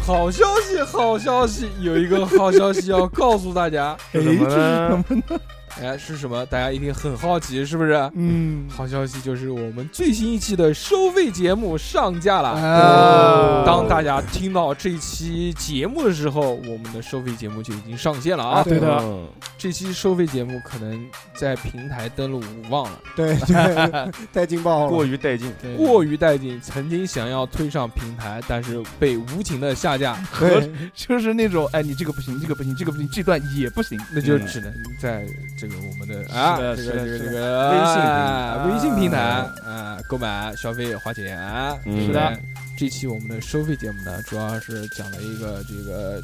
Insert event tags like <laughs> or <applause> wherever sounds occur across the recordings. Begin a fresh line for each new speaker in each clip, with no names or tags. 好消息，好消息，有一个好消息要告诉大家。 <laughs>
哎，这
怎
是
么
什
了
么呢？
哎，是什么？大家一定很好奇，是不是？
嗯，
好消息就是我们最新一期的收费节目上架
哎
了。
啊，
当
哦
大家听到这期节目的时候，我们的收费节目就已经上线了啊！
对的，
嗯
这期收费节目可能在平台登录无望了，
对对，太劲爆了
过，于带劲，
过于带劲。曾经想要推上平台，但是被无情的下架，
对，
就是那种，哎，你这个不行，这个不行，这个不行，这段也不行。
那就只能在这个我们的啊，
嗯是的
这
是
个
的
这个
是
这
的
个
微信平台
啊微信平台啊，购买、消费、花钱。
嗯
是的
哎。这期我们的收费节目呢，主要是讲了一个这个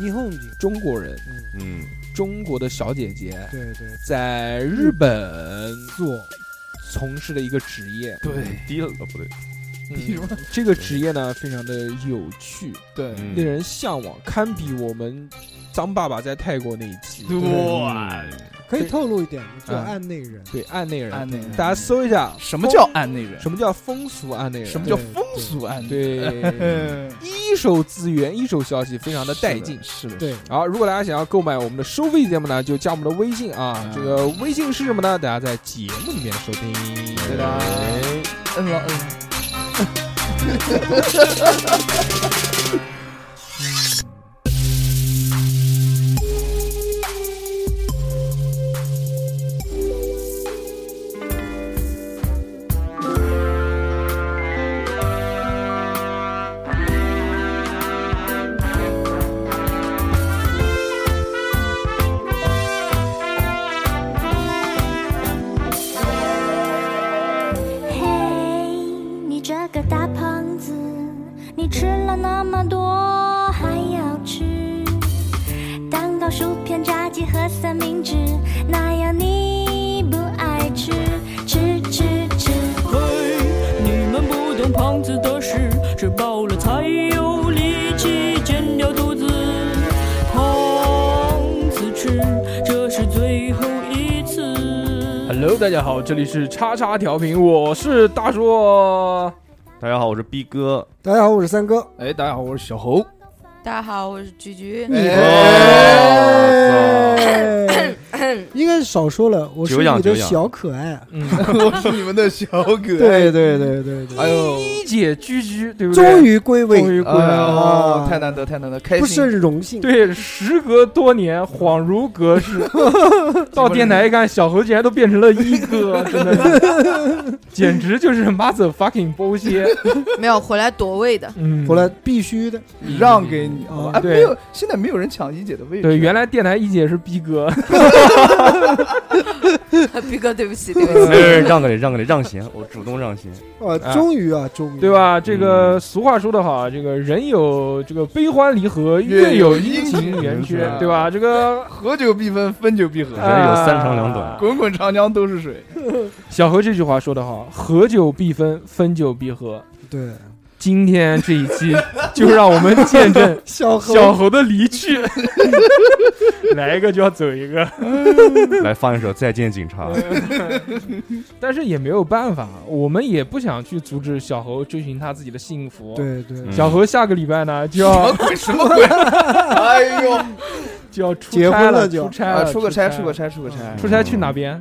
霓虹景，
中国人，
嗯，
中国的小姐姐
对对，
在日本
做
从事的一个职
<laughs>
业。
对
低了，哦不对，
嗯这个职业呢，非常的有趣，
对，
嗯
令人向往，堪比我们张爸爸在泰国那一期。
哇，
可以透露一点，你做
嗯
案内人，
对，案内人，
案内人嗯
大家搜一下
什么叫案内人？
什么叫风俗案内人？
什么
对
叫风俗案内人？
对， <laughs>
嗯，
一手资源，一手消息，非常的带劲。
是的，是的，
对，
好，如果大家想要购买我们的收费节目呢，就加我们的微信啊
嗯，
这个微信是什么呢？大家在节目里面收听。
对的
哎
嗯了嗯了。
嘿，你这个大胖子，你吃了那么多还要吃蛋糕、薯片、炸鸡和三明治，哪样你不爱吃？吃吃吃！
嘿，你们不懂胖子的事，吃饱了才有力气减掉肚子。胖子吃，这是最后一次。
Hello，大家好，这里是叉叉调频，我是大硕。
大家好，我是逼哥，
大家好，我是三哥，
哎，大家好，我是小侯。 <laughs>
大家好，我是菊菊。
哎
哎应该是少说了，我是
久仰
你的
久仰
小可爱，
嗯，
我是你们的小哎哥。
对对对对对，
哎呦，
一姐居居，对不对？
终于归位，
终于
哎
归位了。
呦，太难得，太难得，开
不
心
胜。荣 <laughs> 幸，
对，时隔多年，恍如隔世。到电台一看，小猴竟然都变成了一哥，真的是，简直就是 mother fucking 剥削。
没有回来夺位的，
嗯，
<laughs> 后来必须的，
让给你，
嗯
哦哎，
对
没有，现在没有人抢一姐的位置。啊
对，原来电台一姐是逼哥，
逼哥，对不起，对不起。
没人让给你，让给你，让贤，我主动让贤，
啊
啊，
终于啊，终于，
对？吧？这个俗话说得好，这个人有这个悲欢离合，
月
月有
有
阴
阴
晴
晴
圆
圆
缺
缺，
对吧？这个
合久必分，分久必
<laughs>
合，
人有三长两短
啊
滚滚长江东逝水。
小何这句话说得好，合久必分，分久必合。
对，
今天这一期，就让我们见证
小猴，
小猴的离去，来一个就要走一个。
来放一首《再见警察》，
但是也没有办法，我们也不想去阻止小猴追寻他自己的幸福。，
对对，
嗯
小猴下个礼拜呢就要
鬼 <laughs> 什么鬼？哎呦，
就要出
结
差
婚
了，
了就
出差
啊，
了，
出个差，
出
出个，差，出个差。
出差去哪边？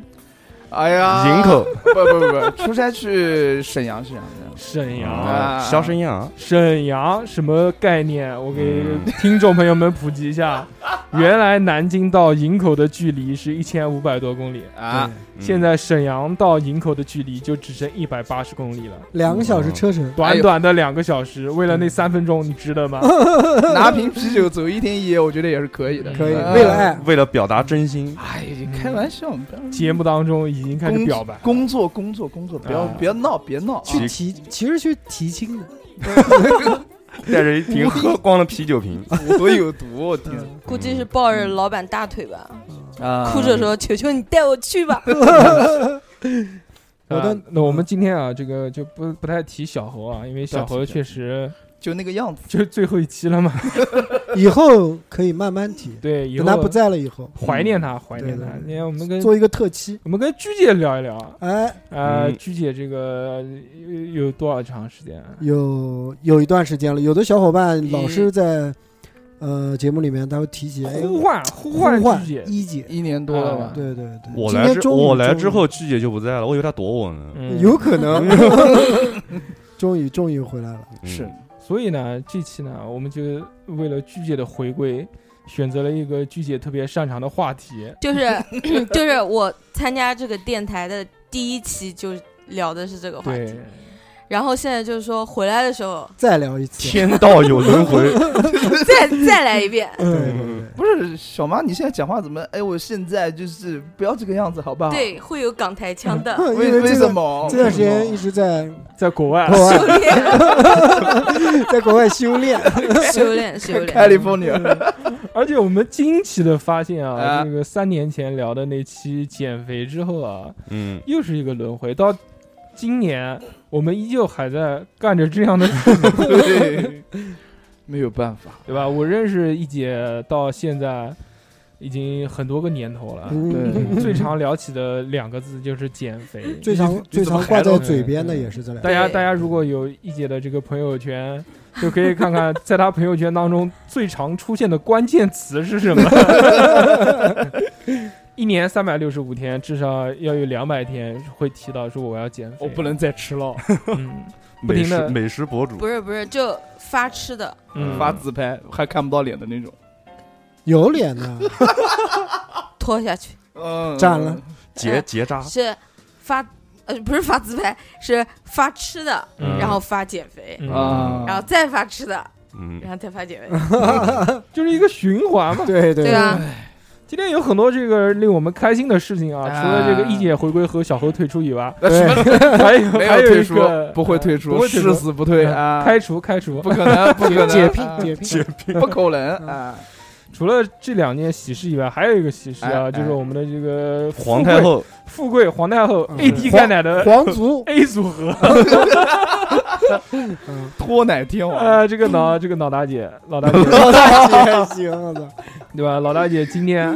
哎呀，
营口
不不不不，出差去沈阳，沈阳，沈阳
沈阳，
啊，
啊
肖申阳，
沈阳什么概念？我给听众朋友们普及一下，原来南京到营口的距离是一千五百多公里。
啊，
嗯
现在沈阳到营口的距离就只剩一百八十公里了，
两个小时车程，
短短的两个小时，为
嗯
了那三分钟，你值得吗？
拿瓶啤酒走一天一夜，我觉得也是可以的。
可以，
嗯
为了爱，
为了表达真心，
哎，开玩笑，不要
节目当中已经开始
工
表白，
工作工作工作，不要
啊
别闹别闹啊！
嗯去提，其实去提亲的，
带着一瓶喝光了啤酒瓶，
我有毒，我天
估计是抱着老板大腿吧，
啊
哭着说：“求求你带我去吧。
我的嗯
啊那我们今天啊，这个就不不太提小猴啊，因为小
不
猴
要提
确实
就那个样子。
就是最后一期了嘛。
以后可以慢慢提，
对，以
等他
后
不在了以后，
怀念他，怀念
对
他
对。
你看，我们跟
做一个特期。
我们跟鞠姐聊一聊啊，
哎，
呃，
嗯
鞠姐这个呃有多少长时间啊？
有有一段时间了，有的小伙伴老是在呃节目里面他会提起，哎，
呼唤呼
嗯呼
唤鞠
唤
姐，
一姐，
一年多了吧？
啊
对对对，
我
今
来
天
之
终于
我来
终于
之后，鞠姐就不在了，我以为她躲我呢。
嗯
有可能， <laughs> 终于终于回来了，
嗯
是，
所以呢，这期呢，我们就为了鞠姐的回归，选择了一个鞠姐特别擅长的话题。
就是就是 <clears throat> 我参加这个电台的第一期就聊的是这个话题，
对，
然后现在就是说回来的时候
再聊一次。
天道有轮回，
再再来一
<laughs> 啊
遍。
对对对，
不是小妈，你现在讲话怎么？哎，我现在就是不要这个样子，好不好？，
对，会有港台腔的。
<laughs>
对
为
因为
为
这
什
个
么？
这段时
为
间
什
一
么
直在
在国外，
国 <laughs> 外，
修炼，
在国外修炼，
修炼，修炼。
California
<laughs>
而且我们惊奇的发现啊，
啊
这个三年前聊的那期减肥之后啊，
嗯，
又是一个轮回。到今年，我们依旧还在干着这
<laughs>
样的事情，
对， <laughs> 没有办法，
对吧？我认识一姐到现在已经很多个年头了，
嗯
最常聊起的两个字就是减肥。
最常
你
最
怎么还
常挂在
到
嘴
这
边的
嗯
也是这两
大
个。
家
对
大家如果有一姐的这个朋友圈，就可以看看在她朋友圈当中最常出现的关键词是什么。 <laughs> 一年三百六十五天，至少要有两百天会提到说我要减肥。
我不能再吃了，
嗯，不
美
停地
食美食博主
嗯不是不是，就发吃的，
嗯
发自拍还看不到脸的那种，
有脸呢，
拖下去
嗯，
占了
结结
啊
扎，
是发呃不是发自拍，是发吃的，
嗯
然后发减肥，
嗯
啊，
然后再发吃的，
嗯
然后再发减
<laughs>
肥。
就是一个循环嘛。
对对
对啊，
今天有很多这个令我们开心的事情啊，
啊
除了这个一姐回归和小何退出以
<laughs>
外，
那什么
还有
没
还有
退
一
出
个，
不会退
呃不
出，
会退
誓
出，
死不退啊，
开除开除
不。可能，不可能，
解聘
啊
解聘，
不可能啊，
除了这两件喜事以外，还有一个喜事啊，
哎
就是我们的这个
皇
富贵
太后
富贵皇太后
嗯
AD 钙奶的
皇族
A 组合，
嗯 <laughs>
脱奶天
<laughs>
王，
呃，这个
<laughs>
老这个老大姐，老大姐，
老大姐，行，我操，
对吧？老大姐今天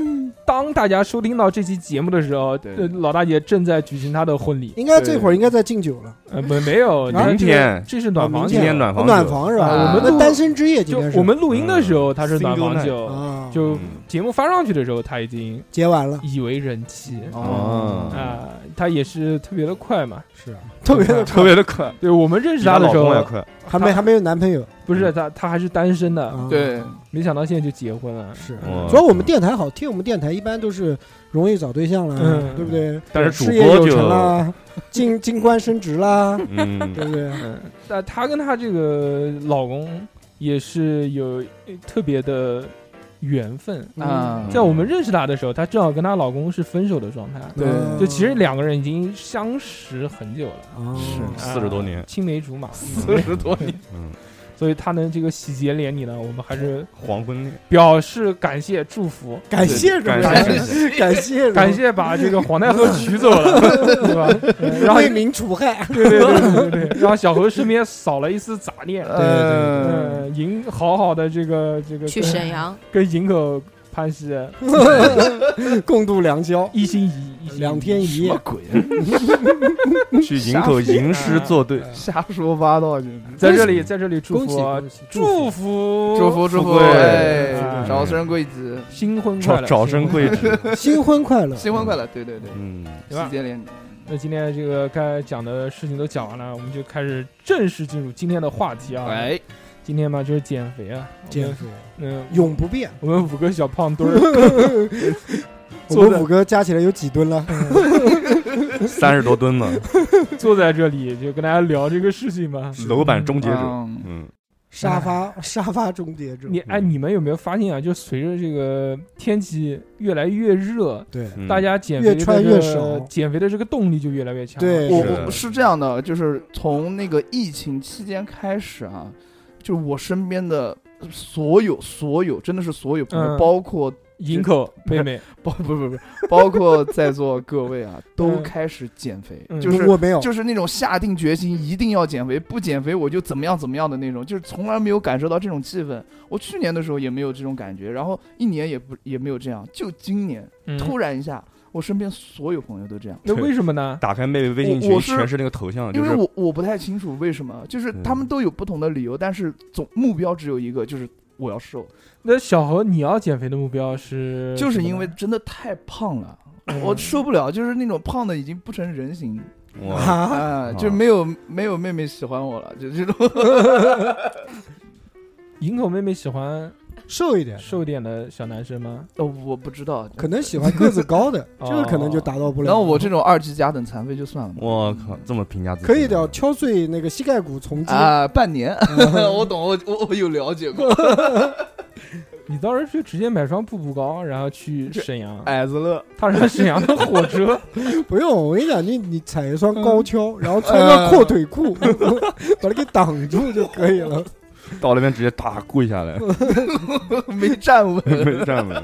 当大家收听到这期节目的时候，
对
呃老大姐正在举行她的婚礼，
应该这会儿应该在敬酒了，
呃，没没有，
啊
这个
明天
这是暖
啊
房
明
酒
今，天暖
哦
房
暖
酒
房是吧？
啊
我们的单身之夜今
就
天是
我们录音的时候她是暖房
Single
酒，
啊，
就
嗯
节目发上去的时候她已经
结完了，
已为人妻
哦
嗯
啊，她也是特别的快嘛，
是 <laughs> 特别的
特别的快，
对我们认识
比她
她的
老
时
嗯
公还
候。
快，
还没还没有男朋友，
不是她，她还是单身的，
啊
对，
没想到现在就结婚了。
是
哇，
主要我们电台好听，我们电台一般都是容易找对象啦
嗯，
对不对？
但是主
事业
播
有
就
成啦，进进官升职啦，
<laughs>
<laughs>
对
嗯
不对？
嗯，但她跟她这个老公也是有呃特别的缘分。
嗯
啊
在我们认识她的时候，她正好跟她老公是分手的状态，
对
嗯
就其实两个人已经相识很久了，
哦
是
啊
40多年
青梅竹马，
嗯 <laughs> 四十多年，
嗯
所以她能这个喜结连理呢，我们还是
黄昏
<laughs>
恋，
表示感谢祝福，
感谢
感
感
谢
谢啊感谢
感谢把这个皇太后娶走了，
<laughs>
对吧？嗯让
为民除
<laughs>
害，
对对对对对，让小何身边少了一丝杂念。
嗯，
嗯，银好好的这个这个
去
跟
沈阳，
跟营口潘西
共度良宵，
一心一意，
两天一夜。
鬼啊，
去营口吟诗作对，
瞎说八道，就是
在这里在这里祝
恭喜
福啊
恭喜
祝
福！
福
祝福祝
富
福，
贵
哎
哎，
早生贵子，
新婚快
早
乐，
早生贵
新婚快
子，
乐。
新婚快乐！
新婚快乐，对对对，
嗯，
对吧
喜结连理，
那今天这个该讲的事情都讲完了，我们就开始正式进入今天的话题啊。
哎，
今天嘛就是减肥啊，我们
减肥
嗯，
永不变。
我们五个小胖墩儿 <laughs>
我
坐在
们五个加起来有几吨了？
三十多吨
<laughs>
了，
坐在这里就跟大家聊这个事情嘛。
楼板终结者，
嗯
嗯，
<laughs> 沙发沙发终结者。
你哎，你们有没有发现啊？就随着这个天气越来越热，
对
嗯
大家减肥的
越穿越
这个
少
减肥的这个动力就越来越强。
对
我
是
我是这样的，就是从那个疫情期间开始啊，就是我身边的所有所有，真的是所有朋友，
嗯
包括
营口妹妹，
<laughs> 包不不不，包括在座各位啊，都
嗯
开始减肥，
嗯
就是
我没有，
就是那种下定决心一定要减肥，不减肥我就怎么样怎么样的那种，就是从来没有感受到这种气氛。我去年的时候也没有这种感觉，然后一年也不也没有这样，就今年
嗯
突然一下，我身边所有朋友都这样。
那为什么呢？
打开妹妹微信
我
群，
我是
全是那个头
啊
像，
因
就
为
是
我我不太清楚为什么，就是他
嗯
们都有不同的理由，但是总目标只有一个，就是我要瘦，
那小何，你要减肥的目标是嗯什么呢？嗯
就是因为真的太胖了，我受不了，就是那种胖的已经不成人形
哇，
<laughs>
啊，
啊，
哦
就没有没有妹妹喜欢我了，就这
<laughs>
种。
营口妹妹喜欢
瘦一点，
瘦点的小男生吗？
哦，我不知道，
可能喜欢个子高 <laughs> 的，
哦
这个可能就达到不了。
然后我这种二级甲等残废就算了吧。
我靠，这么评价自己
可以的，敲碎那个膝盖骨重击，
啊，半年，
嗯
<laughs> 我懂，我我我有了解
<laughs>
过。
你到时候就直接买双步步高，然后去
这
沈阳，
矮子乐，
他上沈阳的火车，
不用，我跟你讲，你你踩一双高跷，然后穿个阔腿裤， <laughs> 把它给挡住就可以
嗯
了。
到那边直接打跪下
<laughs>
来，
<laughs> 没站稳。
没站稳。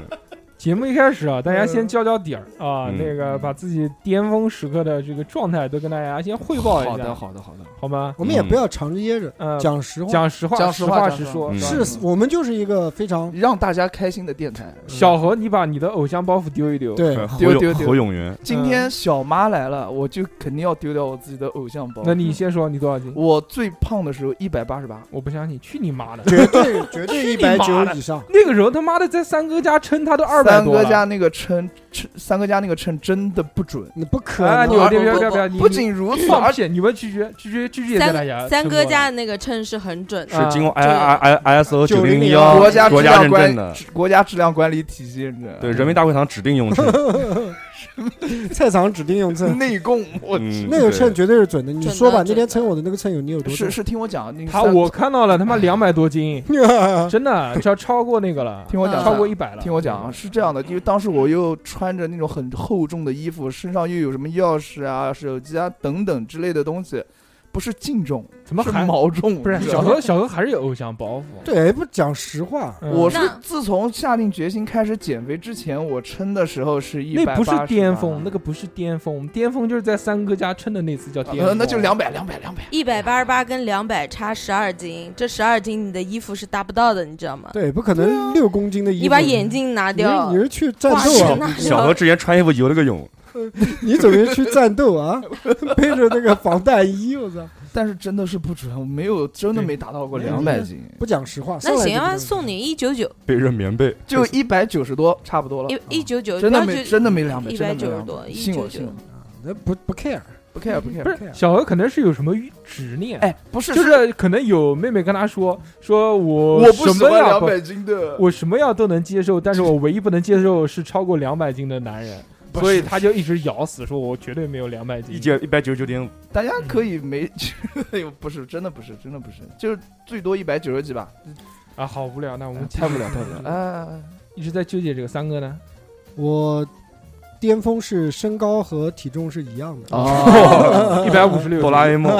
节目一开始啊，大家先交交底儿啊，
嗯
那个把自己巅峰时刻的这个状态都跟大家先汇报
好
一
的，
下，
好的，好的。
好吗？
<laughs> 我们也不要藏着掖着，
嗯，
讲实话，
讲实话，
讲
实
实话讲
实
实话
说。
嗯
是吧
是死我们就是一个非常
让大家开心的电台。
小何，你把你的偶像包袱丢一丢。
对，
侯
丢
永
丢丢
侯永元，
今天小妈来了，我就肯定要丢掉我自己的偶像包。
那你先说你多少斤？
我最胖的时候一百八十八，
我不相信，去你妈的！
绝对绝 <laughs> 对一
去你
百
妈
九
的
以上。
那个时候他妈的在三哥家称他都二百
三
多啊了
哥家那个称称，三哥家那个称真的不准。
你不可
哎，
能，
你
不
别别
不
别别，你
不仅如此，
放
而
屁！你问蛐蛐，蛐蛐蛐蛐也在他家，啊
三三哥家
是
的那个秤是很准的，
啊
是经过
这
I
个
I I S O 九零幺
901
国家质
国家
量
认证
管
的，
国家质量管理体系，啊你知道吗
对人民大会堂指定
<laughs>
用秤，
菜场指定用秤，
内供，我
嗯
那个秤绝对是准的。你
准
说
的
吧，那
准
天
的
称我的那个秤有你有多重
是？是听我讲，那个
他
三
我看到了，他妈两百多斤，真的超超过那个了，
听我讲，
超过一百了。
听我讲啊，是这样的，因为当时我又穿着那种很厚重的衣服，身上又有什么钥匙啊、手机啊等等之类的东西，不是净重，
怎么
是
还
毛重。
不是
你知道
小
吗
何？小何还是有偶像包袱。
<laughs> 对，哎不讲实话，
嗯
我是
那
自从下定决心开始减肥之前，我称的时候是一
那
百
不是巅峰，那个不是巅峰，巅峰就是在三哥家称的那次叫巅
呃，
峰，
那就两百两百两百。
一百八十八跟两百差十二斤，这十二斤你的衣服是搭不到的，你知道吗？
对，不可能六公斤的衣服。
你把眼镜拿
你是
掉
你，是去战
挂
斗
绳
啊？
拿
小何
掉，
之前穿衣服游了个泳，
你准备去战斗啊？ <laughs> 背着那个防弹衣，我操！
但是真的是不准，我没有真的没达到过
对
两百斤，
不讲实话。上
那
来
行
就不
啊，
能
送你一九
哦
九，
背着棉被，
就一百九十多，差不多了。
一一九九，
真的
不要
没
去
真的没两百，
一
真
百
的没
九十
200
多，一
信
九
我
九
信我，
那不不 care，
不 care 不 care
不。是小何可能是有什么执念，
哎，不是，
就是可能有妹妹跟他说说我
我不
什
喜
么
欢
样
两
不
百斤的，
我什么样都能接受，但是我唯一不能接受是超过两百斤的男人，
不是
所以他就一直咬死，说我绝对没有两百斤。
一节一百九十九点五，
大家可以没， <laughs> 哎呦，不是，真的不是，真的不是，就是最多一百九十几吧，
啊，好无聊，那我们
哎太无聊，太无
<laughs>
聊。啊，
一直在纠结这个三哥呢。
我巅峰是身高和体重是一样的，
<laughs>
哦，
嗯
一百五十六，
哆啦 A
<laughs>
梦，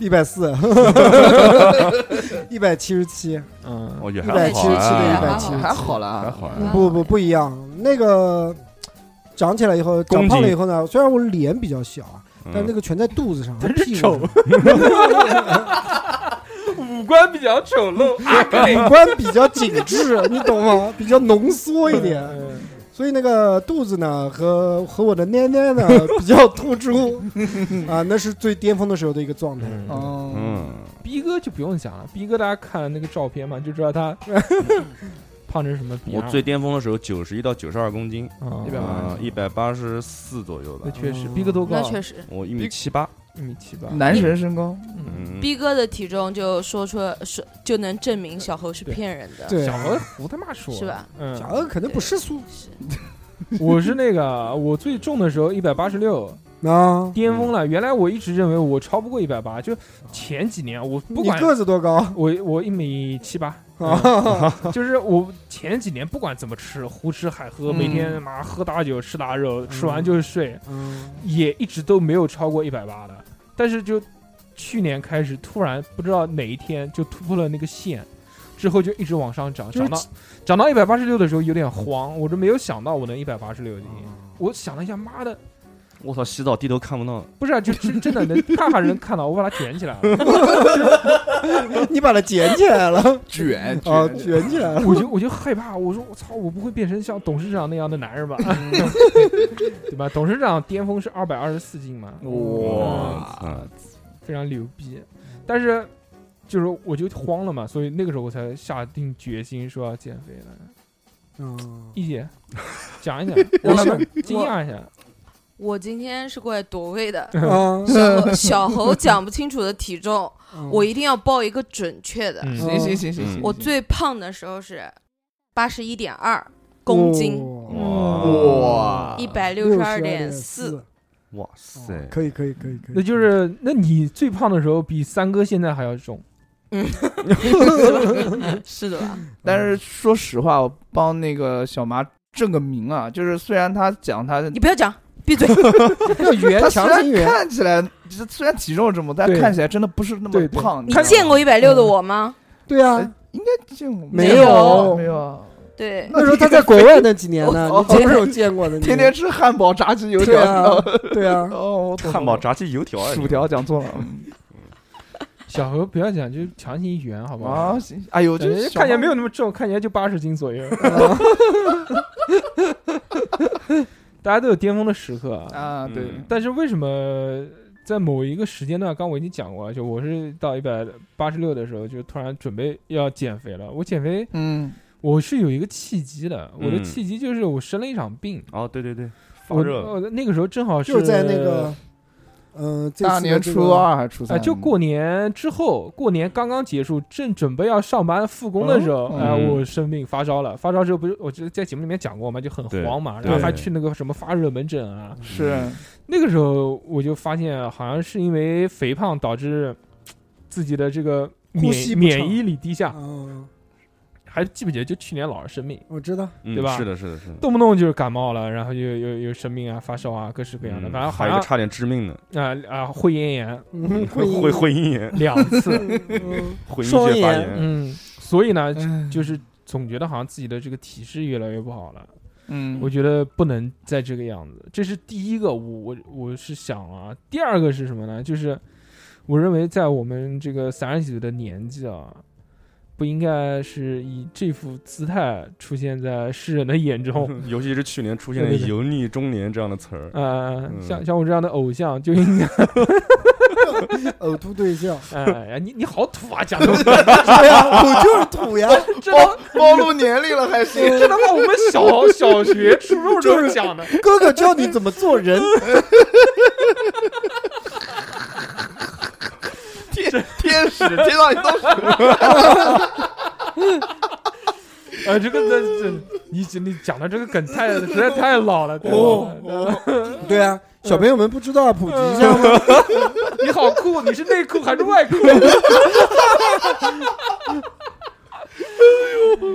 一百四， <laughs> 一百七十七，
嗯，
哦也
一
还
百七
好
十七
啊
的一
还
百
好
七
还
十七。
好
还
啦，
好啊，
嗯
不不不一样，那个长起来以后，
公
长
斤
胖了以后呢，虽然我脸比较小啊，但那
嗯
个全在肚子上，
但是
屁股上
五官比较丑陋，
五官比较紧致，你懂吗？比较浓缩一点，
嗯
所以那个肚子呢和和我的奶奶呢比较突出，啊，那是最巅峰的时候的一个状态。
嗯，
哦
嗯，
嗯，
逼哥就不用讲了，逼哥大家看了那个照片嘛，就知
<laughs>
道他胖成什么逼
我
样。
最巅峰的时候九十一到九十二公斤，
嗯
180
啊，一百八十四左右
那
吧，
确
嗯
实，逼哥多高
那
啊？
确实。
我一米七八，
一米七八。
男神身高，
嗯，
嗯，
逼哥的体重就说出说就能证明小猴是骗人的，
对，
小何胡他妈说
是吧？
嗯，
<laughs>
小鹅可能不识数
是
我是那个我最重的时候一百八十六，
嗯
啊。
巅峰了。原来我一直认为我超不过一百八，就前几年我不
你
管
个子多高
我我一米七八，
啊？ <laughs>
就是我前几年不管怎么吃，胡吃海喝，
嗯
每天他妈喝大酒吃大肉，吃完就是睡，
嗯，
也一直都没有超过一百八的。但是就去年开始，突然不知道哪一天就突破了那个线，之后就一直往上涨，
就是
涨到涨到一百八十六的时候有点慌，我都没有想到我能一百八十六斤。
哦
我想了一下，妈的，
我操，洗澡低头看不到，
不是啊，就真真的能看还是能看到，我把它卷起来了，
你把它捡起来了
卷
啊，
卷
卷起来了。
我就我就害怕，我说我操，我不会变成像董事长那样的男人吧？ <laughs> 对吧？董事长巅峰是二百二十四斤嘛，
哇，嗯
非常牛逼。但是就是我就慌了嘛，所以那个时候我才下定决心说要减肥了。
嗯，
一姐，讲一讲，
我
让他
是
们惊讶一下。。
我今天是过来夺位的 <laughs>
啊
小
<laughs>
猴小猴讲不清楚的体重，
嗯
我一定要报一个准确的。
嗯
行行行行行，
我最胖的时候是八十一点
哦
二公斤，
嗯
哦
哇
一百六十二
62.4
点四。
哇塞，
哦可以可以可以可以，
那就是，那你最胖的时候比三哥现在还要重，
<laughs> 是的吧？
但是说实话，我帮那个小麻正个名啊，就是虽然他讲他，
你不要讲，闭嘴。
要圆
他虽
强行
然
圆，
看起来就是虽然体重这么，但
对
看起来真的不是那
对
么
对
胖。
你啊
知道吗
见过一百六的我吗？
对啊
哎，应该见过吧，
没
有
没有啊，
对，
那时候他在国外那几年呢，
我
你总是有见过的，你
天天吃汉堡、炸鸡、油
对
条。
啊
知道
<laughs>
吗
对啊，
哦，我懂了
汉堡、炸鸡、油条啊，
薯条讲错了
嗯
小何不要讲，就强行圆好不好？
啊！行，哎呦，
我
这
觉得
小
呃看起来
麻
没有那么重，看起来就八十斤左右。 <laughs> 大家都有巅峰的时刻啊，
啊，对，
嗯
但是为什么在某一个时间段，刚我已经讲过了，就我是到一百八十六的时候，就突然准备要减肥了。我减肥，
嗯，
我是有一个契机的，我的
嗯
契机就是我生了一场病，
哦，对对对，发
我
热，
哦
呃那个时候正好是
就是在那个，嗯，这次
大
的
年
这
初
个
二还是初
哎，
三？
嗯
就过年之后，过年刚刚结束，正准备要上班复工的时候，
哦
哎，
嗯
我生病发烧了。发烧之后不是，我就在节目里面讲过嘛，就很慌嘛，
对
然后还
对
去那个什么发热门诊啊。
是
那个时候我就发现，好像是因为肥胖导致嘖自己的这个
呼
免
吸不畅
免疫力低下。
嗯，
还记不记得就去年老是生病，
我知道，
嗯
对吧
是的，是的，是的。
动不动就是感冒了，然后又又又生病啊，发烧啊，各式各样的，
嗯
反正好
还有
像
一个差点致命的，
啊啊会咽炎
嗯，
会会阴炎，
两次。
嗯
会阴
双
血发
眼
炎，
嗯，所以呢，
嗯
就是总觉得好像自己的这个体质越来越不好了。
嗯，
我觉得不能再这个样子，这是第一个我我我是想啊。第二个是什么呢？就是我认为在我们这个三十几岁的年纪啊，不应该是以这副姿态出现在世人的
<laughs>
眼中。
尤其是去年出现了
对对对
“油腻中年”这样的词儿，
呃，
嗯
像像我这样的偶像就应该，
呕吐对象，
哎呀，你你好土啊，讲的，
对呀，我就是土呀，
真的
暴露年龄了还行。
真他妈我们小小学、初中时候讲的，
哥哥教你怎么做人，
天天使接到你都是
呃，这个这这，你你讲的这个梗太实在太老了，太老了
对啊，小朋友们不知道啊普及一下 <laughs> 吗？
你好酷，你是内裤还是外裤？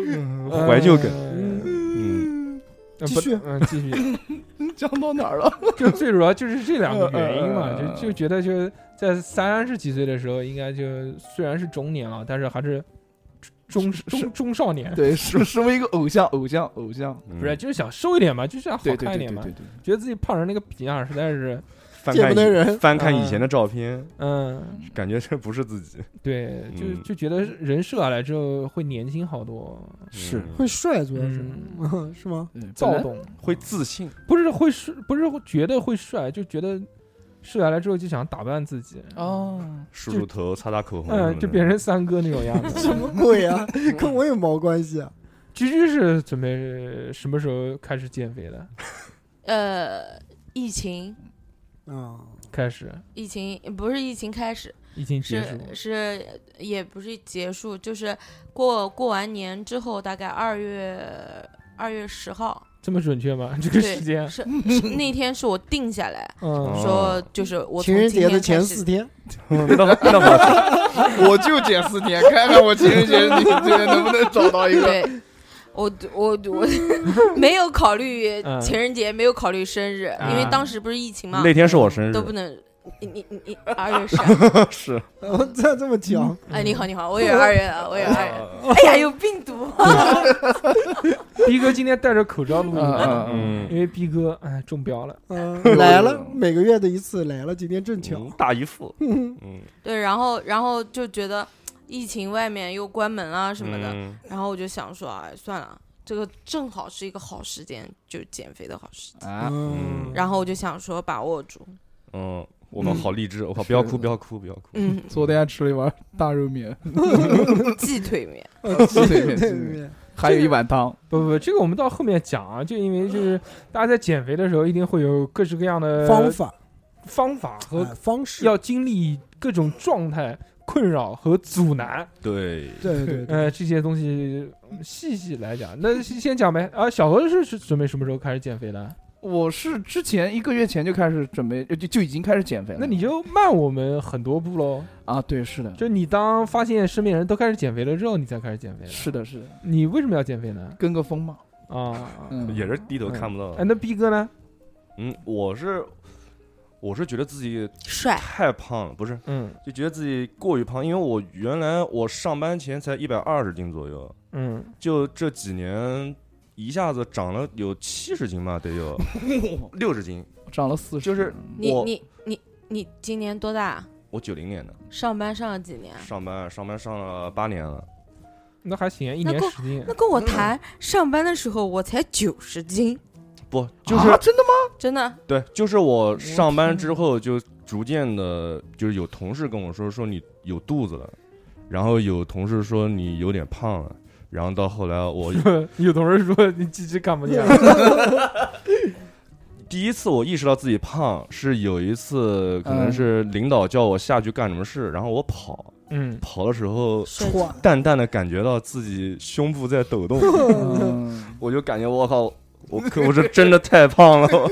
嗯
怀旧梗。
嗯，
嗯，
呃
继
不
续
嗯，继续，
讲到哪儿了？
<laughs> 就最主要就是这两个
嗯
原因嘛，
呃呃呃
就就觉得就在三十几岁的时候，应该就虽然是中年了，但是还是中
是
中中少年，
对，身身为一个偶像，偶像，偶像，
嗯
不是就是想瘦一点嘛，就想好
对对
看一
对对
点嘛
对，对，
觉得自己胖成那个逼样，实在是，
翻
见
看
不得
以
人，
翻看以
嗯
前的照片，
嗯，
感觉这不是自己，
对，就
嗯
就觉得人瘦下来之后会年轻好多，
是
嗯
会帅，主要是 <laughs>
嗯
是吗？
对
躁，动。
会自信，
不是会帅，不是会觉得会帅，就觉得瘦下来之后就想打扮自己，
本来哦，
梳梳头，擦擦口红，
嗯，就变成三哥那种样
<laughs>
子。
什么鬼啊？跟我有毛关系啊？
居居是准备什么时候开始减肥的？
呃，疫情，
啊，
开始
疫情不是疫情开始，
已经结束
是，是也不是结束，就是过过完年之后，大概二月二月十号，
这么准确吗？这个
对，
时间，
是是那天是我定下来，
嗯
哦，
说就是我
情
从
人
今
节的
天开
前四
始，
<laughs> 天，
<laughs>
嗯
那那么
我就减四天，看看我情人节你这个能不能找到一个。
对。我我我 <laughs> 没有考虑
嗯
情人节，没有考虑生日，因为当时不是疫情嘛，
那天是我生日
都，不能。你你你你二月十，
<laughs> 是 <laughs>
哦然后再这么巧，
哎，你好你好，我也是二月的，我也是二月
<laughs>
的。哎呀，有病毒！
逼哥今天戴着口罩录
嗯
音，
嗯嗯，
因为逼哥哎中标了，
嗯，来了，每个月的一次来了，今天正巧
嗯，大姨父，
嗯
嗯，
对，然后然后就觉得疫情外面又关门啊什么的，
嗯
然后我就想说，哎，算了，这个正好是一个好时间，就减肥的好时间。
啊，
嗯
然后我就想说把握
<laughs>
住，
嗯，我们好励志，我靠，不要哭，不要哭，不要哭，
嗯，
昨天还吃了一碗大肉面，
忌腿面，
哦
鸡腿面，鸡腿面，还有一碗汤，
不不不，这个我们到后面讲啊，就因为就是大家在减肥的时候，一定会有各式各样的
方法
方法和
哎方式，
要经历各种状态困扰和阻难，
对，
对对 <laughs> 对，
呃，这些东西嗯细细来讲。那先讲呗啊，小何是是准备什么时候开始减肥的？
我是之前一个月前就开始准备，就就就已经开始减肥了。
那你就慢我们很多步喽。
啊，对，是的，
就你当发现身边人都开始减肥了之后，你才开始减肥的。
是的，是的，
你为什么要减肥呢？
跟个风嘛，
啊，
嗯，
也是低头看不到
哎，，那逼哥呢？
嗯，我是我是觉得自己
帅，
太胖了，不是，
嗯
就觉得自己过于胖，因为我原来我上班前才一百二十斤左右，
嗯，
就这几年一下子长了有七十斤吧，得有
<laughs>
六十斤。
长了四十，啊
就是
你
我
你你你今年多大？
我九零年的，
上班上了几年？
上班上班上了八年了，
那还行，一
那
年
够
十斤
那。跟我
嗯
谈上班的时候，我才九十斤，
不就、
就是 <laughs> 是啊真的吗？
真的。
对，就是我上班之后就逐渐的，就是有同事跟我说说你有肚子了，然后有同事说你有点胖了，然后到后来我
<laughs> 有同事说你鸡鸡看不
啊
见了，
第一次我意识到自己胖是有一次可能
嗯
是领导叫我下去干什么事，然后我跑
嗯，
跑的时候，
帅气
喘，
淡淡的感觉到自己胸部在抖动，
嗯，
<laughs> 我就感觉我靠，我可我是真的太胖了。 <laughs>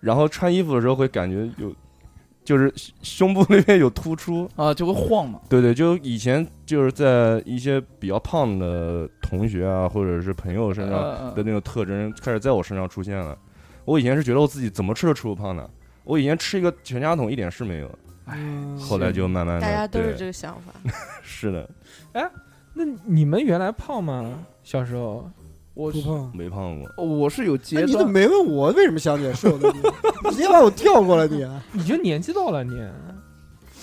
然后穿衣服的时候会感觉有，就是胸胸部那边有突出。
啊，就会晃嘛，
对对，就以前就是在一些比较胖的同学啊，或者是啊朋友身上
呃
的那种特征，开始在我身上出现了。我以前是觉得我自己怎么吃都吃不胖的，我以前吃一个全家桶一点事没有，
嗯
后来就慢慢的，
大家都是
对
这个想法。
是的，
那你们原来胖吗？小时候
我
不
是
胖。
没胖过。
我是有
哎
阶
你怎
段，
么没问我为什么想减瘦的？你 <laughs> 直接把我跳过了你。
你就年纪到了，你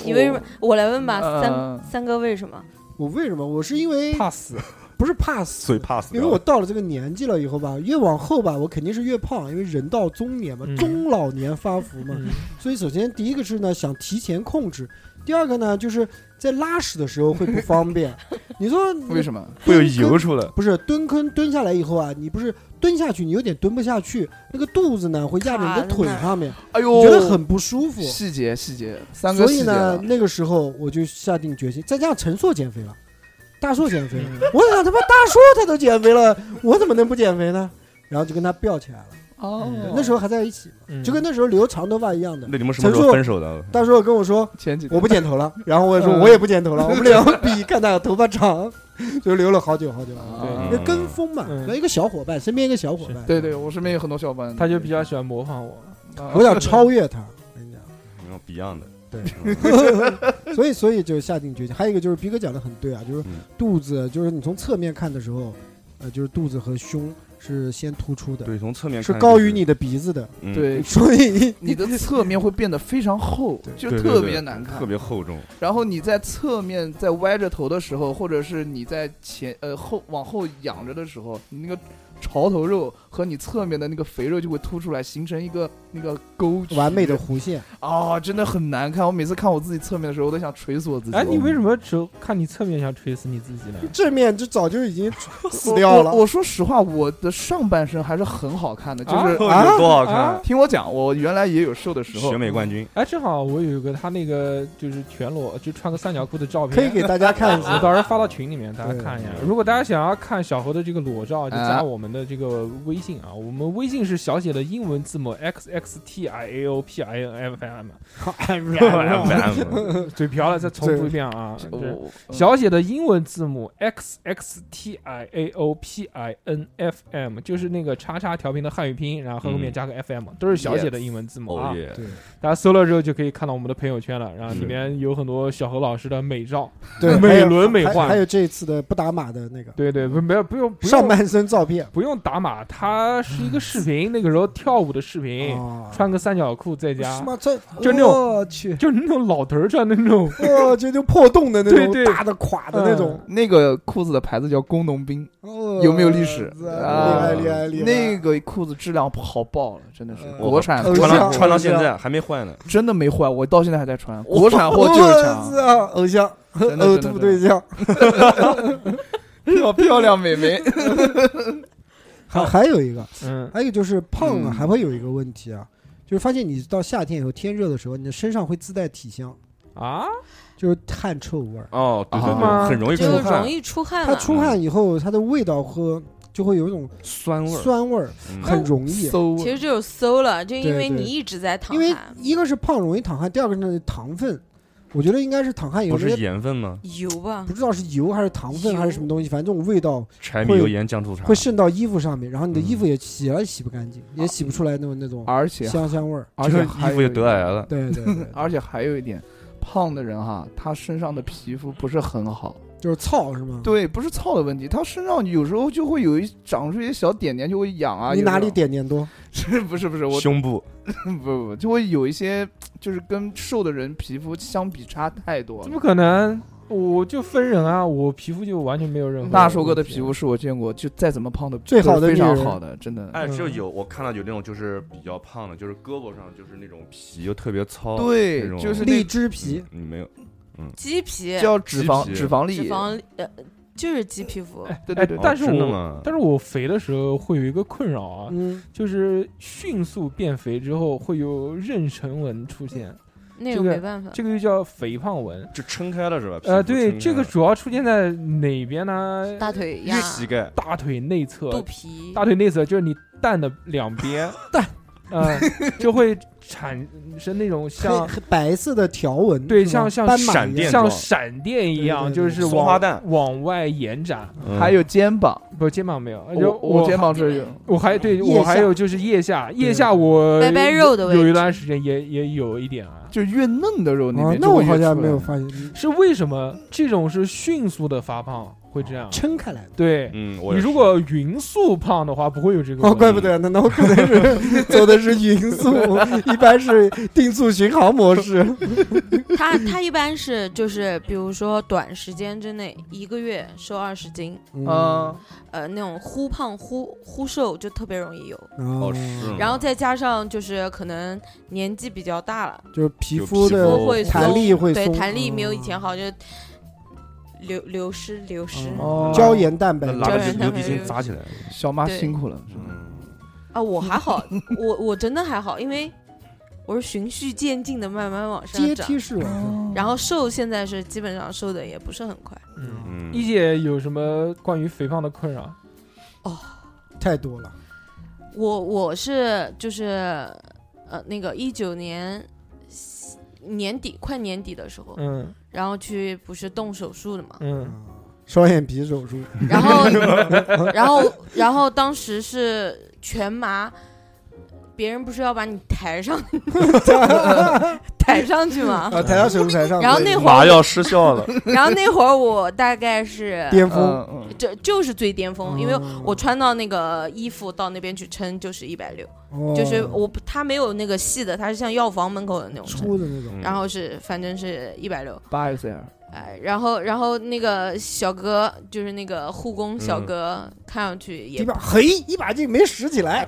你为什么？我来问吧，
呃
三三哥为什么？
我为什么？我是因为
怕死，
不是怕死，
怕死
因为我到了这个年纪了以后吧，越往后吧，我肯定是越胖，因为人到中年嘛
嗯，
中老年发福嘛。
嗯
所以首先第一个是呢，想提前控制；第二个呢，就是在拉屎的时候会不方便。你说
为什么？
会有油出来，
不是蹲坑蹲下来以后啊，你不是蹲下去，你有点蹲不下去，那个肚子呢会压着你
卡
的
在
腿
那儿
上面，
哎
你
呦，
觉得很不舒服。
细节细节，三个
所以
细节
呢
了，
那个时候我就下定决心，再加上陈硕减肥了，大硕减肥了，
嗯
<laughs> 我想他妈大硕他都减肥了，我怎么能不减肥呢？然后就跟他飙起来了。
哦
嗯，
那时候还在一起嘛，
嗯
就跟那时候留长头发一样的。
那你们什么时
陈
候
述
分手的？
大硕跟我说
啊前几
我
天
不剪头了，然后我也说
嗯
我也不剪头了，我们俩比看他头发长，就留了好久好久。
啊
那跟风嘛，
嗯
那一个小伙伴，身边一个小伙伴，
对对，我身边有很多小伙伴，
他就比较喜欢模仿我。
啊，
我想超越他。我跟你讲
然后 Beyond 的，
对 <laughs>
嗯，
所以 <laughs> 所以就下定决心。还有一个就是皮哥讲的很对啊，就是
嗯
肚子，就是你从侧面看的时候，呃，就是肚子和胸是先突出的，
对，从侧面
是
看
高
就
于你的鼻子的，
嗯
对，
所以
你的侧面会变得非常厚，就
对对
特
对
别难看
特。别厚重，
啊
然后你在侧面在歪着头的时候，或者是你在前呃后往后仰着的时候，你那个潮头肉和你侧面的那个肥肉就会凸出来，形成一个那个沟渠。
完美的弧线。
啊、真的很难看。我每次看我自己侧面的时候，我都想捶死我自己。
哎，你为什么只看你侧面想锤死你自己呢？
正面就早就已经死
我
掉了
我？我说实话，我的上半身还是很好看的，就是、
啊
有哎多好
啊
看？
听我讲，我原来也有瘦的时候
选。美冠军，
哎，正好我有一个他那个就是全裸就穿个三角裤的照片，
可以给大家看一
我
下。
到时候发到群里面，大家
对
啊
哦看一下。如果大家想要看小何的这个裸照，就加我们们的这个微信啊，我们微信是小写的英文字母 x x t i a o p i n f
<laughs>
m，嘴瓢了，再重复一遍啊，
我
这
我
小写的英文字母 x x t i a o p i n f m，就是那个叉叉调频的汉语拼音，然后后面
嗯
加个 f m，都是小写的英文字母啊
哦。耶，
大家搜了之后就可以看到我们的朋友圈了，然后
是
里面有很多小何老师的美照，
对，
美
还有
轮美
还
奂
还有这一次的不打码的那个
对对，不没有不用不用
上半身照片，
不用打码，它是一个视频，那个时候跳舞的视频，
啊，
穿个三角裤在家
什，么这
就那种
我去，
就是那种老头儿穿的那种，
哇，这就破洞的那种
对对
大的垮的那种，
那个裤子的牌子叫工农兵，
哦
有没有历史
这
啊
厉害厉害厉害！
那个裤子质量好爆了，真的是
呃
国产
偶
的
穿
像
到
偶
穿到现
像
在还没坏呢，
真的没坏，我到现在还在
<laughs>
穿。国产货就是
我
强，
操偶像
真的
呕
真的
吐对象。
<laughs> 漂漂亮美
<laughs>
眉，
还还有一个，
<laughs>
嗯，
还有就是胖
嗯
啊，还会有一个问题啊，就是发现你到夏天以后天热的时候，你的身上会自带体香，
啊，
就是汗臭味儿。
哦，对对
啊
对，很容易出
就容
汗，
易出汗
它
了。
出汗以后，它的味道和就会有一种
酸味儿，
酸味儿，
嗯
很容易。
馊
其实就是馊了，就因
对对
为你一直在淌
因为
汗，
一个是胖容易淌汗，第二个是糖分，我觉得应该是深汗有
不是
些
盐分吗？
油吧
不，知道是油还是糖分还是什么东西，反正这种味道
柴米油盐酱醋茶，
会渗到衣服上面，然后你的衣
嗯
服也洗了也洗不干净，也洗不出来那种那种
啊而且
香香味儿。
而
这
且啊
个
还
衣
有
服
一
也得癌了，
对对
<laughs>
对，
而且还有一点，胖的人哈，他身上的皮肤不是很好。
就是糙是吗？
对，不是糙的问题，他身上有时候就会有一长出一些小点点，就会痒啊。
你
有时候
哪里？点点多？
<laughs> 是不是不是我？ <laughs>
胸部
不不不，就会有一些，就是跟瘦的人皮肤相比差太多
怎么
了。
可能？我就分人啊，我皮肤就完全没有任何。
大寿哥的
啊
皮肤，是我见过，就再怎么胖的
最好的
非
女
常
人
好的，真的。
哎，
嗯
就有我看到有那种就是比较胖的，就是胳膊上就是那种皮又特别糙，
对
这，种
就是
荔
那
枝皮
嗯，你没有
鸡皮、
叫脂肪
皮
脂肪粒，
脂肪呃，就是鸡皮肤。
哎
对对对
哎但是
哦真的
我
吗？
但是我肥的时候会有一个困扰啊，
嗯，
就是迅速变肥之后会有妊娠纹出现，
那
这
个
个
没办法，
这个就叫肥胖纹。
就撑开了是吧？
呃，
皮肤
对，
撑开
这个
了
主要出现在哪边呢？
大腿
一
呀
个、膝盖，
大腿内侧，
肚皮，
大腿内侧就是你蛋的两边蛋，呃，就会产生那种像
黑黑白色的条纹，
对
是
像
吗
像
斑马
闪
一
电
样
像
状
闪电一样，
对对对
就是
松花
往
蛋
往外延展。
嗯
还有肩膀，
不，肩膀没有，啊就
我我肩膀这有，
我嗯还对
腋
我还
下
有就是腋下，腋下我
白白肉的位置
有一段时间也也有一点啊。
就越嫩的肉那
啊
边，
那
就
我
会越
好像
出
没有啊
来
发现，你
是为什么这种是迅速的发胖会这样？
撑开来 <laughs> 的。
对
嗯，我
你
也
如
是
果匀速胖的话，不会有这个
哦，
问题。
怪不得呢，那我可能 <laughs> 是走的是匀速，一般是定速巡航模 <laughs> 式。
它它一般是就是比如说短时间之内一个月瘦二十斤，
嗯，
呃，那种忽胖忽忽瘦就特别容易有。
哦
哦是吗
然后再加上就是可能年纪比较大了，
就是皮
有
肤
皮
的
肤
会
哦弹
松
力会
对
松，
弹力没有以
嗯
前好，就流流失流失。
哦
胶原蛋白
那
嘛。
拿
胶
个
原
牛
蛋
皮
白
筋
有
扎起来，
小妈
对
辛苦了，真的
嗯，
啊，我还好，我我真的还好，因为我是循序渐进的慢慢往上
阶
涨，
梯式
嗯
网
哦然后瘦现在是基本上瘦的也不是很快，
嗯，
嗯
一姐有什么关于肥胖的困扰？
站太多了，
我我是就是呃那个一九年年底快年底的时候，
嗯
然后去不是动手术的嘛，
嗯。
双眼皮手术，
然后然后然后当时是全麻，别人不是要把你抬上 <laughs> 抬上去吗？
<laughs> 啊，抬到手术台上，
然后那会
麻
儿，
药失效
<laughs>
了，
然后那会儿我大概是
巅峰，
嗯嗯
这就是最巅峰，因为
嗯
我穿到那个衣服到那边去称就是一百六，就是
哦
我不它没有那个细的，它是像药房门口的那种称，
粗的那
嗯
种，
然后是反正是一百六，
八 SL，
哎，然后然后那个小哥就是那个护工小
嗯
哥，看上去
一
也
把嘿，一把劲没使起
<laughs>
来，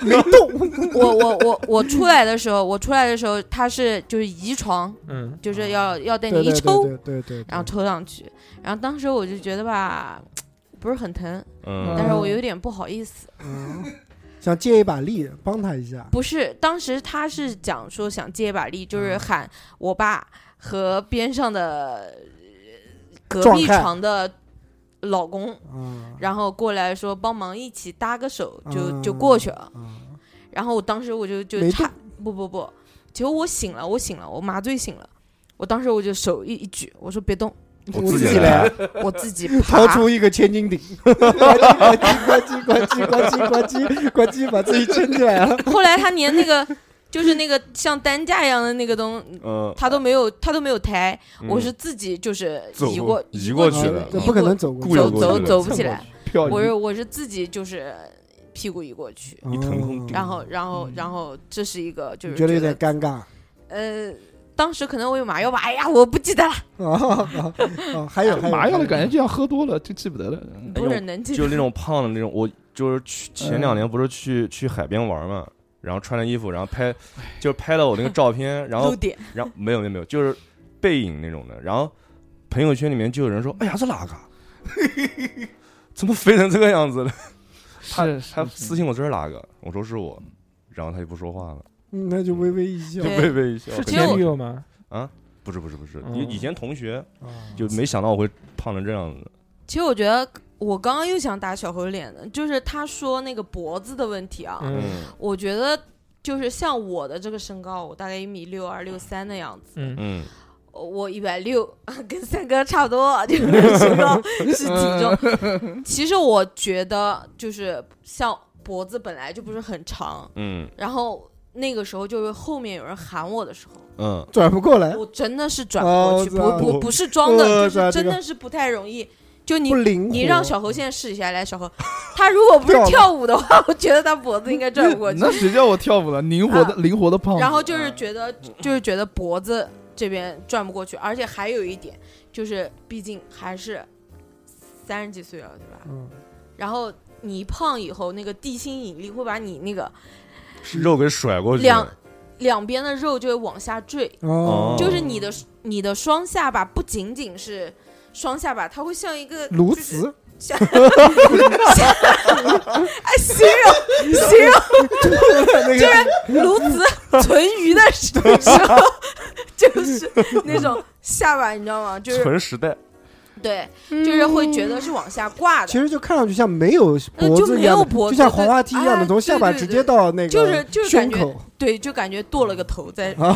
没动， <laughs>
我我我我出来的时候，我出来的时候他是就是移床，
嗯，
就是要要带
对
你
对对
一抽，
对对对，
然后抽上去，然后当时我就觉得吧，不是很疼，
嗯
但是我有点不好意思。
嗯，想借一把力帮他一下，
不是，当时他是讲说想借一把力，就是
嗯
喊我爸和边上的呃隔
壮
壁
汉
床的老公，
啊
然后过来说帮忙一起搭个手，就就
嗯
过去了。
啊，
然后我当时我就就
没
差不不不，结果我醒了，我醒了，我麻醉醒了。我当时我就手一一举，我说别动，
我
自
自己
来
来，
我自己
掏
爬。
出一个千
<laughs>
斤顶，呱唧呱唧呱唧呱唧呱唧呱唧呱唧，把自己撑起来了。
<laughs> 后来他连那个就是那个像担架一样的那个东，
<laughs>
<laughs>
嗯，
他都没有，他都没有抬，
嗯
我是自己就是
走
移过
移
过
过去
的
了，
啊这不可能走过去，
故意
走
过
走
去的
走不起
蹭
来，
漂
我
移
是我是自己就是屁股移过去，
一腾空
然后然后
嗯
然后这是一个就
嗯啊你
是
觉得有
觉
点尴
得
尬
呃，当时可能我有麻药吧，哎呀，我不记得了，
啊？啊还
哎
有还有
麻药的感觉，就像喝多了就记不得了。
不是能记
嗯就那种胖的那种，我就是去
嗯
前两年不是去去海边玩嘛，然后穿着衣服，然后拍，就拍了我那个照片，然后
露点，
然后
<laughs>
没有没有没有，就是背影那种的，然后朋友圈里面就有人说，哎呀这哪
<laughs>
个，怎么肥成这个样子了？他
是是
他
是
私信我这是哪个？我说是我，然后他就不说话了，
嗯那就微微一笑
就
对
微微一笑。
是哦
很
其实
前
我
女友吗？
不是不是不是，
嗯
以以前同学
啊。
哦
就没想到我会胖成这样子。
其实我觉得我刚刚又想打小猴脸了，就是他说那个脖子的问题啊，
嗯
嗯
我觉得就是像我的这个身高，我大概一米六二六三的样子，
嗯，
嗯，
我一百六， <laughs> 跟三哥差不多，就是身高是体
嗯
重。 <laughs> 其实我觉得就是像脖子本来就不是很长，
嗯
然后那个时候就是后面有人喊我的时候。
嗯，
转不过来，
我真的是转不过去，
哦我知道
不不不是装的，
我
就
知道
是
这
真
个
的是不太容易。就你
不灵活。
你让小猴现在试一下，来小猴，他如果不是
跳了
跳舞的话，我觉得他脖子应该转不过去。
那谁叫我跳舞了？灵活的灵活的胖子。
啊然后就是觉得就是觉得脖子这边转不过去，而且还有一点就是，毕竟还是三十几岁了，对吧？
嗯，
然后你一胖以后，那个地心引力会把你那个
肉给甩过去
两
了。
两边的肉就会往下坠，
哦，
就是你的你的双下巴不仅仅是双下巴，它会像一个
鸬
就是
鹚，
像， <laughs> 哎，形容形容
那个
鸬鹚存鱼的时候，就是那种下巴，你知道吗？就是
纯时代，
对，就是会觉得是往下挂
其
的，
实就看上去像没有
呃
脖
就
子一
没
样
有
的，
脖
就
子
像滑滑梯一样的，
哎
从下巴
对对
直
对
接到那
就
个
是就是
胸
感觉
口。
对，就感觉剁了个头在
啊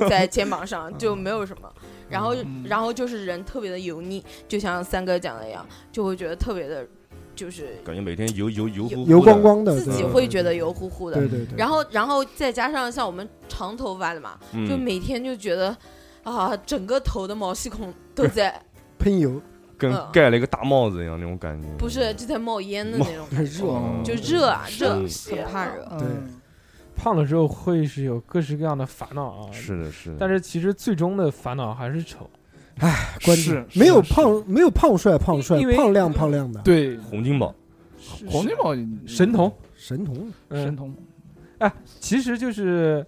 在在肩膀上，就没有什么。然后然后就是人特别的油腻，就像三哥讲的一样，就会觉得特别的，就是
感觉每天油油油乎乎的
<laughs> 油光光的，
自己
对
会觉得油乎乎的
对。对对。
然后，然后再加上像我们长头发的嘛，
嗯
就每天就觉得啊，整个头的毛细孔都在，
喷油，
<laughs>
跟
嗯
盖了一个大帽子一样那种感觉。
不是就在冒烟的那种感觉，
哦
嗯
就热啊热，
是
很怕热。
对
嗯
胖的时候会是有各式各样的烦恼啊，
是的，是的。
但是其实最终的烦恼还是丑。
关
是
键没有
是是
胖，没有胖帅，胖帅
因为，
胖亮，胖亮的，
对
洪金宝，
黄金宝
嗯
神童，
神童
神
嗯，
童
其实就是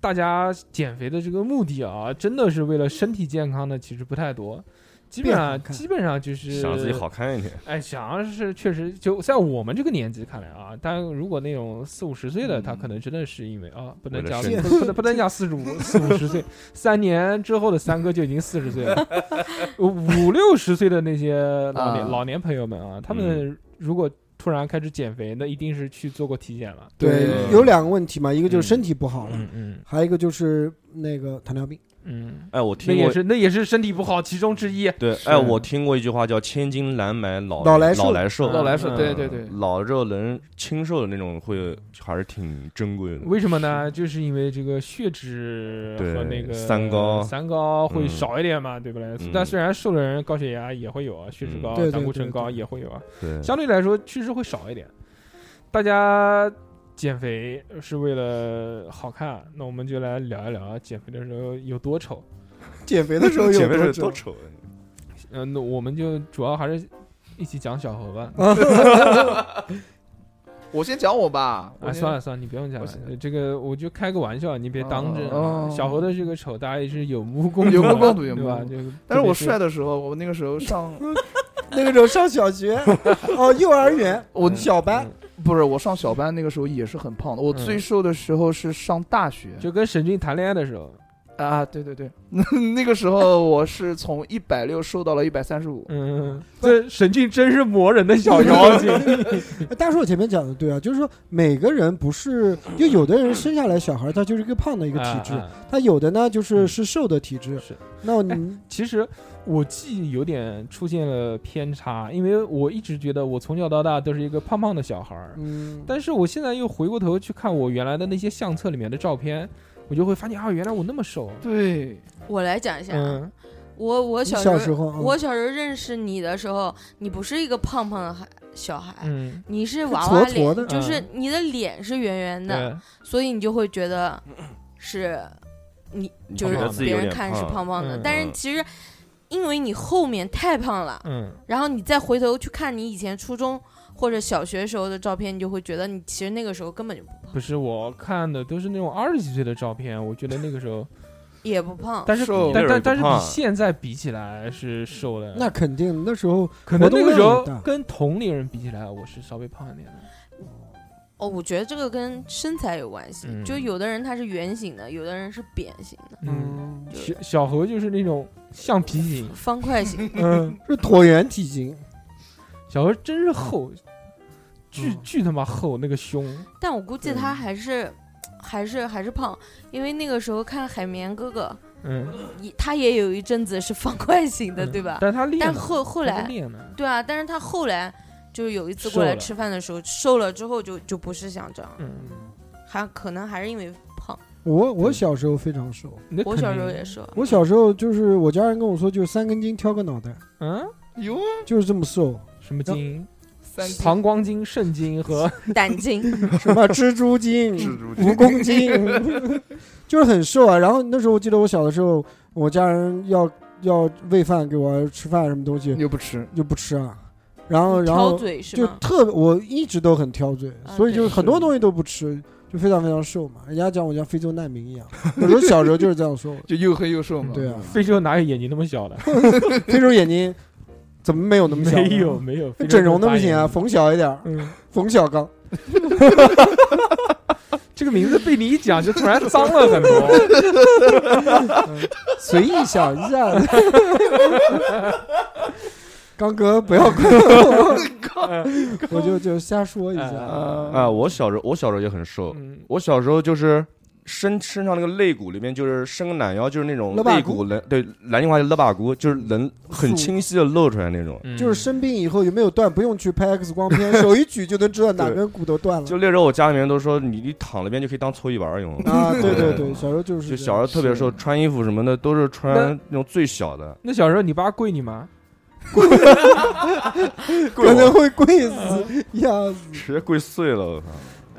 大家减肥的这个目的啊，真的是为了身体健康的其实不太多，基本
变好
上
看
基本上就是
想让自己好看一点。
哎，想要是确实就在我们这个年纪看来啊，但如果那种四五十岁的，他可能真的是因为啊，不能
嗯为
讲
了身
不不能不能讲四十五四五十岁，三年之后的三哥就已经四十岁了，五六十岁的那些老年、
啊
老年朋友们啊，他
嗯
们如果突然开始减肥，那一定是去做过体检了。
对，
对
有两个问题嘛，一个就是身体不好了，
嗯嗯
还有一个就是那个糖尿病。
嗯，
哎，我
那
听
也
过，
是那也是身体不好其中之一。 <laughs>
对，哎，我听过一句话叫“千金难买老
老来
来
瘦
老来瘦”，
老来
瘦
嗯
对对对
老肉能清瘦的那种会还是挺珍贵的。
为什么呢？就是因为这个血脂
对
和那个
三高
三高会
嗯
少一点嘛，对不对
嗯？
但虽然瘦的人高血压也会有啊，血脂
嗯
高
对、对
胆固
对
醇高
对
也会有啊，
对，
相对来说确实会少一点。大家减肥是为了好看，那我们就来聊一聊减肥的时候有多丑。
<laughs> 减肥的时候 <laughs> 有
减肥是多
多久？
丑，啊
嗯，那我们就主要还是一起讲小猴吧。
我先讲我吧，我
啊，
先
算了算了，你不用讲
我
了
想，
这个我就开个玩笑，你别当真啊。
哦
小猴的这个丑，大家也是有目共
有目
睹的
共睹有
对
目
吧？
共
就
但是我
特别
帅的时候，我那个时候上
<laughs>
那个时候上小 <laughs> 学，哦，幼儿园，
我
嗯
小班，
不是我上小班那个时候也是很胖的，我
嗯
最瘦的时候是上大学，
就跟沈俊谈恋爱的时候，
啊，对对对， <laughs> 那个时候我是从一百六瘦到了一百三十五，
嗯，这沈俊真是磨人的小妖精。
大叔，我前面讲的对啊，就是说每个人不是，就有的人生下来小孩他就是一个胖的一
一
个体质，他有的呢就是
嗯
是瘦的体质。
是哎
那你
其实我记忆有点出现了偏差，因为我一直觉得我从小到大都是一个胖胖的小孩儿，
嗯，
但是我现在又回过头去看我原来的那些相册里面的照片，我就会发现啊，原来我那么瘦。
对，
我来讲一下啊，
嗯，
我我
你
小
小
时
时
候，
候啊，
我小时候认识你的时候，你不是一个胖胖的孩小孩，
嗯，
你是娃娃脸，
矬矬的
就是
嗯
你的脸是圆圆的，
对，
所以你就会觉得是你
你
就
觉得
是
自己
别
有
人
点
看是胖胖的，
嗯
但是
嗯
其实因为你后面太胖了，
嗯，
然后你再回头去看你以前初中或者小学时候的照片，你就会觉得你其实那个时候根本就不
不是我看的都是那种二十几岁的照片，我觉得那个时候，
也不胖，
但是
瘦
但但但是
那
比
会儿也不胖
现在比起来是瘦的，
那肯定那时候
可能
活动
那个时
量
候
很大
跟同龄人比起来，我是稍微胖一点的。
哦，我觉得这个跟身材有关系，
嗯
就有的人他是圆形的，有的人是扁形的，
嗯，
嗯
就
小小猴就是那种橡皮筋，
方
<laughs>
块形。
嗯，
<laughs> 是椭圆体型，
小猴真是厚，巨巨他妈厚那个胸，
但我估计他还是还是还是胖，因为那个时候看海绵哥哥，
嗯，
也他也有一阵子是方块形的，
嗯
对吧？
但是他练了，
但后后
他
来
练了，
对啊，但是他后来就是有一次
瘦
过来
了
吃饭的时候，瘦了之后就就不是像这样，
嗯，
还可能还是因为胖。
我我小时候非常瘦，
那
我
肯
小时候
定
<laughs>
也，瘦，
我小时候就是我家人跟我说，就是三根筋挑个脑袋，
嗯，
哟，
就是这么
<laughs>
瘦，
什么筋？
三
膀胱经、肾经和
胆经
什么蜘
<laughs>
蛛精、
蛛
嗯蜈蚣精， <laughs> 就是很瘦啊。然后那时候我记得我小的时候，我家人要要喂饭给我吃饭什么东西
又不吃，，
就不吃啊，然后然
挑
后
嘴是
就
吗？
特别我一直都很挑嘴，
啊
所以就是
对
很多东西都不吃，就非常非常瘦嘛。人家讲我像非洲难民一样，我说小时候就是这样说我
就又黑又瘦嘛。
对啊，
非洲哪有眼睛那么小的？
非洲眼睛怎么没有那么
<laughs>
小？
没有。没有，非洲
整容
都
的
是
不行啊，
大眼睛
缝小一点儿，
嗯，
冯小刚。
这个名字被你一 <laughs> 讲，就突然脏了很 <laughs> 多。
随意想一下。刚哥，不要管
<laughs>
我，我就就瞎说一
哎
下。
啊，我小时候我小时候也很瘦，
嗯，
我小时候就是身身上那个肋骨里面就是伸个懒腰，就是那种
肋巴
肋
骨
骨能对南京话叫肋巴骨，就是能很清晰的露出来那种。
嗯
就是生病以后有没有断，不用去拍 X 光片，手一举就能知道哪根骨头断了
就。那时候我家里面都说你你躺那边就可以当搓衣板儿用，
啊，对对对，小时候就是
就
这
小
样
时候特别瘦，
是
穿衣服什么的都是穿那种最小的。
那小时候你爸跪你吗？
可能会跪
嗯
死要死。
直接跪碎了，我靠！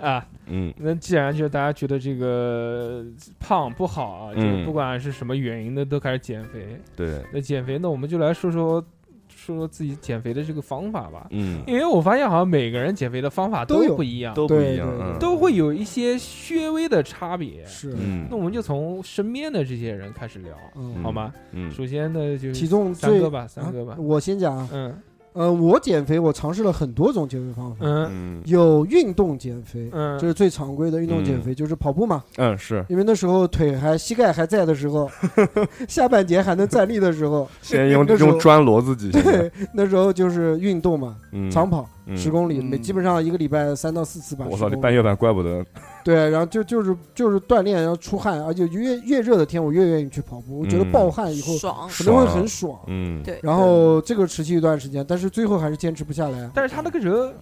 啊，
嗯，
那既然就是大家觉得这个胖不好啊，就
嗯
是不管是什么原因的，都开始减肥。
对，
那减肥，那我们就来说说说说自己减肥的这个方法吧。
嗯，
因为我发现好像每个人减肥的方法
都有
不一样，
都不
对
一样
对，对
嗯
都会有一些些微的差别。
是，
嗯
那我们就从身边的这些人开始聊，
嗯
好吗？
嗯
首先呢，就
体
是
重
三
最
哥吧，三
啊
哥吧，
我先讲啊，
嗯
呃，我减肥我尝试了很多种减肥方法，
嗯
嗯
有运动减肥，
嗯，
这是最常规的运动减
嗯
肥，就是跑步嘛。
嗯是，
因为那时候腿还膝盖还在的时候， <laughs> 下半截还能站立的时候，
<laughs> 先用
那时候
用砖摞自己，
对，那时候就是运动嘛，
嗯，
长跑
嗯
十公里，
嗯
每基本上一个礼拜三到四次吧。
我
10
操，你
公里
半月板怪不得，
对，然后就就是就是锻炼，然后出汗，而且越越热的天我越愿意去跑步，我觉得
嗯
暴汗以后
爽，
可能会很爽。
嗯，
对
然后这个持续一段时间，但是最后还是坚持不下来。
但是他那个人，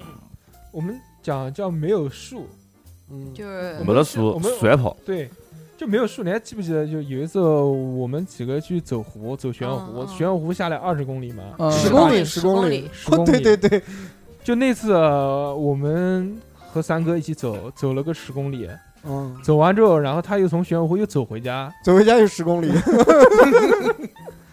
我们讲叫没有数，
嗯，
就是
没得输
我们，
甩跑，
对，就没有数。你还记不记得？就有一次我们几个去走湖，走玄
嗯
武
嗯
湖，玄武湖下来二十公里嘛，
嗯
十公里，
十
公
公
里
里，
十公里。
<laughs> 对对对，
就那次呃我们和三哥一起走，走了个十公里，
嗯，
走完之后，然后他又从玄武湖又走回家。
走回家有十公里。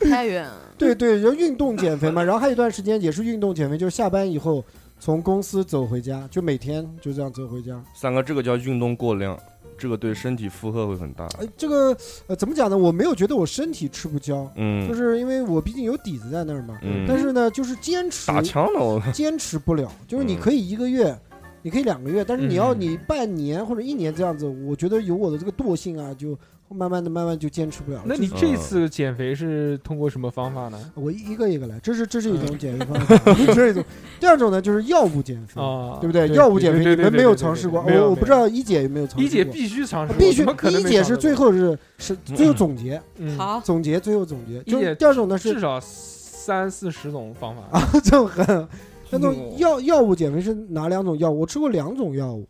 太远了。
<laughs> 对对，就运动减肥嘛。然后还有一段时间也是运动减肥，就是下班以后从公司走回家，就每天就这样走回家。
三哥，这个叫运动过量，这个对身体负荷会很大。
呃，这个呃怎么讲呢？我没有觉得我身体吃不消，就
嗯
是因为我毕竟有底子在那儿嘛。
嗯，
但是呢，就是坚持
打枪
<laughs>
了我。
坚持不了，就是你
嗯
可以一个月。你可以两个月，但是你要
嗯
你半年或者一年这样子，我觉得有我的这个惰性啊，就慢慢的、慢慢就坚持不了了。
那你
这
这次减肥是通过什么方法呢？
我一个一个来，这是这是一种减肥方法， <laughs> 这是一种。第二种呢，就是药物减肥，
啊，
对不对？药物减肥
嗯对对
你
对
们
对
没有
对对
尝试过，哦
没有
我我不知。
没有
道一姐有没有尝
一
试
姐
过。
必须尝试，
必须
我怎么可能
一
没
姐
尝试
是最
过
后是是
嗯
最后总结，
嗯
好，
总结最后总结。就
一
是
姐
第二种呢 <laughs> 是
至少三四十种方法
啊，这种很那种
哦
药药物减肥是哪两种药物？我吃过两种药物，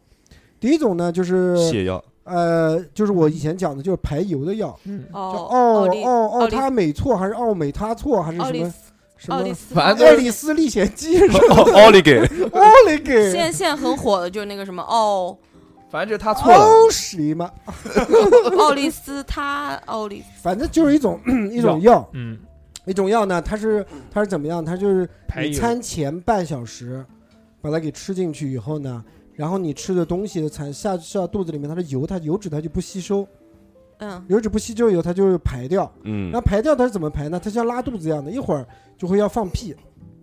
第一种呢就是
泻药，
呃，就是我以前讲的，就是排油的药，
嗯
叫
哦，
奥
利
奥奥
奥利
他美唑还是奥美他唑还是
奥
什
利
么
斯
什
奥利
么？
斯，
反正
爱丽丝历险记是吧？
奥利
<laughs>
给，
奥利给
现在现在很火的就是那个什么奥
反正就是他错了。
哦，是嘛？
奥利斯他奥利斯
反正就是一种一种药，
嗯，
一种药呢，它是它是怎么样？它就是
排
你
油
餐前半小时把它给吃进去以后呢，然后你吃的东西的残下下肚子里面，它的油它油脂它就不吸收，
嗯
油脂不吸收以后它就排掉。
嗯
那排掉它是怎么排呢？它像拉肚子一样的，一会儿就会要放屁，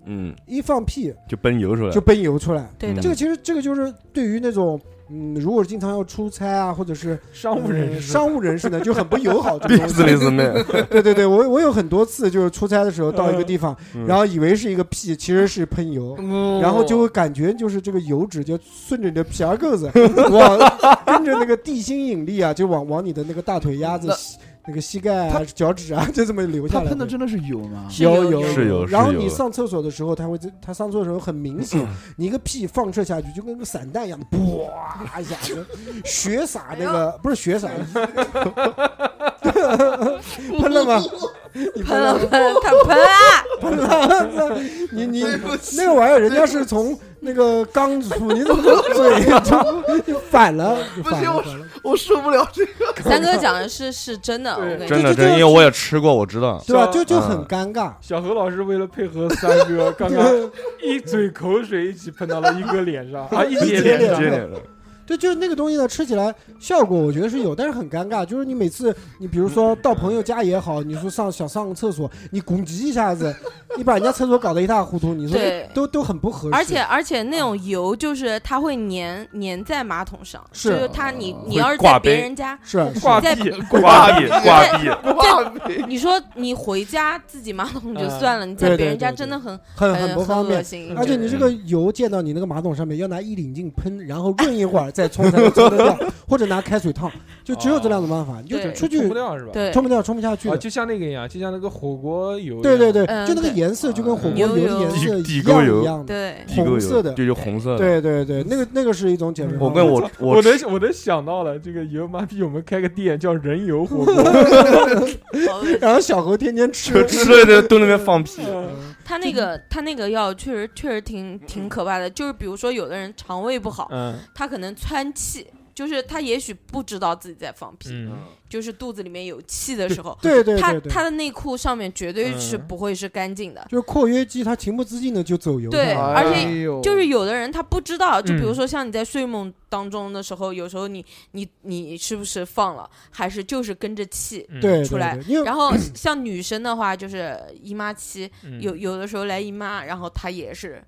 嗯，
一放屁
就奔油出来
就
了，
奔油出来。
对
嗯
的
这个其实这个就是对于那种。嗯，如果经常要出差啊，或者是
商务
呃
人士，
商务人士呢，就很不
<laughs>
友好。这
逼
个东西
死你姊妹，
对对对，我我有很多次就是出差的时候到一个地方，
嗯
然后以为是一个屁，其实是喷油。
嗯
嗯
然后就会感觉就是这个油脂就顺着你的屁股沟
<laughs>
子往跟着那个地心引力啊，就往往你的那个大腿鸭子
那、
膝那个膝盖啊、脚趾啊，就这么流
他
下来
喷的
的。
真的是油吗？
是
有有
油
是油是
哦然后
油
你上厕所的时候，它会在它上厕所的时候很明显，你一个屁放射下去就跟个散弹一样，哗一下子血洒那个不是血洒，喷了吗？你
喷
了
了
吗
喷他喷啊，
你你那个玩意儿，人家是从那个缸出，你怎么嘴就就反了？
不
反
行
了
我
反了
我受不了这个。
三哥讲的是是真的，我跟
真
你说，
的
就就
真的，因为我也吃过，我知道，
对吧？
像
就就很尴尬。
小何老师为了配合三 <laughs> 哥，刚刚一嘴口水一起喷到了一哥脸上
<laughs>
啊，一姐
姐
脸
脸
接
上。
脸了，
对，就是那个东西呢，吃起来效果我觉得是有，但是很尴尬。就是你每次，你比如说到朋友家也好，你说上想上个厕所，你咣叽一下子，你把人家厕所搞得一塌糊涂，你说
对
都都很不合适。嗯
而且而且那种油就是它会粘粘在马桶上，
是
就是它你你
会
要是
挂
在别
杯
人家，
是啊
挂
在
壁，
挂壁挂壁，
哇没
你说你回家自己马桶就算了，你在
嗯对
别
对
人家
对
真的很
很很不
很
方
恶
便。
心。
而且你这个油溅到你那个马桶上面，要拿衣领巾喷，然后润一会儿再冲才能冲得掉，或者拿开水烫，就只有这两种办法。你就
哦对
出
冲
去
不掉是吧？
对
冲不掉、冲不下去
啊，<laughs>
的。
就像那个一样，就像那个火锅油一样。啊
对对对，
嗯
就那个
对
颜色就跟火锅
牛
油的
油
颜色
地
一
沟
样
油
一样的， <laughs>
对
地沟
红色
油，
的
对，就红色的。
对对对，那个那个是一种减肥
我
方法。
跟我
我
我
能我能想到了，这个油妈逼，我们开个店叫人油火锅，
好恶心
然后小猴天天吃
吃，吃的都那边放
<laughs>
屁，
他那个他那个药确实确实挺挺可怕的，就是比如说有的人肠胃不好，
<laughs> 嗯
他可能窜气，就是他也许不知道自己在放屁，
嗯，
就是肚子里面有气的时候，
对对
他
对对，
他的内裤上面绝对是
嗯
不会是干净的。
就是括约肌，它情不自禁的就走油
哎
对
上来
而
了。
且
哦
且
就是有的人他不知道，就比如
嗯
说像你在睡梦当中的时候，有时候你你你是不是放了，还是就是跟着气？
嗯
对对
出来
对，因为
然
<coughs>
后像女生的话，就是姨妈期，
嗯
有有的时候来姨妈，然后她也是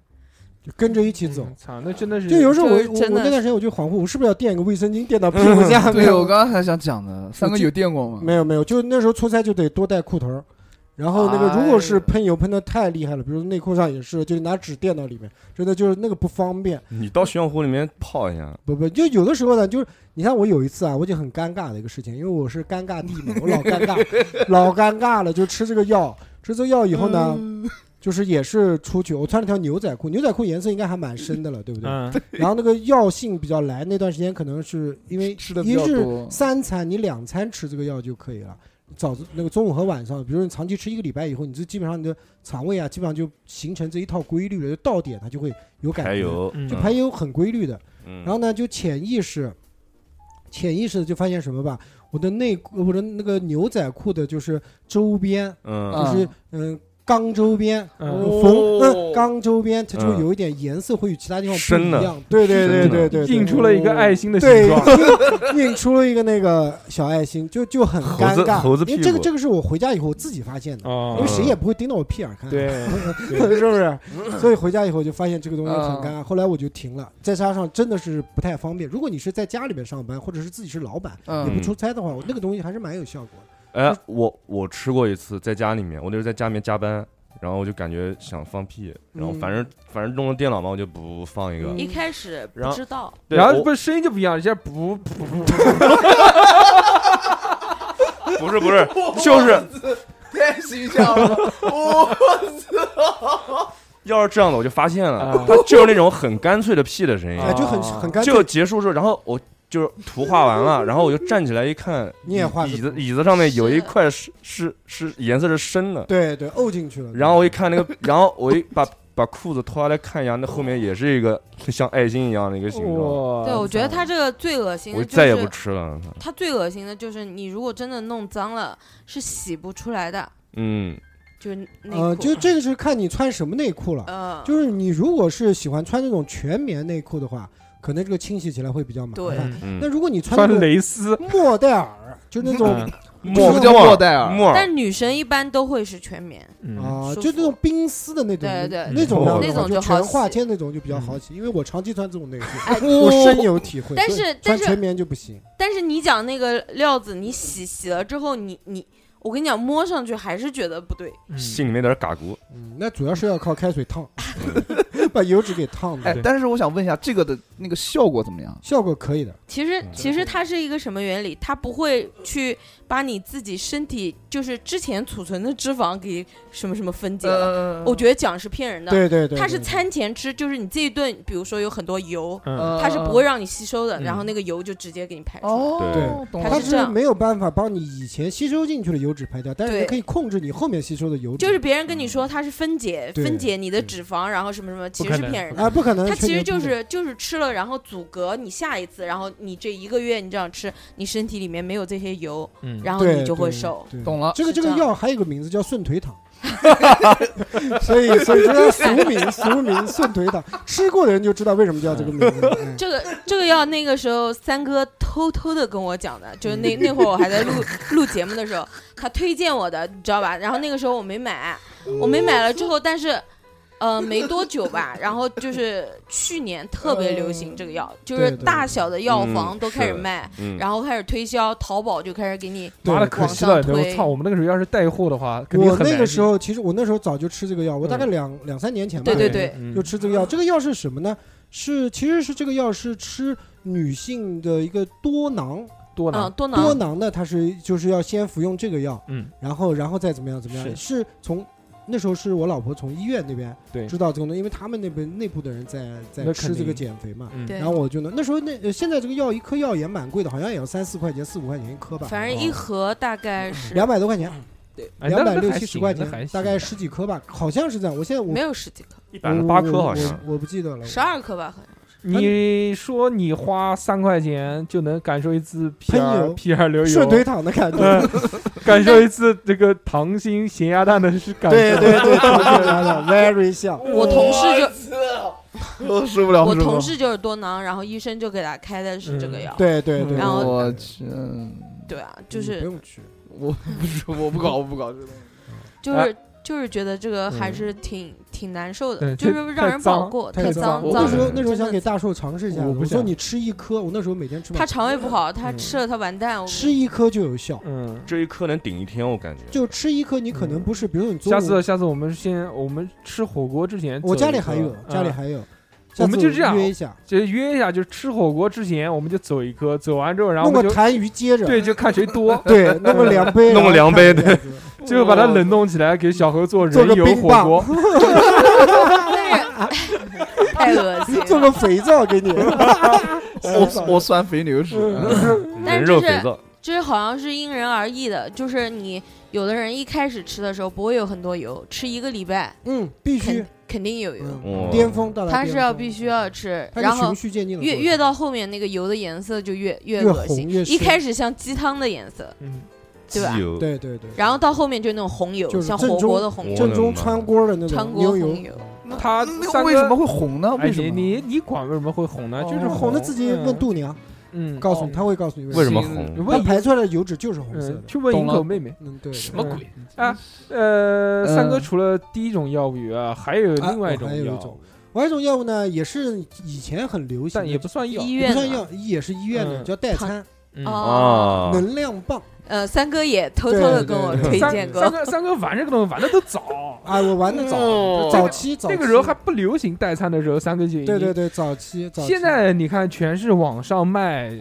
跟着一起走
嗯。操，那真的是
就有时候我
就是
我我
真的
那段时间我就恍惚，我是不是要垫一个卫生巾垫到屁股下面
<laughs> 对？我刚刚还想讲呢，三哥有电过吗？
没有没有，就那时候出差就得多带裤头儿。然后那个，如果是喷油喷的太厉害了，比如内裤上也是，就拿纸垫到里面，真的就是那个不方便。
你到玄壶里面泡一下，
不不，就有的时候呢，就是你看我有一次啊，我就很尴尬的一个事情，因为我是尴尬帝嘛，我老尴
<laughs>
尬，老尴尬了，就吃这个药，吃这个药以后呢，
嗯
<laughs> 就是也是出去，我穿了条牛仔裤，牛仔裤颜色应该还蛮深的了，对不对？
嗯
然后那个药性比较来，那段时间可能是因为
吃的比
一
较
是
多，
三餐你两餐吃这个药就可以了。早那个中午和晚上，比如说你长期吃一个礼拜以后，你这基本上你的肠胃啊，基本上就形成这一套规律了，就到点它就会有感
排
觉，
油，
嗯
就排油很规律的。
嗯，
然后呢，就潜意识，潜意识地就发现什么吧，我的内裤，我的那个牛仔裤的，就是周边，
嗯
就是
啊
嗯。肛周边，
嗯
哦
缝嗯肛周边，它就会
嗯
有一点颜色会与其他地方不
深
一
了
样。对对对
深
对对
了
对，对
印出了一个爱心的形
对
状，，
印出了一个那个小爱心，就就很尴
猴子
尬。
猴子屁股
因为这个这个是我回家以后自己发现的，因
哦
为，谁也不会盯着我屁眼看，
对对
<laughs>
嗯
是不是？
<laughs>
所以回家以后就发现这个东西很尴尬，后来我就停了。再加上真的是不太方便，如果你是在家里面上班，或者是自己是老板，你
嗯
不出差的话，我那个东西还是蛮有效果的。
哎，我我吃过一次，在家里面，我那时候在家里面加班，然后我就感觉想放屁，然后反正、反正弄了电脑嘛，我就不放一个。
一开始不
然后
知道，
对
然后
我
不是声音就不一样，人家不不不
不是不是，就是
<laughs> 太形象了，我
要是这样的我就发现了，
啊
它就是那种很干脆的屁的声音，
哎，就很
啊
很干脆
就。结束之后，然后我就是图画完了，然后我就站起来一看，
你也画个
椅
图
子椅子上面有一块是是是颜色是深的，
对对，沤进去了。
然后我一看那个，然后我一把把裤子脱下来看一下，那后面也是一个像爱心一样的一个形状，
不，
对我觉得他这个最恶心
呃我
的
再也
就
不
是，
吃了。
他最恶心的就是你如果真的弄脏了，是洗不出来的，
嗯，
就是内裤，
呃，就这个是看你穿什么内裤了。
呃，
就是你如果是喜欢穿那种全棉内裤的话，可能这个清洗起来会比较麻
对
烦。
嗯
那如果你穿
穿
那种
蕾丝，
莫代尔，就那种
嗯
我们叫莫代尔，
沫儿
但女生一般都会是全棉，
嗯，
啊，
舒服
就那种冰丝的那种，
对对
哦那种
嗯
的话
那
种
就嗯
就好
全化
洗
纤那种就比较好洗，因为我长期穿这种内裤，
哎
我深有体会。
但
对
是
穿
但是
全棉就不行，
但是你讲那个料子，你洗洗了之后，你你，我跟你讲，摸上去还是觉得不对。
嗯
心里面有点嘎咕，
嗯，那主要是要靠开水 <laughs> 烫，把油脂给烫
哎
的，，
但是我想问一下，这个的那个效果怎么样？
效果可以的。
其实
嗯
其实它是一个什么原理？它不会去把你自己身体就是之前储存的脂肪给什么什么分解了。
呃
我觉得讲是骗人的，
对对对，
它是
对
餐前吃，就是你这一顿，比如说有很多油，
嗯，
它是不会让你吸收的，
嗯
然后那个油就直接给你排出来。
呃哦，
对
懂
它
它
了
是这
是
样
没有办法帮你以前吸收进去的油脂排掉，但是
对
你可以控制你后面吸收的油脂。
就是别人跟你说它是分解
对
分解你的
对
脂肪，然后什么什么，其
不
实
可
是
能
骗人的。
啊，不可能，
它其实
吹牛逼
就
的
是就是吃了，然后阻隔你下一次，然后你这一个月你这样吃，你身体里面没有这些油，
嗯，
然后
对
你就会
对
瘦。
对
懂了
这个
是
这
这
个
样
药还有个名字叫顺腿糖， <laughs> 所以所以说它俗名俗名顺腿糖，吃过的人就知道为什么叫这个名字。哎
这个这个药那个时候三哥偷偷的跟我讲的，就是那那会儿我还在录录节目的时候，他推荐我的，你知道吧？然后那个时候我没买，我没买了之后，但是。呃，没多久吧，然后就是去年特别流行这个药，就是
对对
大小的药
嗯
房都开
是
始卖，
嗯，
然后开始推销，淘宝就开始给你
妈的
对
可惜
往
了，
上
对我
推
操，我们那个时候要是带货的话，肯定
我
很
那
难
个时候其实我那时候早就吃这个药，我大概
嗯
两两三年前吧，
对对
可能
对
嗯
就吃这个药。这个药是什么呢？是其实是这个药是吃女性的一个多囊，
多
嗯
囊，
多囊
多囊呢，它是就是要先服用这个药，
嗯，
然后然后再怎么样怎么样，是从那时候是我老婆从医院那边
对
知道这个东西，因为他们那边内部的人在在
那
吃
肯
这个
定
减肥嘛，
嗯
对
然后我就能那时候那呃现在这个药一颗药也蛮贵的，好像也要三四块钱、四五块钱一颗吧，
反正一盒大概是
两百多块钱，
哎
两
那
百
那
六
还
七十
行
块
那还行
钱，大概十几颗吧，好像是这样。我现在我
没有十几颗，
一百
我
八颗好像
我我我不记得了，
十二颗吧，好像是。
你说你花三块钱就能感受一次
喷
PR
油
PR 流
顺腿
油，
躺的感觉。
嗯，感受一次这个糖心咸鸭蛋的是感受，
对对对，躺着的 very 像。
我同事就
我受不了，
我
受不了
同事就是多囊，然后医生就给他开的是这个药。
对对对，
然后
我去，嗯
对啊，就
嗯不
是
用去。
我不是，我不搞，我不搞这个东西。
哎
就是就是觉得这个还是挺挺难受的，
对
就是让人不好过，
太
脏
我
脏
那时
脏。
候那时候想给大寿尝试一下，
我不
我说
想
你吃一颗，我那时候每天吃嘛
他肠胃不好，他嗯吃了他完蛋。我跟
吃一颗就有效，
嗯。
这一颗能顶一天，我感觉。
就吃一颗，你可能不是，比如说你中
下
午
次，下次我们先，我们吃火锅之前，
我家里还有，家里
嗯
还有，
我们
下次
就这样
约一下，
就约一下，就吃火锅之前，我们就走一颗，走完之后，然后
弄
我们
个
就
痰盂接着，，
对，就 <laughs> 看谁多
对，弄个
<laughs>
量杯，啊
弄个
然后
量杯
看这样子
<laughs> 就把它冷冻起来，给小何做
做
人
个
油
冰
火
棒
锅。
但是 <laughs> 太恶心
<laughs> 做个
了。
肥皂给
<laughs>
你，
我我酸肥牛屎，
但
人
是
肉
就
肥
是
皂，
这好像是因人而异的，就是你有的人一开始吃的时候不会有很多油，吃一个礼拜
嗯，必须
肯，肯定有油。
嗯，
哇
巅峰到达巅峰，
它是要必须要吃，
嗯它是
然后
循序渐进的过
越
程，
越到后面那个油的颜色就越越
越
恶
红
心
越，
一
深
开始像鸡汤的颜色，
嗯，
鸡
对吧？
油，
对对对，
然后到后面就那种红油，
嗯就是
像
正
火
宗
锅的红
我
油，
正宗川锅的那
川
种
锅
牛油
红，油。
他
嗯那
三
个为
哥
什么会
<laughs>
红呢？
哎
为什
你
么？
你你管为什么会红呢？就是
那红的
的
自己问，度娘，
嗯，嗯
告诉你，他会告诉你
为什么
什
红
你？
么。
问一
他排出来的油脂就是红色的
嗯，。去问
懂
营
了
口妹妹。
嗯，对的。
什么鬼？
啊 <laughs> 呃，三哥
嗯
除了第一种药物以外，还有
啊
另外一
我还
种
有一
药
种，我还有一种药物呢，也是以前很流行
但
的，
也不算药
医
也不
院
算
的
药，也是医院的，
嗯
叫代餐
嗯
哦，
啊，
能量棒
呃，三哥也偷偷的跟我
对对
推
对
三
荐
三 <laughs>
过，
哥三哥玩这个东西玩的都早，
啊！我玩的早，
哦
早期早
<laughs>
期
那个时候还不流行代餐的时候，三哥就已经
对对对，早期早期。
现在你看，全是网上卖，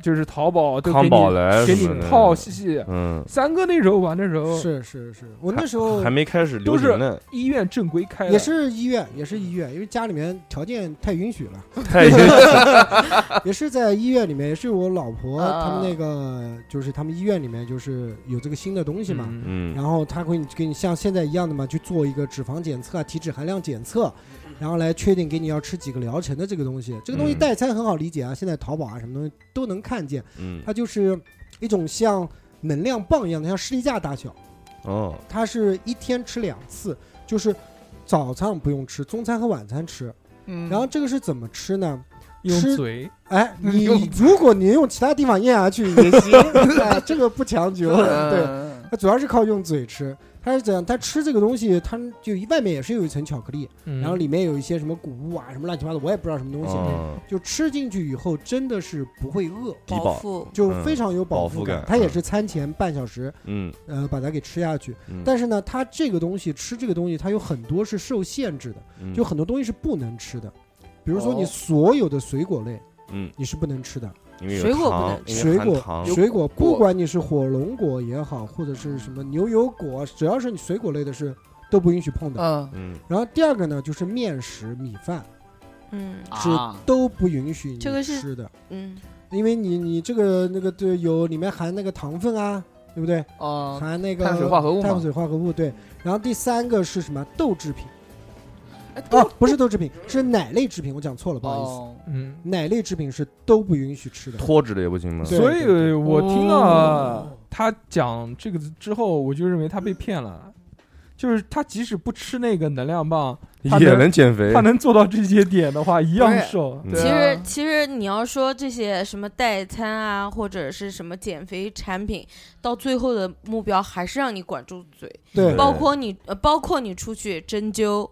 就是淘宝都给
康
你
宝莱
给
什
你
么的
套细细。
嗯，
三哥那时候玩的时候，
是是是，我那时
嗯
候
还没开始流行呢，
医院正规开的，
也是医院，也是医院，因为家里面条件太允许
<laughs>
了，
太已经
也是在医院里面，也是我老婆
啊
他们那个，就是他们医院里面就是有这个新的东西嘛。
嗯
嗯
然后他会给你像现在一样的嘛，去做一个脂肪检测、啊、体脂含量检测，然后来确定给你要吃几个疗程的这个东西。这个东西
嗯
代餐很好理解啊，现在淘宝啊什么东西都能看见，
嗯
它就是一种像能量棒一样的，像士力架大小。
哦，
它是一天吃两次，就是早餐不用吃，中餐和晚餐吃。
嗯
然后这个是怎么吃呢？
用
吃
嘴，
哎，你
用
如果你用其他地方咽下去也行，哎，这个不强求。对，
嗯
它主要是靠用嘴吃。它是怎样？它吃这个东西，它就外面也是有一层巧克力，
然
然后里面有一些什么谷物啊，什么乱七八糟，我也不知道什么东
嗯
西。
哦
就吃进去以后，真的是不会饿，
低
饱
保，
腹，
就
嗯
非常有饱
饱
腹
腹
感。
感
它也
嗯
是餐前半小时，
嗯
呃，把它给吃下去。
嗯，
但是呢，它这个东西吃这个东西，它有很多是受限制的，
嗯
就很多东西是不能吃的。比如说你
哦
所有的水果类，
嗯，
你是不能吃的。
因为有
水果不
糖
能
因为
水
含
果
糖
水果，
果
不管你是火龙果也好，或者是什么牛油果，只要是你水果类的是都不允许碰的。
嗯
嗯
然后第二个呢，就是面食、米饭
嗯
啊
是都不允许你
这个是
吃的，
嗯，
因为你你这个那个对有里面含那个糖分啊，对不对？
哦，
含那个
碳水化合物
碳
嘛，
水化合物对。然后第三个是什么？豆制品。
哎
哦，不是豆制品，是奶类制品，我讲错了，不好意思。
哦，
嗯，
奶类制品是都不允许吃的。
脱脂的也不行吗？
对
所
对
以
对
我听了
哦
他讲这个之后，我就认为他被骗了。就是他即使不吃那个能量棒，他
<laughs> 也
能
能减肥
他，能做到这些点的话，一样瘦。
嗯
对
其实
啊
其实你要说这些什么代餐啊，或者是什么减肥产品，到最后的目标还是让你管住嘴，
对，
包括你呃，包括你出去针灸、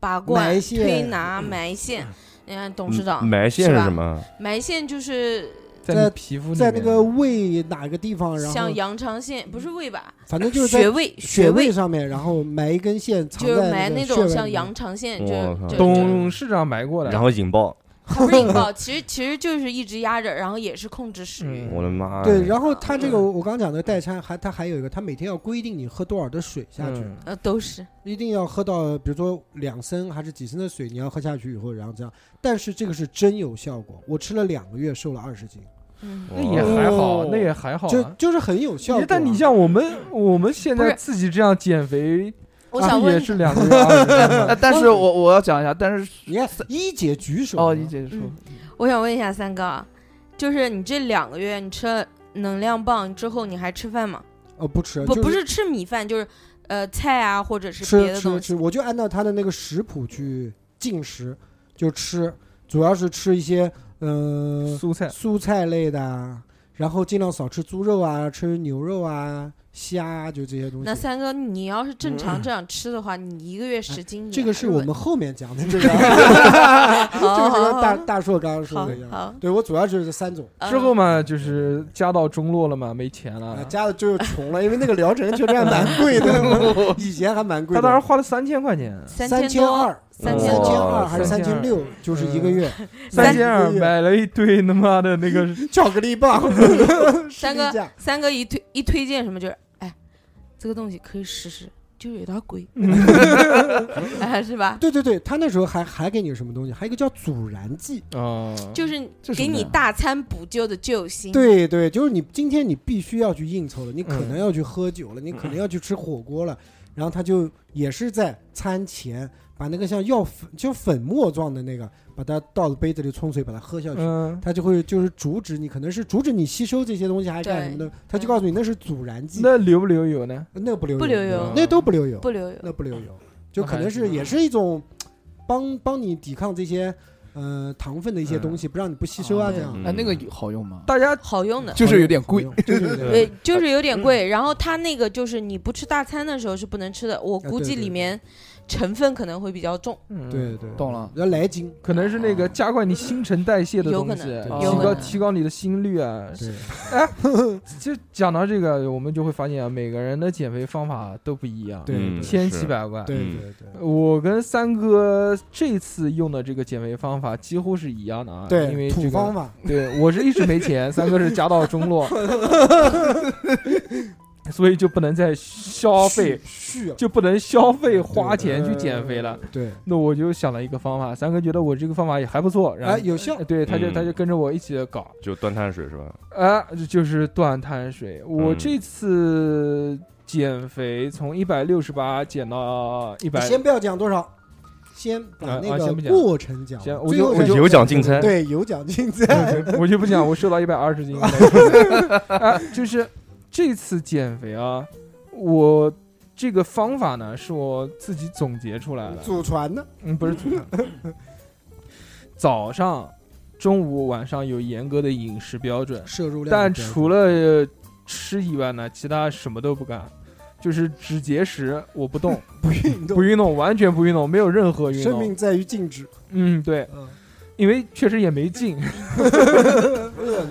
拔
埋
罐、
线
推拿、埋线，你看董事长
嗯埋线
是
是
吧
什么？
埋线就是
在你皮肤里
在
面
那个胃哪个地方，然
像
后
羊肠线，不是胃吧？
反正就是
穴
在
位，
穴
穴
位上面，然后埋一根线藏
就是
在
埋
那个
那
穴
种
位
像
里面
羊肠线，就
我靠
就就
董事长买过来，
然后引爆，
它
<laughs>
不是引爆，其实其实就是一直压着，然后也是控制食欲。
嗯
我的妈呀！
对，然后他这个
嗯
我刚讲的代餐还它还有一个，它每天要规定你喝多少的水下去，
嗯
呃，都是
一定要喝到比如说两升还是几升的水，你要喝下去以后，然后这样。但是这个是真有效果，我吃了两个月瘦了二十斤，
嗯，
那也还好
哦，
那也还好啊。
就就是很有效果啊。
但你像我们，我们现
不
在
是
自己这样减肥，
我想
啊
也
问
是两个月二十斤
哎 <laughs>
吧。
但是我我要讲一下，但是
你看一姐举手
哦，
呢
一姐说
嗯我想问一下三哥啊，就是你这两个月你吃了能量棒之后，你还吃饭吗？
哦不吃，
不
就
不是吃米饭，就是呃菜啊，或者是
吃
别的
吃
东西
吃，。我就按照他的那个食谱去进食，就吃，主要是吃一些呃 <laughs>
蔬菜，
蔬菜类的啊，然后尽量少吃猪肉啊，吃牛肉啊、虾啊就这些东
那
西。嗯
三哥，你要是正常这样吃的话，你一个月十斤，
哎这
你
个
还
是我
稳
们后面讲的，这个
<laughs>
这个是
好 <laughs>
跟大
好
大硕刚刚说
好
的一样。
好
对我主要就是这三种，
呃
之后嘛，就是家道中落了嘛，没钱
啊，
了。
加的就是穷了，因为那个疗程确实还蛮贵 <laughs> 的，以前还蛮贵
他
的。
当时花了三千块钱，
三
呃三
千
多
二，
三
千
千多
二嗯还是三千
3200
六，就是一个月，
三
三
千二
一个月
买了一堆他妈的那个，
巧克力棒，
三
<laughs> 士力
哥
架，
三哥一推一推荐什么就是，哎，这个东西可以试试，就是有点
<laughs>
贵， <laughs> 哎，是吧？
对对对，他那时候还还给你什么东西，还有一个叫阻燃剂。
啊，
就是
这什
给
么
你
呀
大餐补救的救星。，
对对，就是你今天你必须要去应酬了，你可能
嗯
要去喝酒了，你可能要去吃火锅了，然后他就也是在餐前把那个像药粉就粉末状的那个，把它倒到杯子里冲水，把它喝下去。
嗯，
它就会就是阻止你，可能是阻止你吸收这些东西，还是干什么的？它就告诉你那是阻燃剂，
那留不留油呢？
那不流
不流油
那都不流油，
不留油。
那不流油，就
那
可
还
能是
挺
也是一种帮帮你抵抗这些呃糖分的一些东西，不让你不吸收啊，
哦
这样
嗯
哎，那个好用吗？
大家
好用的，
就是有点贵，
好用就是有点
对，就是有点贵。然后它那个就是你不吃大餐的时候是不能吃的，我
对
估计
对
里
对
面成分可能会比较重。
嗯
对对，
懂了。
要来劲，
可能是那个加快你新陈代谢的
有
东
可
西，
能
提
有可
高
能
提高你的心率啊。
对，
就讲到这个，我们就会发现啊，每个人的减肥方法都不一样，
对
嗯
千
是
奇百怪。
对
嗯
对对，
我跟三哥这次用的这个减肥方法几乎是一样的啊，因为
对
这
土
个
方法，
对，我是一直没钱，三哥是家道中
<laughs>
落， <laughs> 所以就不能再消费，
续
就不能消费花钱去减肥了。
对，
那我就想了一个方法，三哥觉得我这个方法也还不错，然
哎
后、
有效，
对，他就
嗯
他就跟着我一起搞，
就断碳水是吧？
啊，就是断碳水。我
嗯
这次减肥从一百六十八减到一百，
先不要讲多少，先把
啊
那
啊
个
先不讲
过程讲
行
完，
我
最
就
后
我
再
就
讲
有奖竞猜
对，有奖竞猜，
我就不讲，我瘦到一百二十斤。 <laughs> 啊，就是这次减肥啊，我这个方法呢是我自己总结出来的，
祖传的，
嗯，不是总结早上、中午、晚上有严格的饮食标准，
摄入量
但
比较高，
除了吃以外呢，其他什么都不干。就是只节食，我不动，
不运
不
动，
运动，完全不运动，没有任何运
生
动。
命在于静止，
嗯，对，
嗯，
因为确实也没劲。 <laughs>
<laughs> 饿了，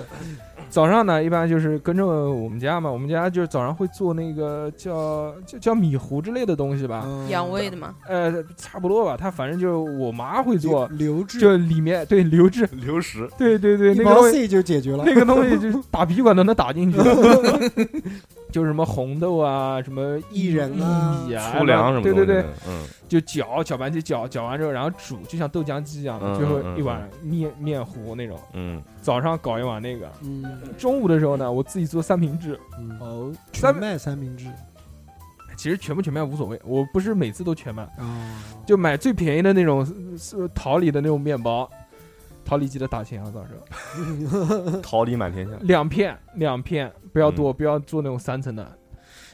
早上呢，一般就是跟着我们家嘛，我们家就是早上会做那个叫叫叫米糊之类的东西吧，
嗯
养胃的嘛，
呃，差不多吧。它反正就是我妈会
留
做，
留置，
就里面对流质，
流食，
对对对，
一
那个
毛
东西
C 就解决了，
那个东西就是打鼻管都能打
<laughs>
进去， <laughs> 就是什么红豆啊，什么
薏仁啊
薏米啊，
粗粮什么
对
东
对对
西的，，嗯，
就搅搅拌机搅搅完之后，然后煮，就像豆浆机一样的，
嗯
最后
嗯
一碗面面糊那种。
嗯，
早上搞一碗那个，
嗯，
中午的时候呢，我自己做三明治。
哦，
嗯三
全麦三明治
其实全不全麦无所谓，我不是每次都全麦，
啊，
就买最便宜的那种呃是桃李的那种面包，桃李记得打钱啊，到时候
桃李满天下，
两片两片，不要
嗯
多，不要做那种三层的。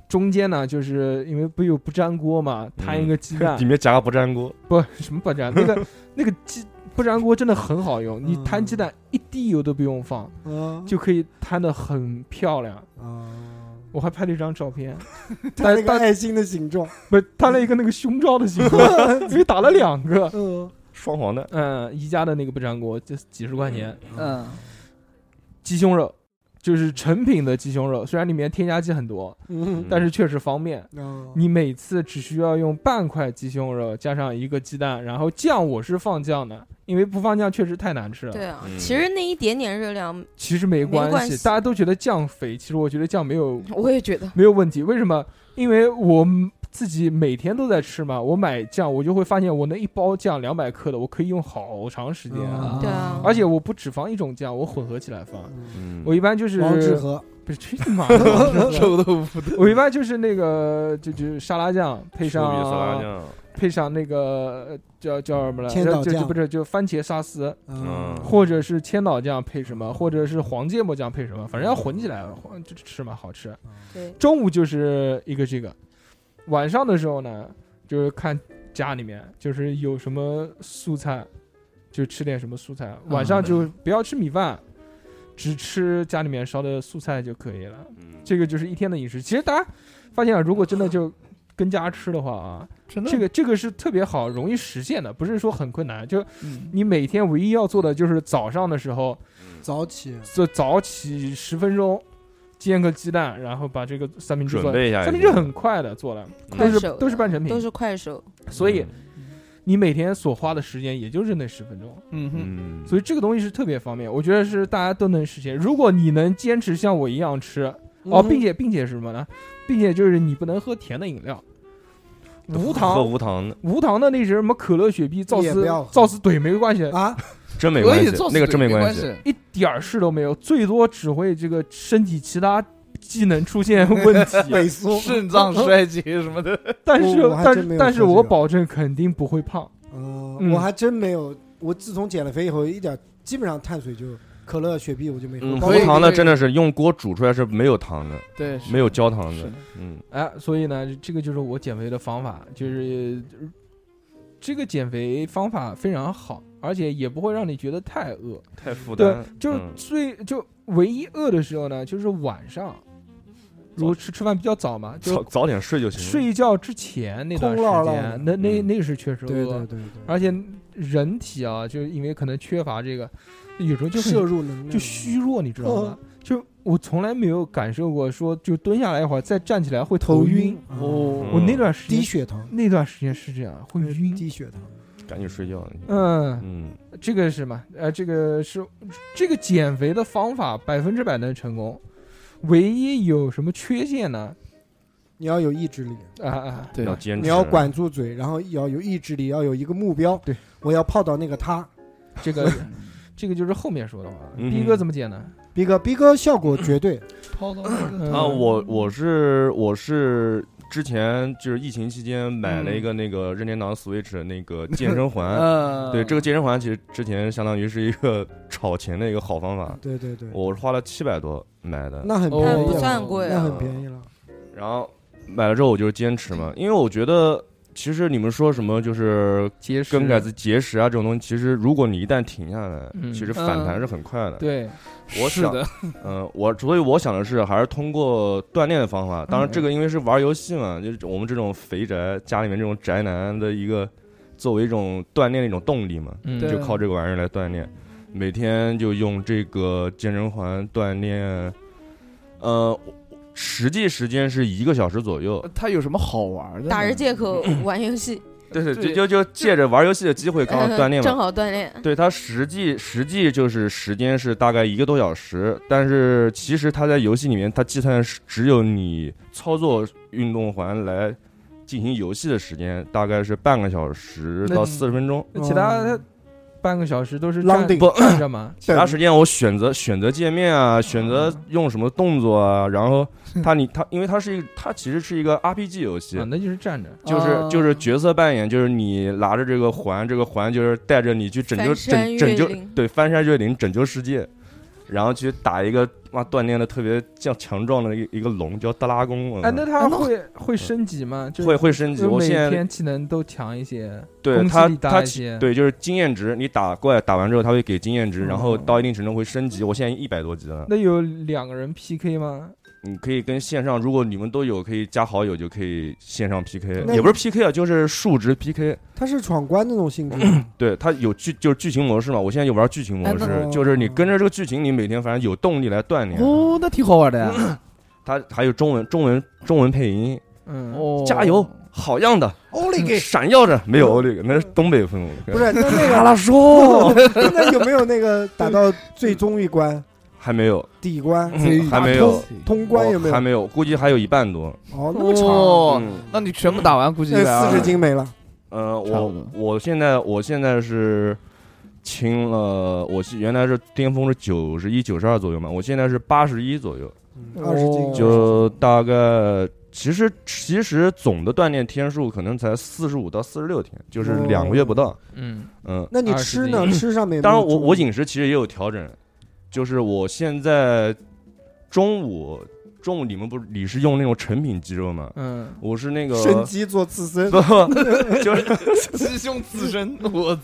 中间呢，就是因为不有不粘锅嘛，摊一个鸡
<laughs>
蛋，
里面夹个不粘锅，
不 <laughs> 什么不粘，那
<laughs>
个那个鸡不粘锅真的很好用，你摊鸡蛋一滴油都不用放，
嗯
就可以摊的很漂亮。
啊，
我还拍了一张照
<laughs>
片，
它那
但
个
但
爱心的形状，
不摊了一个那个胸罩的
<laughs>
形状，因为打了两个。
嗯，
双黄蛋，
嗯，宜家的那个不粘锅，就几十块钱，
嗯，
鸡胸肉，就是成品的鸡胸肉，虽然里面添加剂很多，
嗯
但是确实方便。
啊
你每次只需要用半块鸡胸肉，加上一个鸡蛋，然后酱我是放酱的，因为不放酱确实太难吃了。
对，啊，
嗯
其实那一点点热量，
其实没关
没关系
大家都觉得酱肥，其实我觉得酱没有
我也觉得
没有问题。为什么？因为我自己每天都在吃嘛，我买酱我就会发现，我那一包酱两百克的，我可以用好长时间。
啊
对啊
而且我不只放一种酱，我混合起来放。
嗯
嗯，
我一般就是
王致和
不是去你妈的！ <laughs> 王致和
臭豆腐的
我一般就是那个就就沙拉酱配
猪皮色拉
上
酱，
配上那个呃叫叫什么来
千岛
着？就就
酱
不是就番茄沙司，
嗯
嗯
或者是千岛酱配什么，或者是黄芥末酱配什么，反正要混起来混就吃嘛，好吃。
<laughs> 对，
中午就是一个这个，晚上的时候呢，就是看家里面就是有什么蔬菜，就吃点什么蔬菜。晚上就不要吃米饭，只吃家里面烧的蔬菜就可以了。
嗯
这个就是一天的饮食。其实大家发现啊，如果真的就跟家吃的话啊，
真的
这个这个是特别好、容易实现的，不是说很困难。就
嗯
你每天唯一要做的就是早上的时候，
嗯
早起，
就早起十分钟，煎个鸡蛋，然后把这个三明治做
准。备一下也
三明
行，
治很快的做了，
快
都是
手的
都是半成品
都是快手，
所以
嗯
你每天所花的时间也就是那十分钟，
嗯哼，
嗯，
所以这个东西是特别方便，我觉得是大家都能实现。如果你能坚持像我一样吃，
嗯
哦，并且并且是什么呢？并且就是你不能喝甜的饮
<laughs>
料，无
喝
糖
无糖的
无糖的那些什么可乐、雪碧、造
也不要
次
喝
造次怼没关系，
啊，
<laughs>
真没
可
关
以
系
造， <laughs>
那个真
没
关
系，
一点儿事都没有，最多只会这个身体其他机能出现问题，
萎缩，
肾脏衰竭什么的，
但是
我我还
但
真没
是
有
但是
说这
我
个
保证肯定不会胖。
哦
嗯
我还真没有，我自从减了肥以后，一点基本上碳水就可乐、雪碧我就没喝，
嗯，
包
无
可以
括
糖的真的是用锅煮出来是没有糖的，
对，
没有焦糖
是
的
的。
嗯，
哎，所以呢，这个就是我减肥的方法，就是呃这个减肥方法非常好，而且也不会让你觉得太饿。
太负
对
担。，
就是
嗯
最就唯一饿的时候呢，就是晚上，如果吃吃饭比较早嘛，
早
就
早点睡就行。
睡觉之前那段时
空落落的
间，那那
嗯
那是确实
对
饿
对对
而且人体啊，就是因为可能缺乏这个，有时候
对，
就
摄
很
入能量哦
就虚弱，你知道吗？就我从来没有感受过说，就蹲下来一会儿再站起来会头
头
晕
晕。
哦
嗯
我那段时
低
间
血糖，
那段时间是这样，会晕。
低血糖，
赶紧睡觉。
嗯，
嗯，
这个是什么？呃，这个是这个减肥的方法百分之百能成功，唯一有什么缺陷呢？
你要有意志力，
啊啊，
对
要坚持。
你要管住嘴，然后要有意志力，要有一个目标，
对，
我要泡到那个他。
这个这个就是后面说的话。
嗯
逼哥怎么减呢？
逼哥，逼哥效果绝对，
抛到那个
嗯
啊，我我是我是之前就是疫情期间买
嗯
了一个那个任天堂 Switch 的那
<laughs>
个健身环。
呃
嗯，
对，这个健身环其实之前相当于是一个 <laughs> 炒钱的一个好方
嗯
法，
对对对，
我是花了七百多买的。
那很便
那
宜
哦不
了，
算贵
那
啊，
很便宜了。
然后买了之后我就是坚持嘛，因为我觉得其实你们说什么就是
节食
更改自己节食啊这种东西，其实如果你一旦停下来，
嗯
其实反弹是很快的。
对，
我
是
想
的，
嗯，我所以我想的是还是通过锻炼的方
嗯
法，当然这个因为是玩游戏嘛，就是我们这种肥宅家里面这种宅男的一个作为一种锻炼的一种动力嘛，
嗯，
对
就靠这个玩意儿来锻炼，每天就用这个健身环锻炼，呃，实际时间是一个小时左右，
它有什么好玩的？
打着，借口玩游戏，
对对，
对
就就就借着玩游戏的机会刚好锻炼
<laughs> 正
嘛。
好锻炼。
对它实际实际就是时间是大概一个多小时，但是其实它在游戏里面它计算是只有你操作运动环来进行游戏的时间，大概是半个小时
那
到四十分钟。
那其
嗯
他半个小时都是站
Landing
不站着嘛？
其他时间我选择选择界面啊，选择用什么动作啊，然后它你它因为它是一个它其实是一个 RPG 游戏
啊，，那就是站着。
就是
哦
啊
就是角色扮演，就是你拿着这个环，这个环就是带着你去拯救
翻
拯
山越
拯救
岭
对翻山越岭拯救世界，然后去打一个哇锻炼的特别像强壮的一一个龙叫德拉贡，我
哎，那他
哎那
会会升级吗？就是
会会升级。
就
我
每
现在
天技能都强一些，
对
攻击
他
力大
他
一
其
些
对就是经验值，你打怪打完之后他会给经验值，然后
嗯
到一定程度会升级。我现在一百多级了，
那有两个人 PK 吗？
你可以跟线上，如果你们都有可以加好友，就可以线上 PK，
那
也不是 PK 啊，就是数值 PK。
他是闯关那种性质，
嗯
对，它有剧就是剧情模式嘛，我现在就玩剧情模式，
哎那
就是你跟着这个剧情，你每天反正有动力来锻炼。
哦，那挺好玩的呀。
它还有中文中文中文配音，
嗯，
哦，
加油，好样的，
欧里给嗯
闪耀着，没有欧力，那是东北风。
不是那那个
阿拉说，
那有没有
<laughs>
那个打到最终一关、
<laughs> 还没
<laughs>
有，
底关、
嗯还没有
通通关有没
我还
有？
没有，估计还有一半多。
哦，那么长，
哦
嗯，
那你全部打完估计
那四十
<laughs>
斤没了。
呃，
差不
我
多
我现在我现在是清了，我是原来是巅峰是九十一九十二左右嘛，我现在是八十一左右。
二十斤
就大概其实其实总的锻炼天数可能才四十五到四十六天，就是
哦
两个月不到。
嗯，
嗯，
那你吃呢？
20斤
吃上面有没有
当然我
注意
我饮食其实也有调整，就是我现在中午中午你们不是你是用那种成品鸡肉吗？
嗯，
我是那个
神鸡做刺
<laughs>
身，
不就是
鸡胸刺身，我操，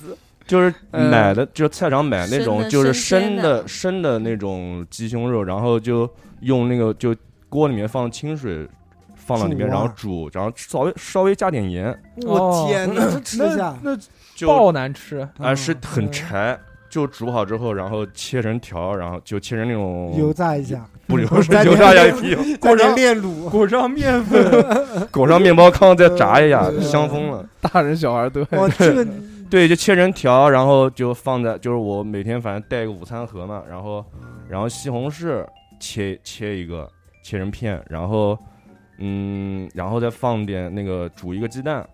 就是
嗯
买的，就是菜场买那
生
种
的
就是
生
生
鲜
的
的
生的那种鸡胸肉，然后就用那个就锅里面放清水放到里面，
煮啊
然后煮，然后稍微稍微加点盐，
我天哪，这吃一
那
下嗯
那
就啊、
爆难吃，
是很柴，就煮好之后，然后切成条，然后就切成那种
油炸一下，
不流
蘸
油炸
点
下
面
去，
再点炼乳，
裹上面粉，
裹上面包糠再炸一下，
嗯
香疯了。
大人小孩都爱
哇，这个
对，就切成条，然后就放在，就是我每天反正带一个午餐盒嘛，然后然后西红柿切切一个，切成片，然后嗯，然后再放点那个煮一个鸡蛋，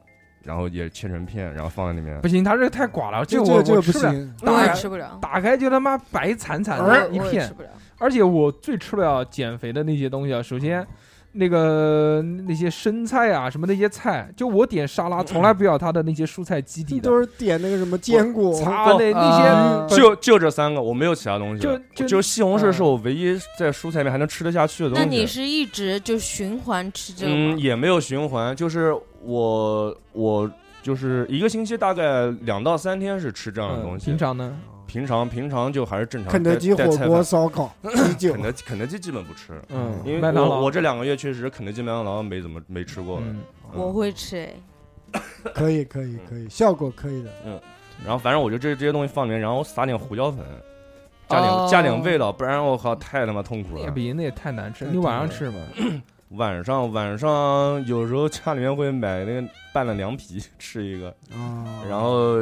然后也切成片，然后放在里面
不。行，他这个太寡了，
这
我
个这
我
个不
吃不了，
行，
当
我也
然
吃不了，
打开就他妈白惨惨
我
的
我
一
也吃
片，
不了。
而且我最吃不了减肥的那些东西啊，首先。那个那些生菜啊，什么那些菜，就我点沙拉从来不要它的那些蔬菜基底的，
都是点那个什么坚果，
擦那那些
啊
就就这三个，我没有其他东西
就
了。
就
就西红
嗯
柿是我唯一在蔬菜里面还能吃得下去的东西。
那你是一直就循环吃这个
嗯，
吗？
也没有循环，就是我我就是一个星期大概两到三天是吃这样
嗯
的东西。
平常呢，
平常平常就还是正常。
肯德基、
带
火锅、，烧烤、啤
带 <laughs> 菜，
酒
肯德基肯德基基本不吃，
嗯，
因
麦
为
当劳
我我这两个月确实肯德基、麦当劳没怎么没吃过了。
嗯
我会吃哎，
可以可以可以，效果可以的。
然后反正我就这这些东西放里面，然后撒点胡椒粉，加点、
哦
加点味道，不然我靠太他妈痛苦
那也
了
不。行，那也太难吃。
太
你晚上
甜
吃嘛？
<clears throat> 晚上晚上有时候家里面会买那个拌了凉皮吃一个，
哦
啊
然后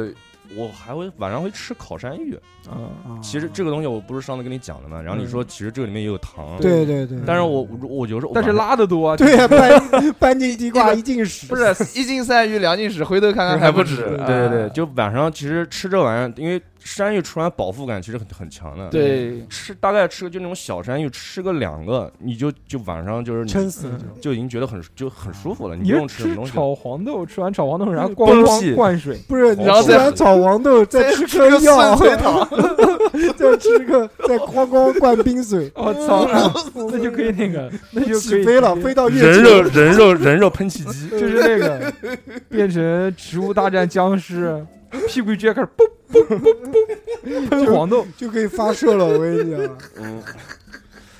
我还会晚上会吃烤山芋。
啊，
其实这个东西我不是上次跟你讲的吗？然后你说其实这个里面也有糖，
对对对，
但是我我我有时候
嗯但是
晚上
拉的多啊，
对
<laughs>
呀，半半斤地瓜一斤屎，
不是一斤三鱼两斤屎，回头看看还不止。
对
啊
对
哎
对，就晚上其实吃这玩意儿，因为山芋吃完饱腹感其实很很强的。，
对，
吃大概吃个就那种小山芋，吃个两个，你就就晚上就是你
撑死了就。
就已经觉得很就很舒服了，你
你
不用
是
吃什么
吃
东西。
炒黄豆，吃完炒黄豆，然后
嗯
咣
崩
咣
屁
灌水，
不是，你
然后
吃
再
完炒黄豆再吃颗
个
药
酸，菜汤，
<laughs> 再吃个，再哐哐灌冰水，
哦
我操，那就可以那个，那就可
起
以
飞了，
直接
飞到月
人肉
球。
<laughs> 人肉人肉喷气
<laughs>
机，
就是那个变成植物大战僵尸，屁股一撅开始嘣嘣嘣嘣喷黄豆，
就可以发射了，我跟你讲，
嗯，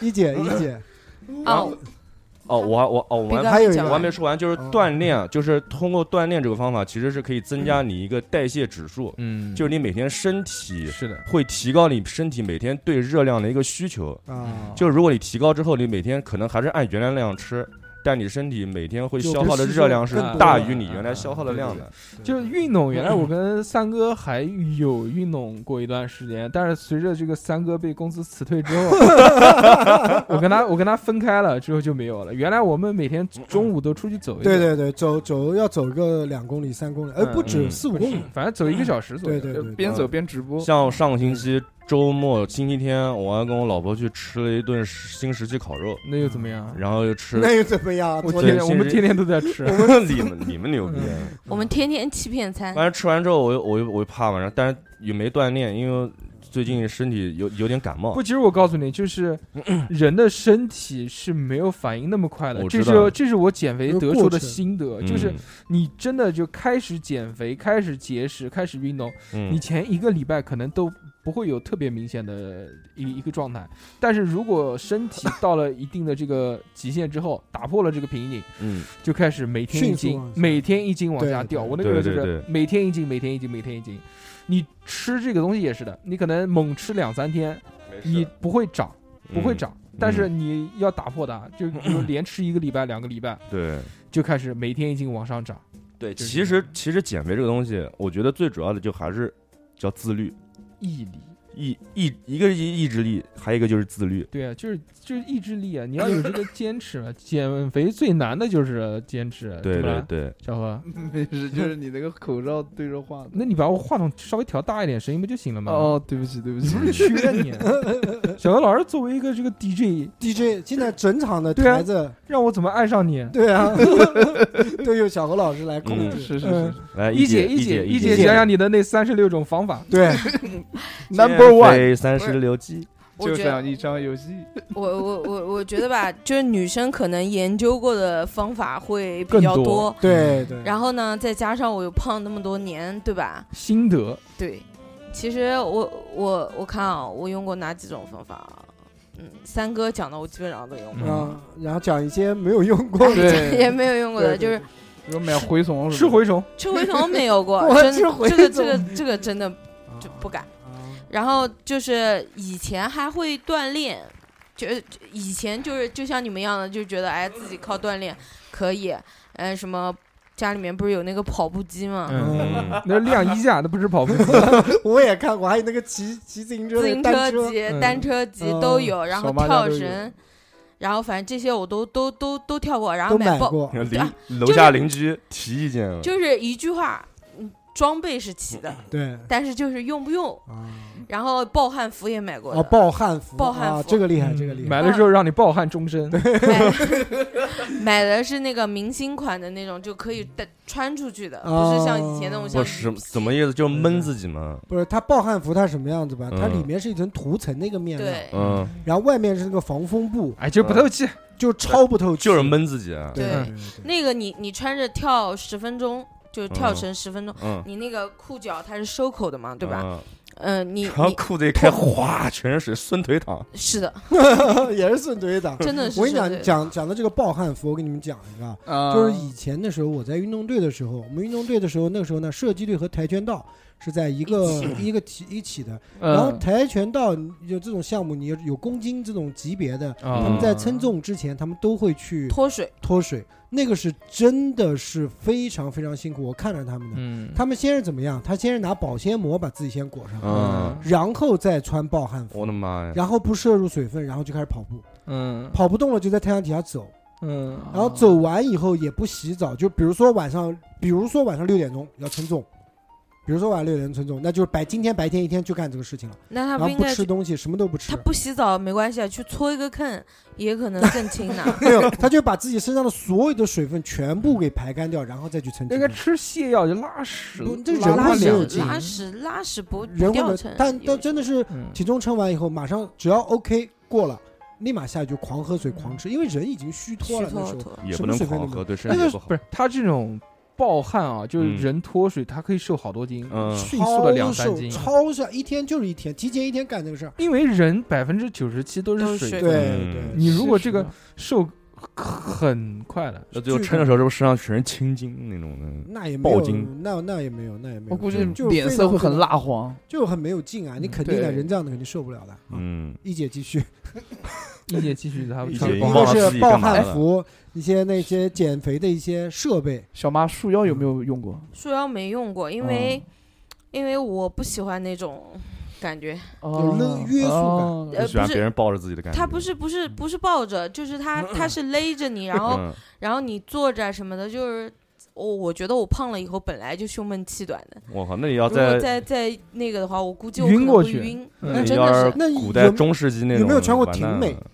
一姐一姐，
啊，
哦，我还我哦，我
别
还
的
还有一
讲
我
个
还没说完，就是
嗯
哦
锻炼，啊就是通过锻炼这个方法，其实是可以增加你一个代谢指数，
嗯
就是你每天身体
是的，
会提高你身体每天对热量的一个需求。
嗯
啊，
就是如果你提高之后，你每天可能还是按原来那样吃，但你身体每天会
就
消耗的
吸收
热量是
更多
大
了
于你
嗯
原来
嗯
消耗的
对对
量
对
的。
就是运动。原来
嗯
我跟三哥还有运动过一段时间，但是随着这个三哥被公司辞退之
<laughs>
后，我跟他我跟他分开了之后就没有了。原来我们每
嗯
天中午都出去走一走，
对对对，走走要走个两公里、三公里，哎，
嗯
不止
嗯
四五公里。
反正走一个小时左右。
对对对，
边走边直 <laughs> 播。
像上个星期周末星期天，我还跟我老婆去吃了一顿新石器烤肉，
那又怎么样？
然后又吃。 <laughs>
那又怎么样？
我
昨
天
天
天我们天天都在吃，
你们你们牛逼！
嗯
我们天天欺骗餐
完，了吃完之后我又我又我又怕嘛，然后但是也没锻炼，因为最近身体有有点感冒
不，。其实我告诉你，就是人的身体是没有反应那么快的，
嗯我
这
知
是
道
这是我减肥
有
得
过
出的
程
心得，就是
嗯
你真的就开始减肥、开始节食、开始运动，
嗯
你前一个礼拜可能都不会有特别明显的一一个状态，但是如果身体到了一定的这个极限之后，打破了这个瓶颈，
嗯，
就开始每天一
迅速
斤
往，下
每天一斤往下
对
掉。
对
我那个人就
对对
是
对
每天一斤，每天一斤，每天一斤。你吃这个东西也是的，你可能猛吃两三天，你不会长，不
嗯
会长，但是你要打破它，就比如连吃一个礼拜、两个礼拜，
嗯对。
就开始每天一斤往上涨。
对，
就是
其实其实减肥这个东西，我觉得最主要的就还是叫自律，
毅力，
意意一个是意意志力，还有一个就是自律。
对啊，就是就是意志力啊，你要有这个坚持啊。减肥最难的就是坚持，
对
怎么
对
了，
对，
小何，
没事，就是你那个口罩对着话。
那你把我话筒稍微调大一点，声音不就行了吗？，
哦，对不起，对不
你
起
不，是缺你？啊小何老师作为一个这个 DJ，
DJ 现在整场的
对啊
台子，
让我怎么爱上你？
对啊，都由小何老师来控
嗯
制。
是是
嗯
是
来，
一
姐
一
姐
姐，
一
姐，
姐
讲讲你的那三十六种方法。
对，
，Number One，
三十六计，
我
就
觉得
像一张游戏，
我我我我觉得吧，就是女生可能研究过的方法会比较
更
多
多。
对对，
然后呢，再加上我又胖那么多年，对吧？
心得，
对，其实我我我看啊，我用过哪几种方法啊？嗯，三哥讲的我基本上都用过，
啊，然后讲一些没有用
嗯
过 <laughs> 的，
对
<laughs> 也没有用过的，就是
比如买蛔虫什
吃
么
蛔
的，
虫，
吃蛔虫没有过
我，
真
吃蛔
这个这
虫
个这个真的就不敢。然后就是以前还会锻炼，就以前就是就像你们一样的，就觉得哎自己靠锻炼可以，嗯、什么家里面不是有那个跑步机吗？
嗯，
嗯， <laughs>
那晾衣架，那不是跑步机，
我也看过，还有那个骑骑自行车
自
的
行
单
车
车，
级、
嗯
单车级
嗯
都有，然后
小麻
跳
将都有
绳，然后反正这些我都都都都跳过，然后
都
买
买
包，
过。
邻楼下邻居提意见了，啊
就是一句话，嗯装备是齐的， <laughs>
对
但是就是用不用。
啊，
然后暴汗服也买过的，
哦，暴汗服，
暴汗
啊，
服
这个厉害，这个厉
嗯
害，
买了之后让你抱憾终身。
买 <laughs> 买的是那个明星款的那种，就可以带穿出去的，不是像以前那种像
哦不是怎么意思？就是闷自己嘛。
不是它暴汗服它什么样子吧？它
嗯
里面是一层涂层的一个面料，
对
嗯，
然后外面是那个防风布，
哎，就不透气，
就超不透气，
就是闷自己啊。
对。
对
对对
那个你你穿着跳十分钟，就是跳绳十分钟，
嗯，
你那个裤脚它是收口的嘛，对吧？
嗯？
嗯，你
然后
你
裤子一开，哗，全是水，孙腿躺。<laughs>
是的，
<laughs> 也是顺嘴的。
真的是
我跟你
说
讲，
对
讲讲到这个暴汗服，我给你们讲一个啊，
啊
就是以前的时候，我在运动队的时候，我们运动队的时候，那个时候呢，射击队和跆拳道是在一个一个体一起的。然后
嗯
跆拳道有这种项目，你有有公斤这种级别的，
啊
他们在称重之前，他们都会去
脱水，
脱水，那个是真的是非常非常辛苦。我看着他们的，
嗯，
他们先是怎么样？他先是拿保鲜膜把自己先裹上，
嗯，
然后再穿暴汗服，
我的妈呀！
然后不摄入水分，然后就开始跑步。
嗯
跑不动了就在太阳底下走，
嗯哦
然后走完以后也不洗澡，就比如说晚上，比如说晚上六点钟要称重，比如说晚上六点钟称重，那就是白今天白天一天就干这个事情了，
那他
然
不
后
应
不
该
吃
去。
东西，什么都不吃
他，不洗澡没关系啊，去搓一个坑也可能更轻呢。
没有，他就把自己身上的所有的水分全部给排干掉，然后再去称
那
体
个
重
吃泻药就拉屎
不，这
拉
<laughs> 人会
拉
没有
两
劲
拉屎拉屎不不
人会
掉
没
秤，
但
有
但真的是
嗯
体重称完以后，马上只要 OK 过了，立马下去就狂喝水狂吃，因为人已经虚脱
虚
了那
脱
时候。
脱。
也
什
不
么
能
水分
狂
都没
喝，
有
对身
那
体
个
也不好
不。是他这种暴汗啊，就是
嗯
人脱水，他可以瘦好多斤，
嗯
迅速的两三
瘦
斤。
超瘦，一天就是一天，提前一天干这个事儿。
因为人百分之九十七都
都
是
是
水
水
分，
对
嗯
对，
你如果这个瘦很快的，
那最后称的时候，是不是身上全是青筋那种的？
那也没
爆
有
筋，
那那也没有，那也没有，
我估计
就
脸色会很，蜡黄。
就很没有劲啊！你
嗯
肯定的，
对
人这样的肯定受不了的。
嗯，
一姐继续，
一姐继续他
一
<laughs>
姐
一
穿
也
暴
忘了
个
自
是
己
暴
干嘛
汗
了
服，一些那些减肥的一些设备，
小妈束腰有没有用过？
束腰没用过，因为、
嗯
因为我不喜欢那种感觉，
有勒约束感
哦
就
呃
喜欢
不是
别人抱着自己的感觉。
它不是不是不是抱着，就是它它是勒着你，然后
嗯，
然后你坐着啊什么的，就是我我觉得我胖了以后本来就胸闷气短的，
我靠，那也要
如果
哦在
再再那个的话，我估计我
晕
可能
过
会
去
晕，
嗯
那
真
要
的
是
是
那
古
有
代中世纪那种
有没有穿过
完蛋
婷美
了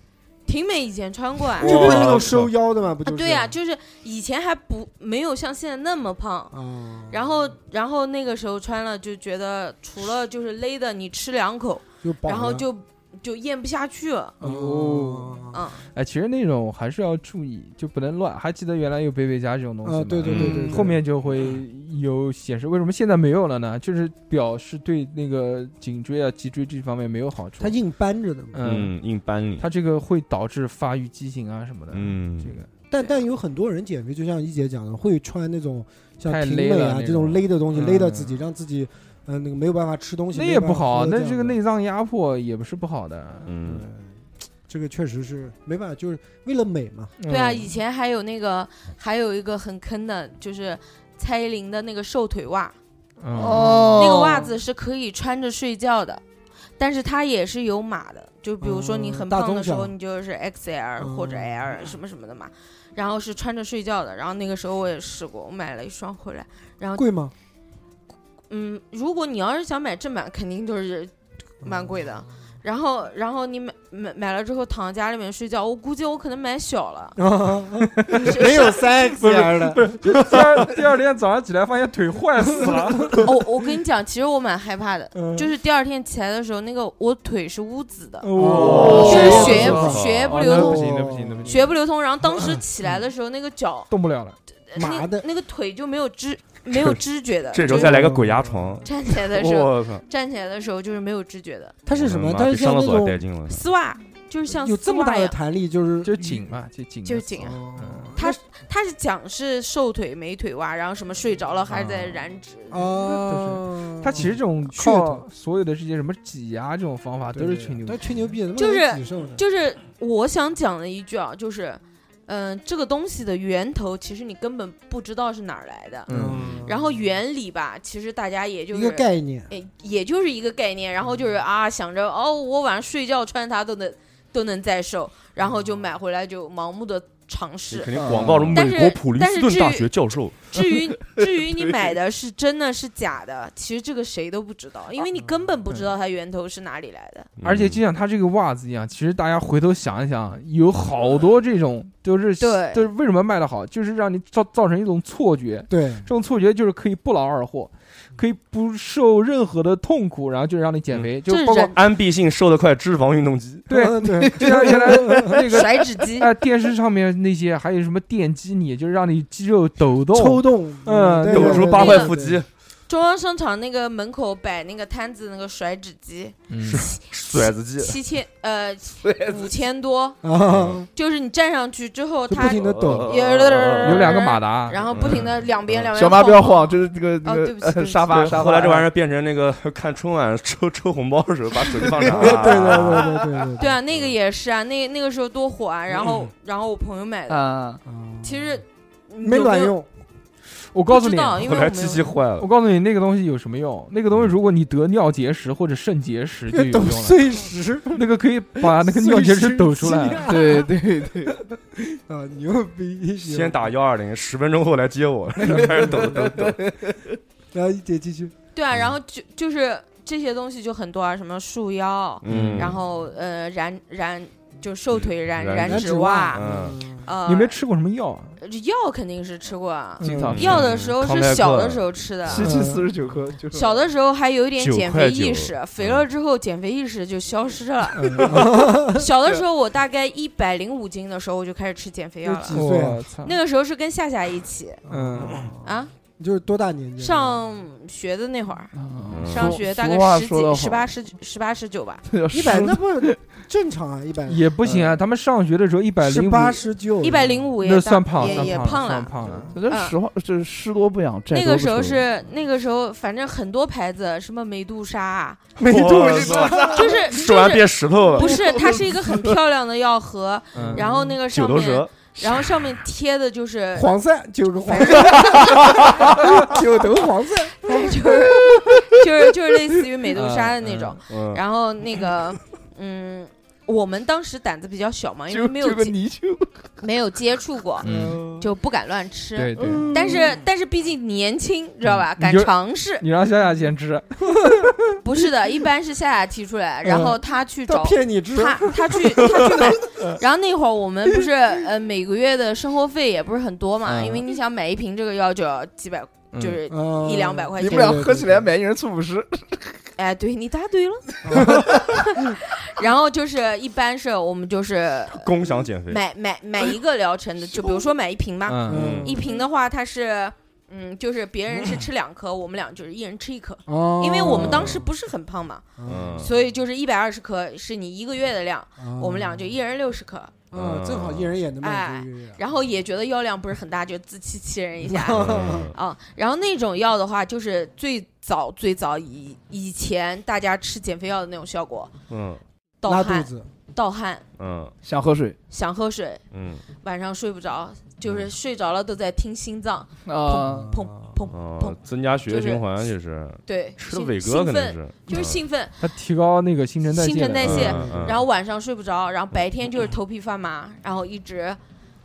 婷美以前穿过啊，
就不是那
哇
种收腰的嘛？不
啊
就是？
<laughs> 对呀、就是以前还不没有像现在那么胖。
啊，
然后，然后那个时候穿了就觉得，除了就是勒的你吃两口，
就饱了
然后就就咽不下去了。
哦
嗯，
哎，其实那种还是要注意，就不能乱。还记得原来有北北家这种东西
啊，
吗？
对对对对，对
后面就会有显示，为什么现在没有了呢？就是表示对那个颈椎啊、脊椎这方面没有好处
他。硬扳着的嘛，
嗯，
嗯，硬搬你。
它这个会导致发育畸形啊什么的。
嗯
这个
但但有很多人减肥，就像一姐讲的，会穿那种像
太勒
婷美
了
啊
那
这种
种
勒的东西，勒到
嗯
自己，让自己嗯、呃那个没有办法吃东西，
那
没
也
有办
不
法
好，啊
喝
那
样
这个
的
内脏压迫也不是不好的。
对
嗯，
这个确实是没办法，就是为了美嘛。
对
对啊，以前还有那个，还有一个很坑的，就是蔡依林的那个瘦腿袜，
哦，
那个袜子是可以穿着睡觉的，但是它也是有码的，就比如说你
嗯
很
大
胖的
中
时候，
小
你就是 XL 或者
嗯
L 什么什么的嘛，然后是穿着睡觉的。然后那个时候我也试过，我买了一双回来，
贵吗？，
嗯，如果你要是想买正版，肯定就是蛮贵的。然后，然后你买买买了之后躺在家里面睡觉，我估计我可能买小了 <laughs>
<laughs> 没有三 XL 的，
第二第二天早上起来发现腿坏死
<laughs>
了。
<laughs> 哦，我跟你讲，其实我蛮害怕的，
嗯
就是第二天起来的时候，那个我腿是污紫的，
哦
就是血
血
液
液不
血液不
哦
流
那
通
不，行，那不行，那不行，
血液不流通。然后当时起来的时候，那个脚
动不了了。
呃那
麻
个
的
那个腿就没有知
<laughs>
没有知觉的，
这时
就
候
是
再来个鬼压床，
站起来的时候，
我靠！
站起来的时候就是没有知觉的。
它是什
我
么？
的妈
它是
比嗯上
像
厕
那
所还带
种
劲了。
丝袜就是像
有这么大
丝袜一
的
样
弹力，就是
就紧嘛，就紧，
就是紧啊。
哦
它他是讲是瘦腿美腿袜，然后什么睡着了还
啊
在燃脂，
哦，
啊
它其实这种
噱
靠
头
所有的这些什么挤压这种方法
对
都是吹牛
对，他吹牛逼的，
就是
就
就是我想讲的一句啊，就是，嗯、这个东西的源头其实你根本不知道是哪儿来的，
嗯
然后原理吧，其实大家也就
一
是
个。概念，
哎，也就是一个概念，然后就是啊，想着哦，我晚上睡觉穿它都能都能再瘦，然后就买回来就盲目的尝试。
肯定广告什么
但
美
是
国普林
但
斯
是
顿
至
大
于
学教授，
至于至于你买的是真的是假的，其实这个谁都不知道，因为你根本不知道它源头是哪里来的。
而且
嗯
就像他这个袜子一样，其实大家回头想一想，有好多这种就是
对
就是为什么卖的好，就是让你造造成一种错觉，
对，
这种错觉就是可以不劳而获，可以不受任何的痛苦，然后就让你减肥，就
嗯这是
包括
人
安必性瘦得快，脂肪运动机，
对，
嗯 <laughs> 对，
就像原来那个
甩脂
<laughs>
机
啊、，电视上面那些还有什么电击你，就是让你肌肉抖动，
抽动，
哦嗯
对
有
抖
对
出
对
八
对
块腹肌，
中央商场那个门口摆那个摊子，那个甩脂机，
嗯
<laughs> 甩子肌，
七千呃
<laughs>
五千多，
啊，
就是你站上去之后，
就不
它
停的
呃
抖，
有有
有两个马达，
然后不停的两边两边
小妈不要
晃
晃，就是这个
哦对
这
不
个
起对不
呃
起
沙发
对
沙发。
后来这玩意儿变成那个看春晚抽抽红包的时候，把手机放
<laughs>
上
对哎对对对对对
对啊，那个也是啊，那那个时候多火啊！然后，然后我朋友买的，
啊，
其实
嗯没
有
卵
有，
用，
我告
不
诉
知
你，
道，因为
后
我
来
没
机
有
器坏了
我，告诉你那个东西有什么用？那个东西如果你得尿结石或者肾结石就有
抖
用了，
碎石
那个可以把那个尿结石抖出来。
对对对，
啊，牛逼！
先，打幺二零，十分钟后来接我，开始抖抖抖，
然后一姐继续，
对啊，然后就就是这些东西就很多啊，什么束腰，
嗯，
然后呃燃燃就瘦腿燃
燃
燃
燃
脂
脂
袜，
嗯，
呃
你没吃嗯过什么药啊？
药肯定是吃过啊，
经常
药的时候
康
是
泰
小
克
的时候吃的。
<laughs>
嗯
七七四十九颗，就是
小的时候还有一点
9
减
块
肥
9
意识，肥
嗯
了之后减肥意识就消失
<laughs>
了。
嗯
小的时候我大概一百零五斤的时候我就开始吃减肥药
有
了
几，岁啊？
我操，
那个时候是跟夏夏一起
嗯，
啊，
你就是多大年纪？
上学的那会儿，
嗯
上
说
学
俗
大概
话
十
说得好
几、十
<laughs>
八、十十八、十九吧。
一百，那不是正常啊？一百
也不行啊。他们上学的时候一百零
十
五，
八十九，
一百零五也
那
大
算胖，
也
算
也
胖
胖
算
了。
胖了。
这实话，这是吃多不养，债
嗯那
多
个
不
时候
愁
是那个时候，反正很多牌子，什么美杜莎啊，
没多
我操
就是
说
就
完
是
变石头了
不，是，它是一个很漂亮的药盒，
嗯，
然后那个
九
上
头
面，
蛇，
然后上面贴的就是
黄鳝，九个
<laughs>
黄鳝，九头黄鳝，
就是就是就是类似于美杜莎的那种，
嗯，
然后那个嗯。我们当时胆子比较小嘛，因为
就
没
就
有
个
接
泥鳅，
没有接触过，
嗯，
就不敢乱吃。
对对，
但是但是毕竟年轻，知道吧？
嗯
敢
你就
尝试
你让夏夏先吃，
不是的，一般是夏夏提出来，然
嗯
后他去
他
找
骗你吃，
他他去他
<laughs>
去买，然后那会儿我们不是呃每个月的生活费也不是很多嘛，
嗯
因为你想买一瓶这个药就要几百，就是
嗯
一两百块
你
钱
们俩合起来，买一人出五十，
哎，对你答对了。
<laughs>
然后就是一般是我们就是
共享减肥，
买买买一个疗程的，就比如说买一瓶吧，
嗯，
嗯
一瓶的话它是。嗯，就是别人是吃两颗，我们俩就是一人吃一颗，
哦
因为我们当时不是很胖嘛，
嗯，
所以就是一百二十克是你一个月的量，
嗯
我们俩就一人六十克，
啊，哦正好一人也能满足一个人。
然后也觉得药量不是很大，就自欺欺人一下
嗯
<laughs> 啊。然后那种药的话，就是最早最早以以前大家吃减肥药的那种效果，
嗯
盗
拉肚
汗、
子，
盗汗，
嗯
想喝水
想喝水，
嗯
晚上睡不着，
嗯
就是睡着了都在听心脏
啊，
砰砰，
嗯
哦
砰，
增加血液循环其实
对，
吃
兴
伟哥
兴
肯定
奋
是，
就是兴奋，
他提高那个新陈代谢的，
新陈代谢
嗯嗯
然后晚上睡不着，然后白天就是头皮发麻，然后一直。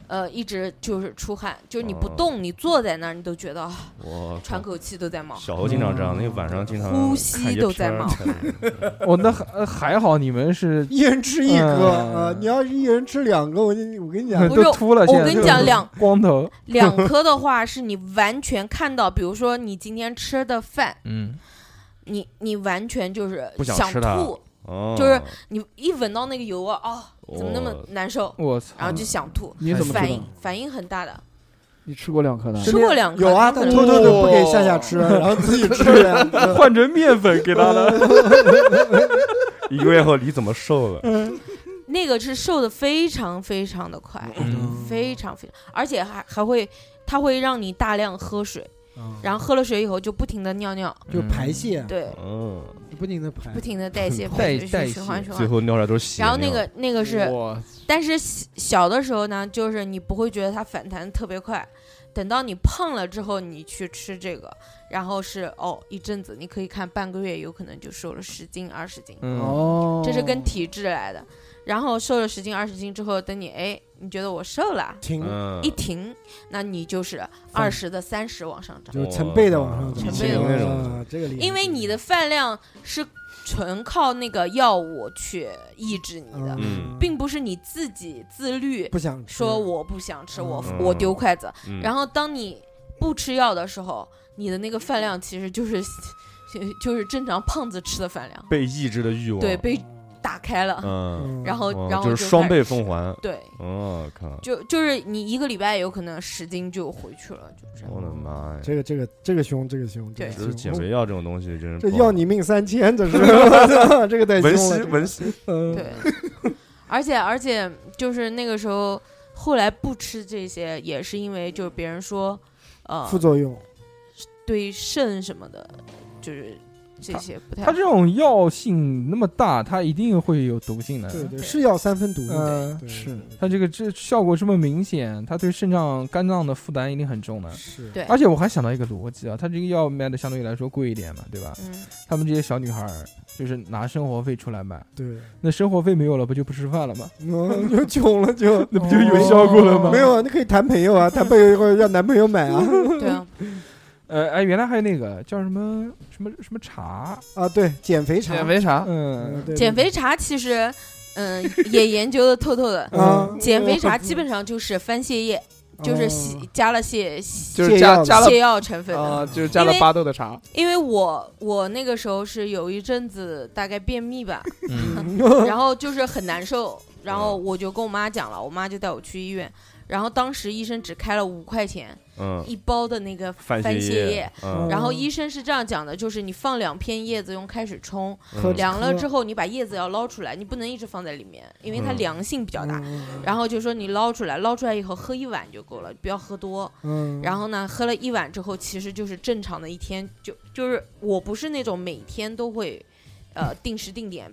呃，一直就是出汗，就是你不
哦
动，你坐在那儿，你都觉得啊
我
喘口气都在冒汗。
小侯经常这样，那个晚上经常
呼吸
看一些
都在
片儿
冒
哦，那还呃还好，你们是
一人吃一颗
嗯
啊！你要是一人吃两个，我跟你我跟你讲，
不是
都秃了。
我
现在
跟你
都
讲两
光头，
两颗的话，是你完全看到，比如说你今天吃的饭，
嗯，
你你完全就是
不想吃它
吐，
哦
就是你一闻到那个油啊，哦，怎么那么
哦
难受，
我操，
然后就想吐，
你怎么
反
知
应
道？
反应很大的，
你吃过两颗的？
<laughs> 吃过两颗
有啊，
怎
他
么可
偷偷
能
的不给夏夏吃，
哦
然后自
<laughs>
己吃两个。
换成面粉给他了。
一个月后你怎么瘦了？
嗯那个是瘦的非常非常的快，
嗯
嗯
非常非常，而且还还会，它会让你大量喝水，
嗯
然后喝了水以后就不停的尿尿，
就排泄，啊
对，
嗯，
不停的排
不。停的代谢，
代
循
代谢
循环循
最
环。
后尿出来都是血
然
尿。
后那个那个是
哇，
但是小小的时候呢，就是你不会觉得它反弹得特别快，等到你胖了之后，你去吃这个，然后是哦一阵子，你可以看半个月，有可能就瘦了十斤二十斤，
嗯，
哦，
这是跟体质来的。然后瘦了十斤二十斤之后，等你哎你觉得我瘦了，啊
停，
嗯，
一停，那你就是二十的三十往上涨，
就是成倍的往上
哇
涨，
成倍的
往上涨
啊，这个厉害，
因为你的饭量是纯靠那个药物去抑制你的，
嗯
并不是你自己自律
不想吃
说我不想吃，我
嗯
我丢筷子。
嗯
然后当你不吃药的时候，你的那个饭量其实就是 <laughs> 就是正常胖子吃的饭量，
被抑制的欲望，
对，被打开了，
嗯，
嗯
然后
哦
然后
就是双
开始
倍奉还，
对。
哦，靠，
就就是你一个礼拜有可能十斤就回去了，就这样。
我的哦妈
哎
呀！
这个这个这个凶，这个凶，
对
这
就是
个
减
凶，
肥药这种东西，真是
这
不好
要你命三千，
<laughs>
这是这个太
文
凶
熙
了，
文熙，
嗯，
对，而且而且就是那个时候，后来不吃这些也是因为就是别人说，呃
副，作用，
对肾什么的，就是这些不太
它这种药性那么大，它一定会有毒性的。
对对，
对
是药三分毒，
嗯
对
是
它这个这效果这么明显，它对肾脏、肝脏的负担一定很重
嗯
的。
是，
对，
而且我还想到一个逻辑啊，它这个药卖的相对来说贵一点嘛，对吧？
嗯，
他们这些小女孩儿就是拿生活费出来买，
对，
那生活费没有了，不就不吃饭了吗？
嗯，就穷了就
<laughs> 那不就有效果了吗？
没有啊，那可以谈朋友啊，谈朋友一会儿让男朋友买
<laughs>
啊，
对啊，
呃，哎，原来还有那个叫什么什么什么茶，
啊，对，减肥茶
减，肥茶，
嗯
嗯，， <laughs> 对
减肥茶其实，嗯，也研究的透透的。
啊，
减肥茶基本上就是番泻叶，就是
哦
洗加了泻泻
就是
泻药
加
的
加了
泻药成
哦
分的。
啊，
呃
就是加了
因为
巴豆的茶，
因为我我那个时候是有一阵子大概便秘吧，
嗯，
<laughs> 然后就是很难受，然
嗯
后我就跟我妈讲了，我妈就带我去医院，然后当时医生只开了五块钱
嗯，
一包的那个番
番
泻
叶
叶，，
嗯，
然后医生是这样讲的，就是你放两片叶子用开水冲，
喝
嗯
凉了之后你把叶子要捞出来，你不能一直放在里面，因为它
嗯
凉性比较大。
嗯
然后就说你捞出来，捞出来以后喝一碗就够了，不要喝多。
嗯，
然后呢，喝了一碗之后，其实就是正常的一天，就就是我不是那种每天都会，呃，定时定点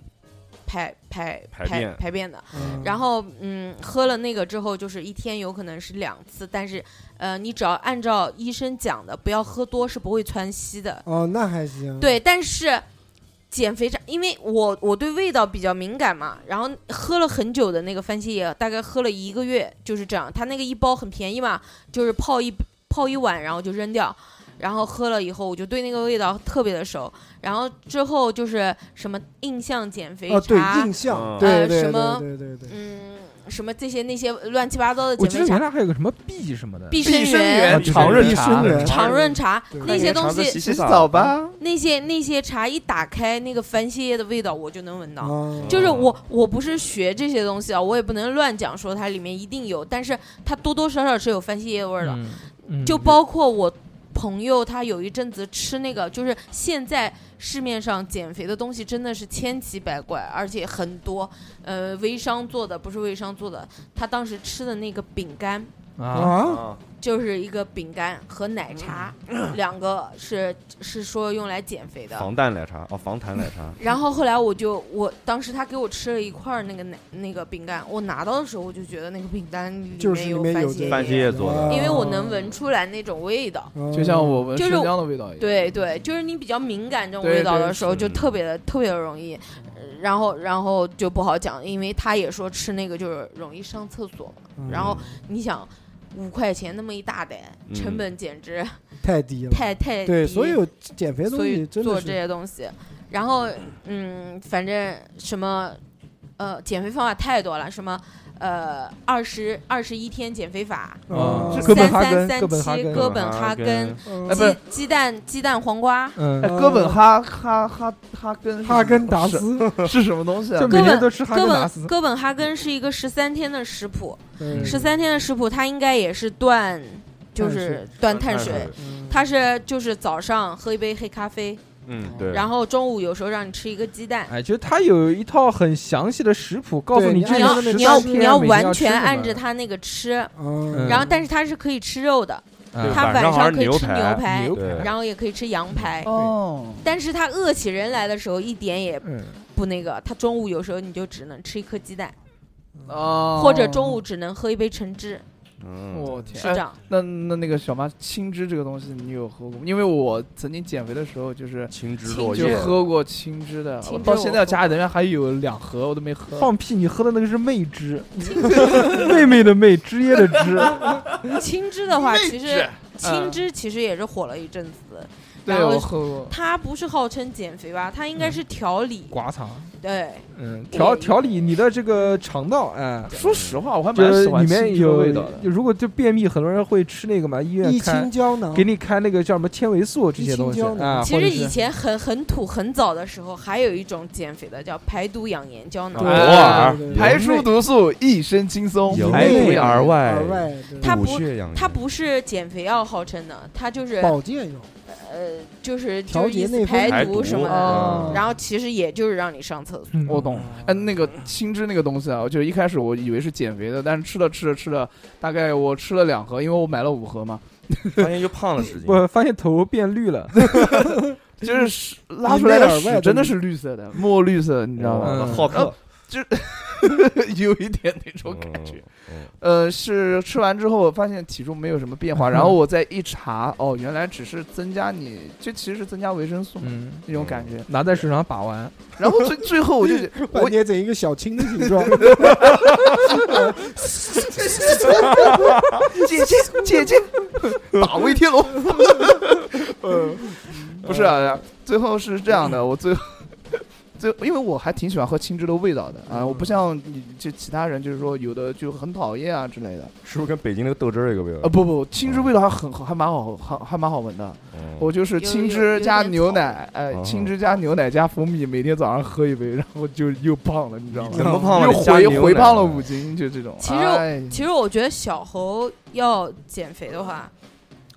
排排
排
排
便
排便的。
嗯
然后嗯，喝了那个之后，就是一天有可能是两次，但是呃，你只要按照医生讲的，不要喝多，是不会窜稀的。
哦，那还行，，
对，但是减肥茶，因为我我对味道比较敏感嘛，然后喝了很久的那个番茄叶，大概喝了一个月，就是这样。它那个一包很便宜嘛，就是泡一泡一碗，然后就扔掉。然后喝了以后，我就对那个味道特别的熟。然后之后就是什么印象减肥茶，
哦，对，印象，
嗯
对
呃
对
什么
对对对对，
嗯，什么这些那些乱七八糟的
我
减
记得
肥
原
茶，
来还有个什么碧什么的，
必
必
参
参
园
园、
常
常
润
润
必
茶
参、园
常润茶
对
那些东
肠子洗
西，
洗
洗澡吧，
那些那些茶一打开，那个番泻叶的味道我就能闻到。
哦
就是我我不是学这些东西啊，我也不能乱讲说它里面一定有，但是它多多少少是有番泻叶味儿的，
嗯，嗯
就包括我。朋友他有一阵子吃那个，就是现在市面上减肥的东西真的是千奇百怪，而且很多，呃，微商做的不是微商做的，他当时吃的那个饼干
啊，
啊，
啊，
就是一个饼干和奶茶，
嗯
两个是是说用来减肥的，
防弹奶茶哦，防弹奶茶，
然后后来我就，我当时他给我吃了一块儿那个奶那个饼干，我拿到的时候我就觉得那个饼干里
就是
面
里
有
面
番
有
茄
这
番茄叶做的
因为我能闻出来那种味道。
哦，
就像我闻
就是
生姜的味道一样。
对对，就是你比较敏感这种
对
味道
对
的时候，
是
就特别的特别的容易。
嗯
呃然后然后就不好讲，因为他也说吃那个就是容易上厕所嘛。
嗯，
然后你想，五块钱那么一大袋，成
嗯
本简直
太低了，
太太低。
对，所有减肥的哎东
所以
西真
做
的
这
是
些东西。然后，嗯，反正什么，呃，减肥方法太多了，什么，呃，二十二十一天减肥法，
啊
嗯，
这
哥
三
本哈
三
根，哥
三
本哈
七，
根，
哥本哈根，
嗯
哎不是
鸡鸡蛋鸡蛋黄瓜，
哎
嗯，
呃
哥本哈哈哈哈根是
哈根达
什
斯，
么是是什么东西啊
就？每天都吃哈
哥
根达
本
斯，
哥本哈根是一个十三天的食谱，
嗯
十三天的食谱，它应该也是断，就
碳
是
水
断碳水。，
嗯
它是就是早上喝一杯黑咖啡，
嗯，对，
然后中午有时候让你吃一个鸡蛋，
哎，就它有一套很详细的食谱，告诉
对
你
你
这
按
你
照
要
个
那个
你要
13天
吃
你要
每天
完
吃
全
什么
按着它那个吃，
嗯
然后但是它是可以吃肉的，
嗯
它晚
晚上还
上
是
可以
牛
吃
排
牛排
牛，
对
然后也可以吃羊排。
哦，
但是它饿起人来的时候一点也
嗯，
不那个，它中
嗯
午有时候你就只能吃一颗鸡蛋，
呃
哦，
或者中午只能喝一杯橙汁，
嗯，
我
哎
天，哎
是这样。
那那那个小妈青汁这个东西你有喝过吗？因为我曾经减肥的时候就是
青汁
青
落
汁
就
叶，
喝过青汁的，
青
我
汁
到现在
我
家里人家还有两盒我都没喝。
放屁！你喝的那个是妹汁， <laughs> 妹妹的妹，枝叶的枝。
青汁的话，其实青
嗯
汁其实也是火了一阵
嗯
子。
对，
然后
我喝过。
它不是号称减肥吧？它应
嗯
该是调理，
刮肠，
对，
嗯，调调理你的这个肠道，哎，
说实话，我还蛮
就
喜
是
欢
里
青
面
汁的
有
味道的，。
就如果就便秘，很多人会吃那个嘛，医院
益
开
青胶囊
给，你开那个叫什么纤维素这些东
益
西
青胶囊
啊，
其
或
实
者
以
是
前很很土很早的时候，还有一种减肥的叫排毒养颜胶囊，
偶
哎
尔
对对对
排出毒素，一身轻松。
由
排
内而
毒耳
呃外，
外对
它
补
不
血养
它不是减肥药号称的，它就是
保健用，
呃就是
调
就是
节
意思
内分泌啊
排
排
毒什么的，
啊
哦
然后其实也就是让你上厕
<laughs>
所。
嗯
我懂，哎，那个青汁那个东西啊，我就一开始我以为是减肥的，但是吃了吃着吃着，大概我吃了两盒，因为我买了五盒嘛，
发现又胖了十斤，
我发现头变绿了，
就是屎拉出来的
里内耳外
屎
的
真的是绿色的，墨绿色，你知道吗？
嗯
好客，
<laughs> 有一点那
我
种感觉。，
嗯
呃，是吃完之后我发现体重没有什么变化，然后我再一查，哦，原来只是增加你，这其实是增加维生素嘛
嗯，
那种感觉。
<laughs> 拿在手上把玩，
然后最最后我
<laughs>
就觉得
把
我
捏成一个小青的形状，
姐姐姐姐 <laughs> 打威天龙，嗯， <laughs> 不是啊，最后是这样的，我最后 <laughs> 最因为我还挺喜欢喝青汁的味道的啊，我不像你这其他人，就是说有的就很讨厌啊之类的
是不是跟北京那个豆汁儿有个味
啊，
道？
不不，青汁味道还很好，还蛮好，还还蛮好闻的。
嗯
我就是青汁加牛奶，哎，
哦
青汁加牛奶加蜂蜜，每天早上喝一杯，然后就又胖了，你知道
怎
吗？
么胖了？
又
你加牛
回
奶
回胖了五斤，就这种。
其实我
<laughs>
哎
其实我觉得小猴要减肥的话，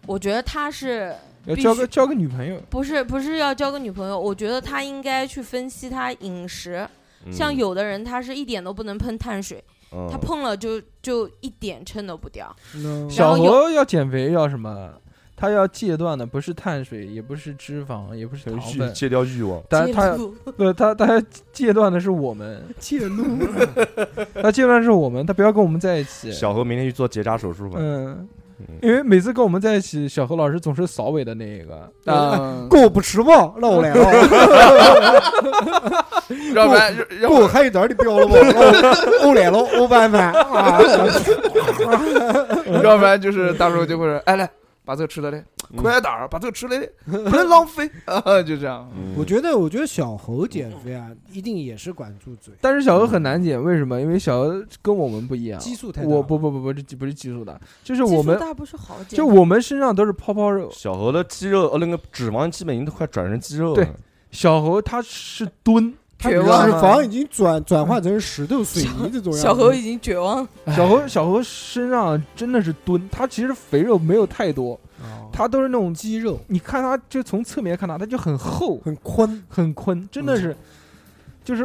我觉得他是
要
必
交
须
个交个女朋友，
不是不是要交个女朋友？我觉得他应该去分析他饮食，
嗯
像有的人他是一点都不能碰碳水，
嗯
他碰了就就一点秤都不掉。
嗯
然
小
后有
何要减肥要什么？他要戒断的不是碳水，也不是脂肪，也不是糖
欲
分，
戒掉欲望，
但
戒
他
毒
不，呃他他要戒断的是我们，
<laughs> 戒怒，
<laughs> 他戒断的是我们，他不要跟我们在一起。
小何明天去做结扎手术吧。
嗯，
嗯
因为每次跟我们在一起，小何老师总是扫尾的那一个，
嗯，
过不吃饱，那我来了，
要
<laughs>
不然要
过还有点儿的标了吧，我我来了，我拌饭啊，
<laughs> 要不然就是到时候就会说，哎来，把这个吃了嘞，
嗯
快点儿把这个吃了嘞，不能浪费 <laughs> 啊，就这样。
嗯
我觉得，我觉得小猴减肥啊，一定也是管住嘴，
但是小何很难减，为什么？因为小何跟我们不一样，
激素太大了
我不不不不是不是激素的，就是
激
我
素
们
大不是好减，
就我们身上都是泡泡肉。
小何的肌肉，呃，那个脂肪基本已经都快转成肌肉了。
对小何他是蹲，
它
绝
脂
望啊
肪已经转转化成石头、水泥这种样子。
小猴已经绝望了。
小何小何身上真的是蹲，他其实肥肉没有太多，
哦
他都是那种，
肌肉
你看他就从侧面看他，他就很厚
很宽，
很宽，真的是，就是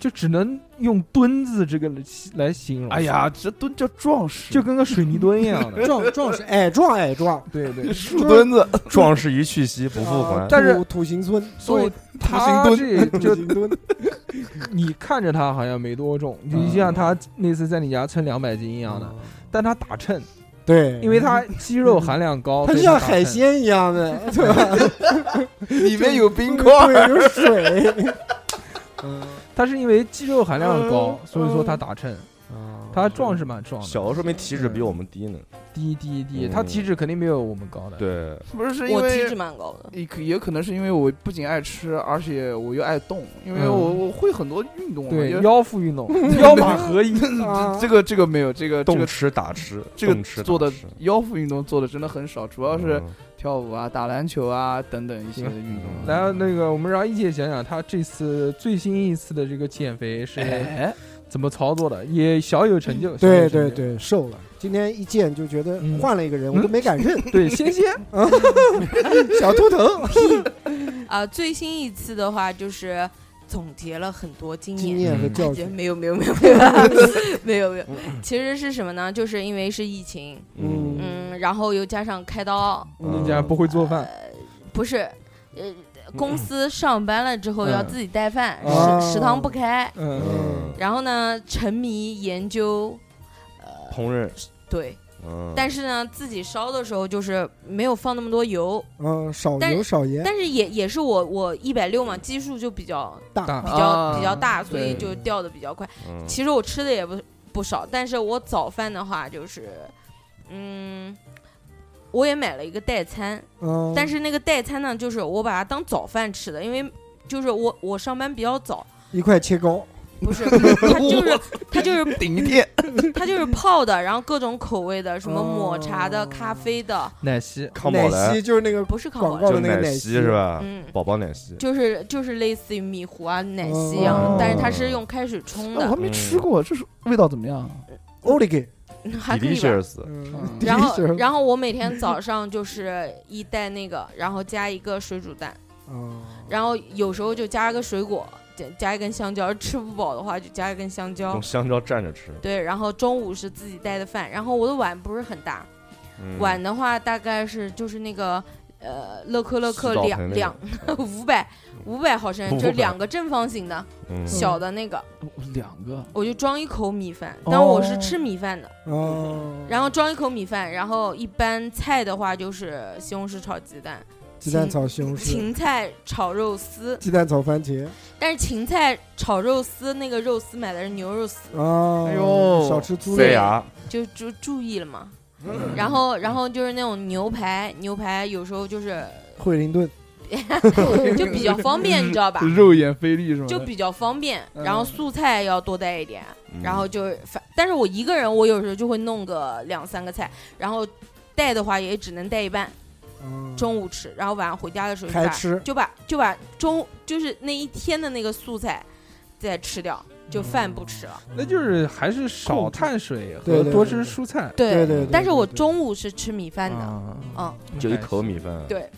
就只能用蹲字这个来来形容。
哎，呀，这蹲叫壮实，
就跟个水泥墩一样
<laughs>
的。
壮壮实，矮壮矮壮，
对对，
<laughs>
树墩子，
壮士一去兮，不复
啊
还。
但是
土土行孙，
所以他
土
这
土
就
行孙，
你看着他好像没多重，你就像他那次在你家称两百斤一样的，但他打秤，
<laughs> 对，
因为他肌肉含量高，
它
所
就
以
像
打
海
秤。
鲜一样 <laughs> 的，对吧？
里面有冰块，
对，有水。 <laughs> 嗯
他是因为肌肉含量高，所以说他打秤。他壮是蛮壮的，
小何说明体脂比我们低呢。
低低低，
嗯
他体脂肯定没有我们高的。，
对，
<laughs> 不是是因
我体
为
脂。蛮高的，
也可也可能是因为我不仅爱吃，而且我又爱动，因为
嗯
我我会很多运动嘛。
对
<laughs> 因为
腰腹运动，腰马合一。
啊
<laughs> 这个这个没有，这个这
动
个
吃打吃，
这个
动吃打
做的
吃
腰腹运动做的真的很少，主要是
嗯
跳舞啊、打篮球啊等等一些
行
运动。
然后那个，我们让一姐讲讲她这次最新一次的这个减肥是
哎，
怎么操作的，也小有成就。小有成
对嗯对
就
对，瘦了。今天一见就觉得
嗯
换了一个人，我都没敢认。
对，仙仙
小秃头，
啊，最新一次的话就是总结了很多经
经
验。
验和
嗯
教
哎觉
训。
没有没有没有没有 <laughs> 没有没有，其实是什么呢？就是因为是疫情，
嗯
嗯，然后又加上开刀，
嗯人
嗯
家不会做饭，
不是，呃，公司上班了之后要
嗯
自己带饭，
哦
食食堂不开，
嗯，
嗯，
然后呢，沉迷研究，
烹饪
对，
嗯，
但是呢，自己烧的时候就是没有放那么多油，
嗯，少
但
油少盐，
但是也也是我我一百六嘛，基数就比较
大
比
比
较、比较大，所以
啊对
就掉的比较快。
嗯
其实我吃的也不不少，但是我早饭的话就是，嗯，我也买了一个代餐，
嗯，
但是那个代餐呢，就是我把它当早饭吃的，因为就是我我上班比
<laughs>
较早，
一块切糕，
不是它就是它就是
顶一天
它就是泡的，然后各种口味的，什么抹茶的、
哦
咖啡的，
奶昔，
康宝
奶
莱
昔就是那个
不是康
广
宝
告
莱，
就
的那个
奶
奶
昔是吧？
嗯。
宝宝奶昔，
就是就是类似于米糊啊、奶昔一样的，
哦
但是它是用开水冲
我还
的，
没吃过，这是味道怎么样？啊
o l i g
<laughs> 还可以吧。
delicious，
嗯
然后，然后我每天早上就是一袋那个，然后加一个水煮蛋，
哦
然后有时候就加个水果，加加一根香蕉。吃不饱的话就加一根香蕉
用。香蕉蘸着吃。
对，然后中午是自己带的饭，然后我的碗不是很大，
嗯
碗的话大概是就是那个呃乐扣乐扣
洗澡盆那
两
个
两 <laughs> 五百五百毫升，就
500
两个正方形的
嗯
小的那个，
哦两个，
我就装一口米饭，
哦
但我是吃米饭的，
哦，
然后装一口米饭，然后一般菜的话就是西红柿炒鸡蛋，
鸡蛋炒西红柿，
芹菜炒肉丝，
鸡蛋炒番茄
但是芹菜炒肉丝那个肉丝买的是牛肉丝，
啊，
哎呦
少吃猪
塞
肉，
牙，
就就注意
<laughs>
了嘛。然后然后就是那种牛排，牛排有时候
<laughs>
就是
惠灵顿，
就比较方便，你知道吧？
嗯肉眼菲力是吗？
就比较方便，
嗯
然后素菜要多带一点，
嗯
然后就是反，但是我一个人，我有时候就会弄个两三个菜，然后带的话也只能带一半，
嗯
中午吃，然后晚上回家的时候就
还
把
吃
就把就把中就是那一天的那个素菜再吃掉，就饭不吃了。
那就是还是少碳水
对
和
对对
多吃蔬菜。
对对对
但是我中午是吃米饭的，
啊，
嗯，
就一口米饭，
对，
嗯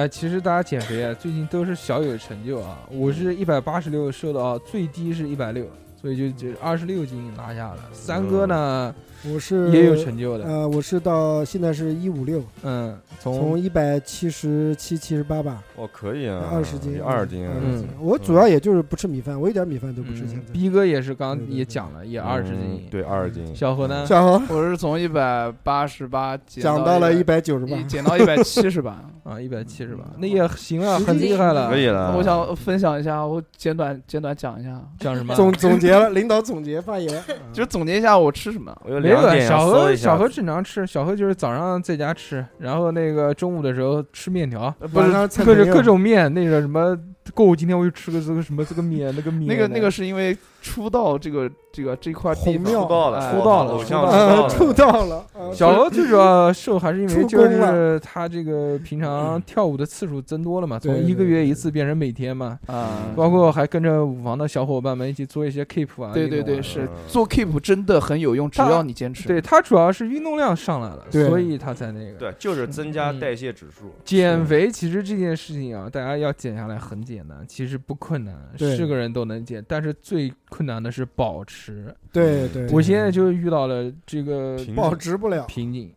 呃，其实大家减肥啊，最近都是小有成就啊。我是一百八十六瘦到最低是一百六，所以就就二十六斤拿下了。三哥呢、
我是
也有成就的，
呃，我是到现在是一五六，
嗯，
从
从
一百七十七、七十八吧，
哦，可以啊，
二十斤，
二十斤啊，
嗯
我主要也就是不吃米饭，我一点米饭都不吃。现
嗯
在， <laughs>
逼哥也是
对
刚
对对
也讲了，也二十斤
嗯，对，二十斤。
小何呢？
小
<laughs>
何
我是从一百八十八减
讲
到
到了一
一
百九十八，
减到一百七十
<laughs>
八。
啊，一百七十吧
嗯，
那也行了，
十
很
斤
厉害了
嗯可。以
啊
了，
我想分享一下，我简短简短讲一下，
讲什么？
<laughs>
总总结了，领导总结
<laughs>
发言，
就是总结一下我吃什么。
我有
没
两
有啊
点要
小
搜
何
一下
小何正常吃，小何就是早上在家吃，然后那个中午的时候吃面条，
呃不
晚
是
上蹭
各种
朋友
各种面，那个什么够，今天我又吃个这个什么这个面那个面
那个那个是因为出道这个这个这块地
红
方
庙
出道了，
哎
出道了
偶
出道
像
了啊
呃
出
出
道了，
道 <laughs> 了，呃
小何最主要瘦还是因为
<laughs> 出
就
宫
是
了
他这个平常跳舞的次数增多了嘛，从
对
一个
对
月
对嗯
一次变成每天嘛，
啊，
包括还跟着舞房的小伙伴们一起做一些 keep 啊，
对
运
对
动
对，
啊
是
嗯
做 keep 真的很有用，只
他
要你坚持。
对，他主要是运动量上来了，
对
所以他才那个。
对，就是增加
嗯
代谢指数。
减肥其实这件事情啊，大家要减下来很简单，其实不困难，
对
是个人都能减。但是最困难的是保持。
对对，
我现在就遇到了这个
平
保持不了，
瓶颈。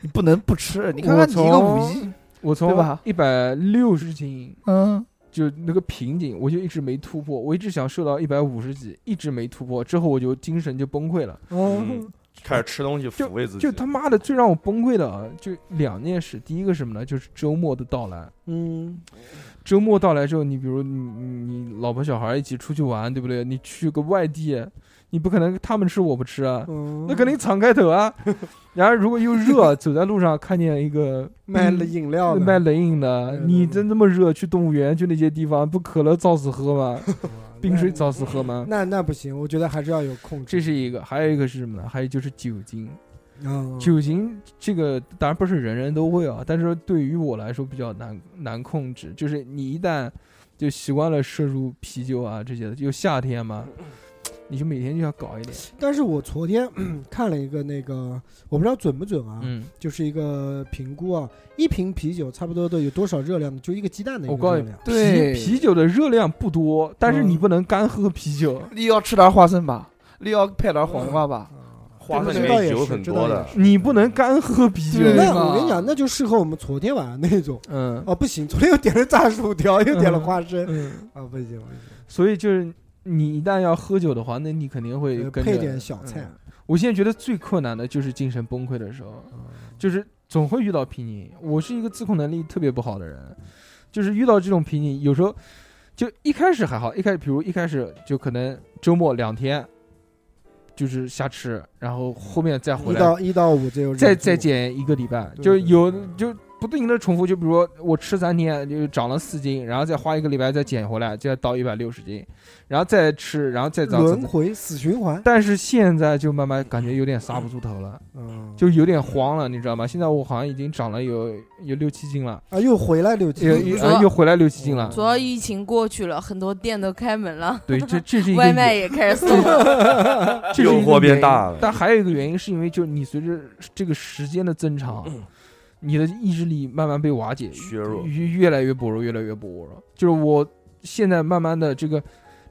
你不能不吃， <laughs> 你看
我
看你一个
从
五一，
我从
对吧
一百六十斤
嗯，
就那个瓶颈，我就一直没突破，我一直想瘦到一百五十几，一直没突破。之后我就精神就崩溃了，
嗯，
开始吃东西抚慰自己，
就他妈的最让我崩溃的啊，就两件事。第一个是什么呢？就是周末的到来。
嗯，
周末到来之后，你比如你你你老婆小孩一起出去玩，对不对？你去个外地，你不可能他们吃我不吃啊，
嗯
那肯定敞开头
<laughs>
啊。然后如果又热，走在路上看见一个
嗯卖了
冷
饮料的，
卖冷饮的，
嗯
你真这么热，去动物园去那些地方，不可乐照死喝吗？
<laughs>
冰水照死喝吗？
那那不行，我觉得还是要有控制。
这是一个，还有一个是什么呢？还有就是酒精，
嗯，
酒精这个当然不是人人都会啊，但是对于我来说比较难难控制，就是你一旦就习惯了摄入啤酒啊这些的，就夏天嘛，你就每天就要搞一点，
但是我昨天 <clears throat> 看了一个那个，我不知道准不准啊，
嗯，
就是一个评估啊，一瓶啤酒差不多都有多少热量呢？就一个鸡蛋的一
我
个
告
热
诉你
量，。啊嗯
对
啤啤酒的热量不多，但是你不能干喝啤酒，
你要吃点花生吧，你要配点黄瓜吧，
花
这
粉
个
里
倒也
面
是
有很
这
多
倒也
的
是，
你不能干喝啤酒，
对
那
嘛
我跟你讲，那就适合我们昨天晚上那种。
嗯
哦，不行，昨天又点了炸薯条，又点了
嗯
花生，
嗯，
啊，不行不行，
所以就是你一旦要喝酒的话，那你肯定会
呃
跟着
配点小菜
嗯。我现在觉得最困难的就是精神崩溃的时候，就是总会遇到瓶颈。我是一个自控能力特别不好的人，就是遇到这种瓶颈，有时候就一开始还好，一开始比如一开始就可能周末两天就是瞎吃，然后后面再回
一
来
到一到五只有
再
忍住
再减一个礼拜，
对
就是
对
有就不定的重复，就比如说我吃三天就长了四斤，然后再花一个礼拜再减回来，再到一百六十斤，然后再吃，然后再长。
轮回死循环，
但是现在就慢慢感觉有点刹不住头了，
嗯，
就有点慌了，你知道吗？现在我好像已经长了有有六七斤
<laughs>
了，
啊又回来六七
又又呃又回来六七斤了
哦
主。要疫情过去了，很多店都开门了，
对，这这是一个
外
原
卖也开始送了。
这是一个
诱惑变大
原因
了
但还有一个原因是因为，就是你随着这个时间的增长，你的意志力慢慢被瓦解，
嗯削弱
越越来越薄弱，越来越薄弱。就是我现在慢慢的这个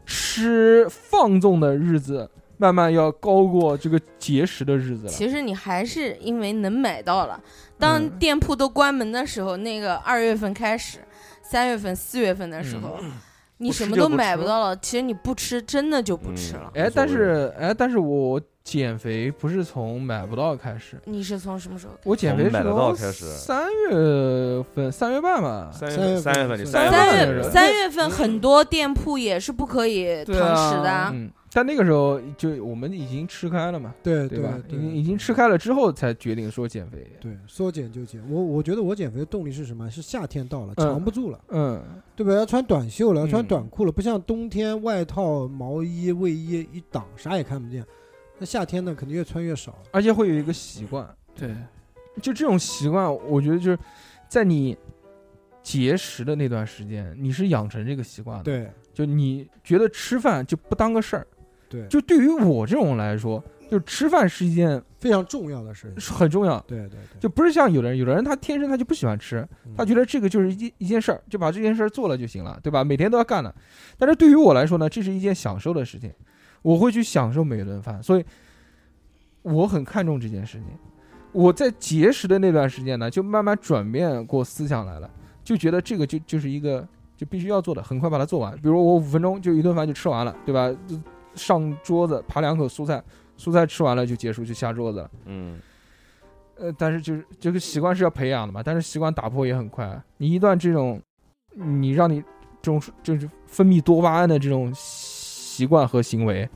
吃放纵的日子，慢慢要高过这个节食的日子了。
其实你还是因为能买到了。当店铺都关门的时候，那个二月份开始，三月份、四月份的时候，你
不吃
什么
就
都
不吃
买不到了。其实你不吃，真的就不吃
嗯
了。
哎
无所谓，
但是哎，但是我减肥不是从买不到开始，
你是从什么时候开
我减肥
从
是
买得
从
到开始
三月份三月半吧。
三
三月
三月份，
份
你
<laughs>
三
三
月
始？三
份
份
月
是
三月份很多店铺也是不可以堂
对啊
食的啊。
嗯，但那个时候就我们已经吃开了嘛。
对
对吧？已
对
经已经吃开了之后才决定说减肥。
对说减就减，我我觉得我减肥的动力是什么？是夏天到了
嗯
扛不住了，
嗯，
对吧？要穿短袖了，要穿
嗯
短裤了，不像冬天外套、毛衣、卫衣一挡啥也看不见。那夏天呢，肯定越穿越少。
而且会有一个习惯，
对，
就这种习惯，我觉得就是在你节食的那段时间，你是养成这个习惯的。，
对
就你觉得吃饭就不当个事儿，
对，
就对于我这种来说，就吃饭是一件
非常重要的事情。
很重要。
对对对，
就不是像有的人，有的人他天生他就不喜欢吃，
嗯
他觉得这个就是一件一件事儿，就把这件事儿做了就行了，对吧？每天都要干的。但是对于我来说呢，这是一件享受的事情，我会去享受每一顿饭，所以我很看重这件事情。我在节食的那段时间呢，就慢慢转变过思想来了，就觉得这个就就是一个就必须要做的，很快把它做完。比如我五分钟就一顿饭就吃完了，对吧？就上桌子扒两口蔬菜，蔬菜吃完了就结束，就下桌子了。
嗯，
呃，但是就是这个习惯是要培养的嘛，但是习惯打破也很快。啊你一段这种，你让你这种就是分泌多巴胺的这种习惯和行为，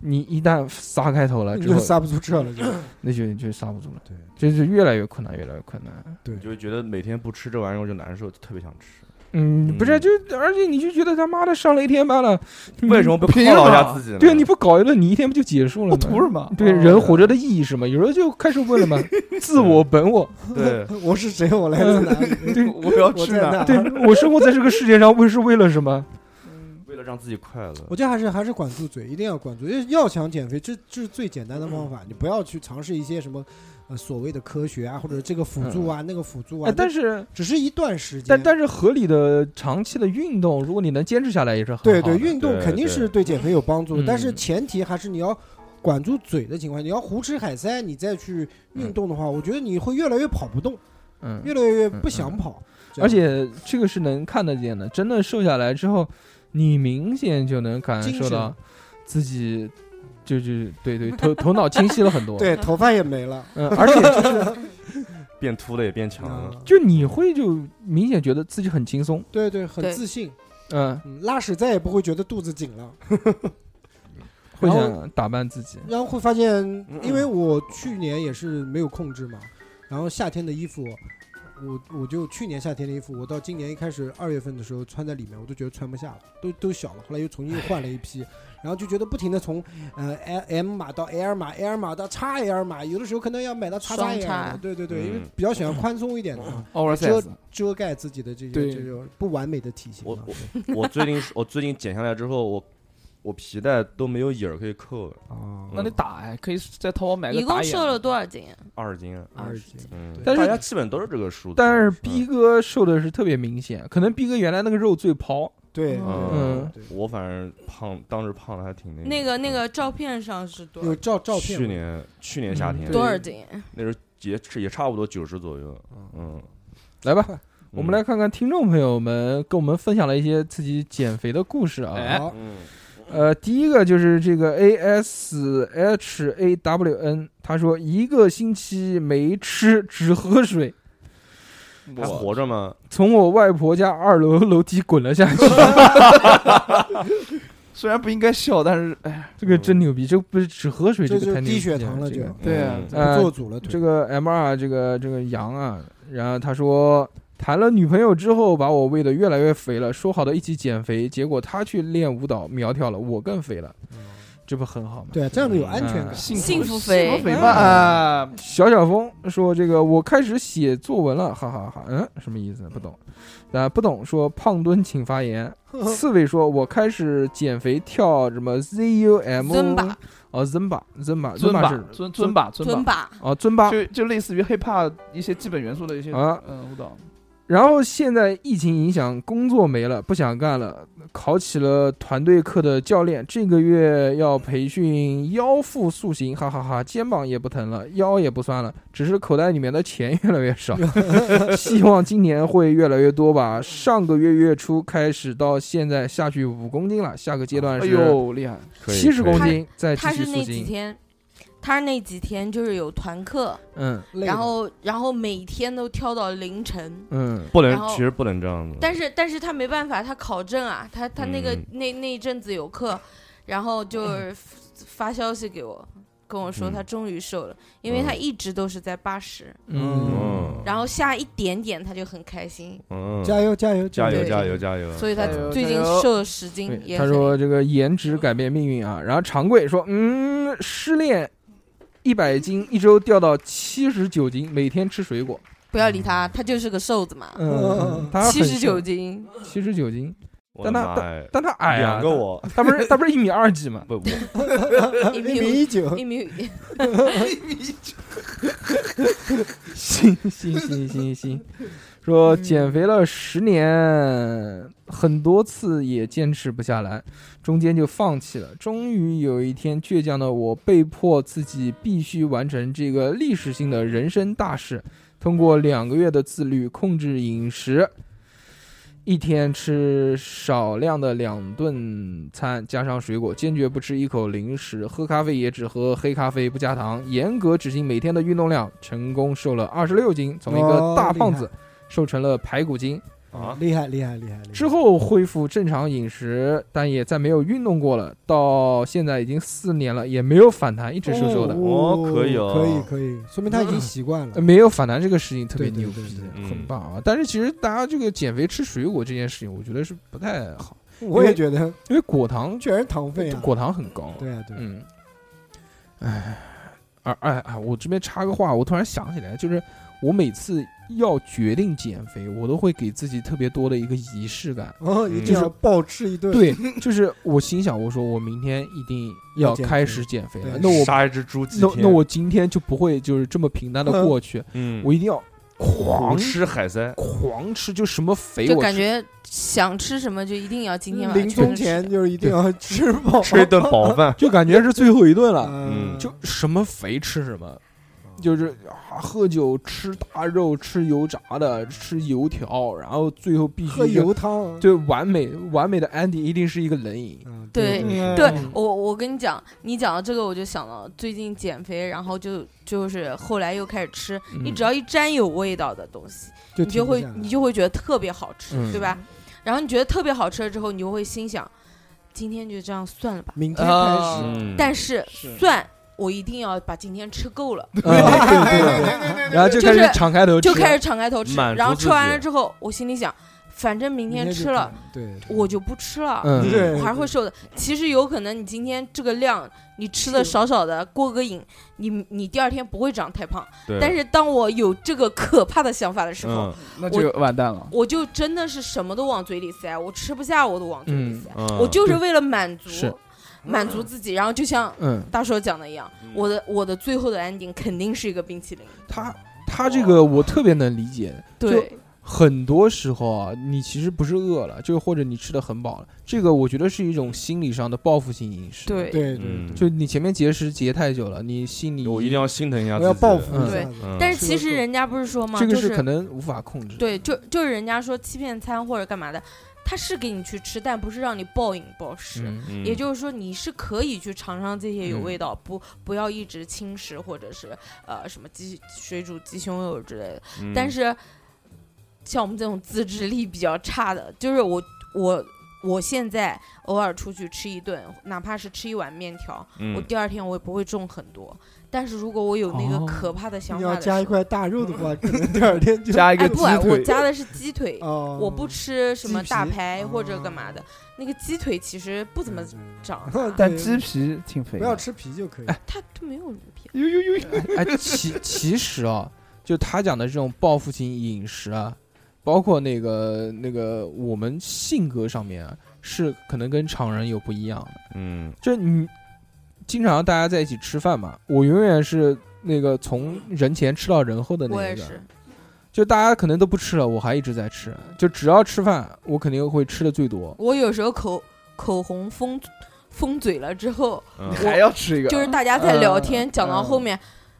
你一旦撒开头了
你
之
嗯就 <laughs>
后，
刹不住车了，就
那就就刹不住了，
对
这就越来越困难，越来越困难。啊
你就会觉得每天不吃这玩意儿我就难受，就特别想吃。
嗯，不是，
嗯
就而且你就觉得他妈的上了一天班了，你
为什么不犒劳一下自己呢？
对啊，你不搞一顿，你一天不就结束了
哦
我
吗？
图什么？
对人活着的意义是什么？有时候就开始问了 <laughs> 嘛，自我、本我， <laughs>
对，
<laughs> 我是谁？我来
嗯
自哪里？
我要
我
去
在
哪？
哪？
对我生活在这个世界上，为是为了什 <laughs> 么？
为了让自己快乐，
我觉得还是还是管住嘴，一定要管住。要要想减肥，这这是最简单的方
嗯
法，你不要去尝试一些什么呃所谓的科学啊，或者这个辅助啊、那个辅助啊
哎，，但
是
是
只是一段时间。
但但是合理的长期的运动，如果你能坚持下来，也是很好
对
的。
对，运动
对
肯定
对
是对减肥有帮助，
嗯
但是前提还是你要。管住嘴的情况，你要胡吃海塞，你再去运动的话，我觉得你会越来越跑不动，
嗯，
越来越
嗯
不想跑。这样
而且这个是能看得见的，真的瘦下来之后，你明显就能感
精
受
神
到自己，就就对
<laughs>
对，头头脑清晰了很多。，
对头发也没了， <laughs>
嗯，而且就是
变秃了也变强了。
嗯
就你会就明显觉得自己很轻松，
对对，很
对
自信，
嗯，
嗯，拉屎再也不会觉得肚子紧了。
会
然后
想打扮自己。
然后会发现，因为我去年也是没有控制嘛，然后夏天的衣服，我我就去年夏天的衣服，我到今年一开始二月份的时候穿在里面，我都觉得穿不下了，都都小了。后来又重新又换了一批，然后就觉得不停的从呃 L M 码到 L 码，L 码到 XL 码，有的时候可能要买到 XXL
双
码
叉
的，对对对，因为
嗯
比较喜欢宽松一点的
嗯
嘛，遮
哦
oversize，
遮盖自己的这些
对
这种不完美的体型
我
嘛。
嗯
我我最近我最近减下来之后，我我皮带都没有影儿可以扣了，
啊，
嗯
那你打哎，可以在淘宝买个
一
打
共
眼
瘦了多少斤啊？
二十斤。
二十斤，
嗯，
但是
大家基本都是这个数字。
但是
嗯
逼哥瘦的是特别明显，可能逼哥原来那个肉最抛，
对，
嗯
对对
我反正胖，当时胖的还挺那
那个那个照片上是多
对，有照
少
照片
去
嘛，
年去年夏
嗯
天
多少斤？
那时候也也差不多九十左右。嗯，
来吧。我们来看看听众朋友们跟我们分享了一些自己减肥的故事啊。
哎
好，
嗯，
呃，第一个就是这个 A S H A W N，他说一个星期没吃，只喝水，
还活着吗？
从我外婆家二楼楼梯滚了下去。
<laughs>
虽然不应该笑，但是哎，
这个真牛逼，这不是只喝水，
这
个
就
太牛逼
低血糖了
这个
就
对啊
嗯
不
呃
做主了，
这
腿
个 M 二这个这个羊啊，然后他说谈了女朋友之后，把我喂得越来越肥了，说好的一起减肥，结果他去练舞蹈苗条了，我更肥了，
嗯
这不很好吗？
对，啊这样子有安
呃
全感。
幸
<laughs>
幸福
肥，
肥
幸福吧啊！
小小峰说：“这个我开始写作文了，哈哈哈嗯，什么意思？不懂。啊，不懂说胖墩请发言。
嗯
刺猬说：我开始减肥，跳什么 ZUM
Zumba
哦，Zumba Zumba
尊
Zumba
吧
是，
尊尊吧，尊
蹲
吧，
吧，
哦，Zumba
就就类似于 hiphop 一些基本元素的一些
啊
嗯舞蹈。
然后现在疫情影响，工作没了，不想干了，考起了团队课的教练，这个月要培训腰腹塑形，哈哈哈肩膀也不疼了，腰也不酸了，只是口袋里面的钱越来越
<laughs>
少，希望今年会越来越多吧。上个月月初开始到现在下去五公斤了，下个阶段
哎
是
呦，厉害！
可以
七十公
可以
斤，再继
他
续
是
塑
那几
形。
天，他是那几天就是有团课，
嗯
累
然
的
后然后每天都跳到凌晨。
嗯，
不
然
能，
后
其实不能这样子。
但是但是他没办法，他考证啊，他他那个、
嗯
那那一阵子有课，然后就是发消息给我，跟我说
嗯
他终于瘦了，因为他
嗯
一直都是在八十、
嗯，
嗯
然后下一点点他就很开心，
嗯，
加油加油
加油
对
加油加油！
所以他
加油
最
加
近
油
瘦了十斤
对
也嗯
他
很
说这个颜值改变命运啊。然后长贵说，嗯，失恋一百斤，一周掉到七十九斤，每天吃水果。
不要理他，他就是个瘦子嘛，
嗯，他
七十九，斤，
七十九斤，
我的
但
妈呀，
但他矮啊
两，个我
他不是他不是一米二 <laughs> 几嘛？
不我
<laughs>
一
一
米
米
五
一九
一米五，
行行行行行，说
嗯
减肥了十年，很多次也坚持不下来，中间就放弃了。终于有一天，倔强的我被迫自己必须完成这个历史性的人生大事，通过两个月的自律控制饮食。一天吃少量的两顿餐，加上水果，坚决不吃一口零食。喝咖啡也只喝黑咖啡，不加糖。严格执行每天的运动量，成功瘦了二十六斤，从一个
哦
大胖
厉
子瘦成了排骨精。
啊
厉害厉害厉害！厉害
之后恢复正常饮食，但也再没有运动过了。到现在已经四年了，也没有反弹，一直瘦瘦的。
哦可以哦
可以可以，说明他已经习惯了
呃。没有反弹这个事情特别
对对
牛
对
逼
对，
对
很
嗯
棒啊！但是其实大家这个减肥吃水果这件事情，我觉得是不太好，
我也觉得
因为果糖
全是糖分啊。
果糖很高。
对啊对啊，
嗯，哎，而哎哎，我这边插个话，我突然想起来，就是我每次要决定减肥，我都会给自己特别多的一个仪式感。
哦，一
嗯
定要暴吃一顿。
对，就是我心想，我说我明天一定要
要减
开
肥
始减肥
对
了，那我
杀一只猪祭
那
天
那我今天就不会就是这么平淡的过去，
嗯，
我一定要
狂
狂
吃海塞，
狂吃，就什么肥
就
哎我
感
吃。
觉想吃什么就一定要今天晚上
临
全
终
吃
前就是一定要
<laughs>，
吃饱。
吃一顿饱饭
就感觉是最后一顿了，
嗯，
就什么肥吃什么，就是、啊、喝酒吃大肉，吃油炸的，吃油条，然后最后必须
喝
一个
油汤啊。
对完美完美的 ending 一定是一个冷饮。
嗯
对
对
对我，我跟你讲，你讲到这个，我就想到最近减肥，然后就就是后来又开始吃，你
嗯
只要一沾有味道的东西，
就
你就会
停不下来
你就会觉得特别好吃，
嗯
对吧？然后你觉得特别好吃了之后，你就会心想，今天就这样算了吧。
明天开始。
啊
嗯，
但是
是
算我一定要把今天吃够了，
嗯对对对，然后就开
就
始
是
敞开头吃，
就开始敞开头吃，
满足
然后
自
吃完
己
了之后，我心里想，反正明天
就
吃
可以
了，，
对，
我就不吃了。
嗯
对，
我还是会瘦的。其实有可能你今天这个量，你吃的
是
少少的，过个瘾，你你第二天不会长太胖。
对
但是当我有这个可怕的想法的时候，
嗯
那就完蛋了。
我就真的是什么都往嘴里塞，我吃不下我都往嘴里塞，
嗯，
我就是为了满
是
足满足自己。然后就像
嗯，
大叔讲的一样，
嗯
我的我的最后的 ending 肯定是一个冰淇淋。
他他这个我特别能理解，
对，
很多时候啊，你其实不是饿了，就或者你吃的很饱了，这个我觉得是一种心理上的报复性饮食。，
对
对对，
嗯，
就你前面节食节太久了，你心里
我一定要心疼一下自
我
己，
要报复
嗯
一下子。
嗯，
但是
吃
其
得
实
够
人家不是说嘛，
这个
就是
可能无法控制。，
对，就就是人家说欺骗餐或者干嘛的，它是给你去吃，但不是让你暴饮暴食。
嗯
嗯
也就是说，你是可以去尝尝这些有味道，不不要一直轻食或者是呃什么鸡水煮鸡胸肉之类的。
嗯
但是像我们这种自制力比较差的，就是我我我现在偶尔出去吃一顿，哪怕是吃一碗面条，
嗯
我第二天我也不会重很多。但是如果我有那
哦
个可怕的想
你
法
要
的时候，嗯
加一块大肉的话，可能第二天
<laughs> <laughs>
就
加一个
哎
鸡
不，哎我
腿，
加的是鸡腿，
哦，
我不吃什么
鸡皮
大排或者干嘛的。那个鸡腿其实不怎么
嗯
长大，
<laughs> 但鸡皮挺肥的。
不要吃皮就可以。
它它没有什么偏。
呦呦呦！
哎，其 <laughs> 其实啊，就他讲的这种报复性饮食啊，包括那个那个我们性格上面啊，是可能跟常人有不一样的。
嗯
就你经常大家在一起吃饭嘛，我永远是那个从人前吃到人后的那
我
一
也
个。
是，
就大家可能都不吃了，我还一直在吃。就只要吃饭，我肯定会吃的最多。
我有时候口口红封封嘴了之后，
<laughs>
嗯
还要吃一个，
就是大家在聊
呃
天，讲到后面，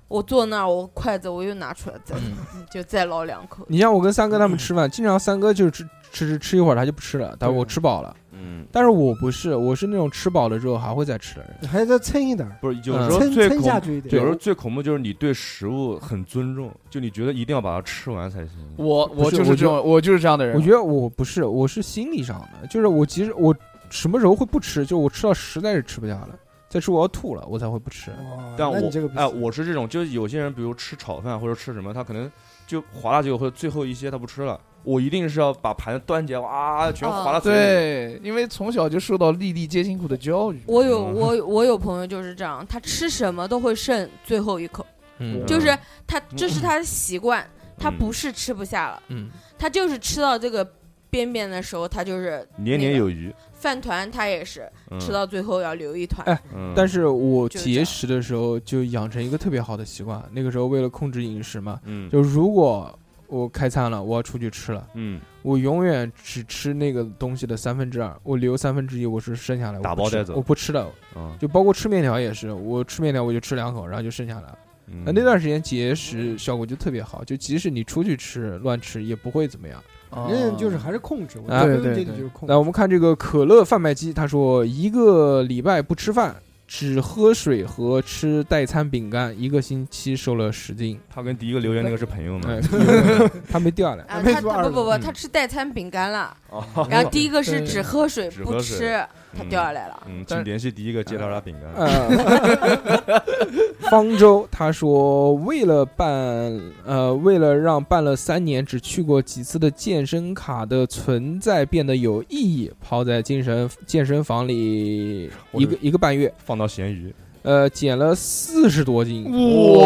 我坐那儿，我筷子我又拿出来，再嗯就再捞两口。
你像我跟三哥他们吃饭，经常三哥就吃吃吃吃一会儿，他就不吃了，他说
对
我吃饱了。
嗯，
但是我不是，我是那种吃饱了之后还会再吃的人。
你还再撑一点儿，
不是，有时候
撑
最
撑下
恐，
去一
有时候
点。
最恐怖就是你对食物很尊重，就你觉得一定要把它吃完才行。
我我
不是
就是
我
这种，我就是这样的人。
我觉得我不是，我是心理上的，就是我其实我什么时候会不吃，就我吃到实在是吃不下了，再吃我要吐了，我才会不吃。
哇
但
哦
我
那你这个不
哎，
行
我是这种，就是有些人，比如吃炒饭或者吃什么，他可能就划拉几口，或者最后一些他不吃了。我一定是要把盘端起来，哇，全划到嘴里。
哦对，因为从小就受到粒粒皆辛苦的教育。
我有
嗯
我有我有朋友就是这样，他吃什么都会剩最后一口，
嗯
嗯
就是他这是他的习惯，他不是吃不下了，
嗯，
他就是吃到这个边边的时候，他就是
年年有余，
饭团，他也是
嗯
吃到最后要留一团。
哎
嗯
但是我
就是这样
节食的时候就养成一个特别好的习惯，那个时候为了控制饮食嘛，
嗯
就如果我开餐了，我要出去吃了，
嗯，
我永远只吃那个东西的三分之二，我留三分之一我是剩下来我
打
不
包
吃
带走
我不吃的，
啊，
就包括吃面条也是，我吃面条我就吃两口，然后就剩下来了。
嗯
那那段时间节食效果就特别好，就即使你出去吃乱吃也不会怎么样。
啊
人家就是还是控制，我
啊
觉得
对
这
对
个就
对
是控制
嗯
那。我们看这个可乐贩卖机，他说一个礼拜不吃饭，只喝水和吃代餐饼干，一个星期瘦了十斤。
他跟第一个留言那个是朋友
哎 <laughs>
吗？，
他没掉下来。
啊，
没
他
多
他不
二
不不，
嗯
他吃代餐饼干了。
哦
<laughs> 然后第一个是
对
只喝水
只
不
喝水
吃，他掉下
来。<laughs>
来了。
嗯，请联系第一个接到他饼干。
呃， <laughs> 方舟他说，为了办呃，为了让办了三年只去过几次的健身卡的存在变得有意义，泡在精神健身房里
我
一个一个半月，
放到咸鱼，
呃，减了四十多斤。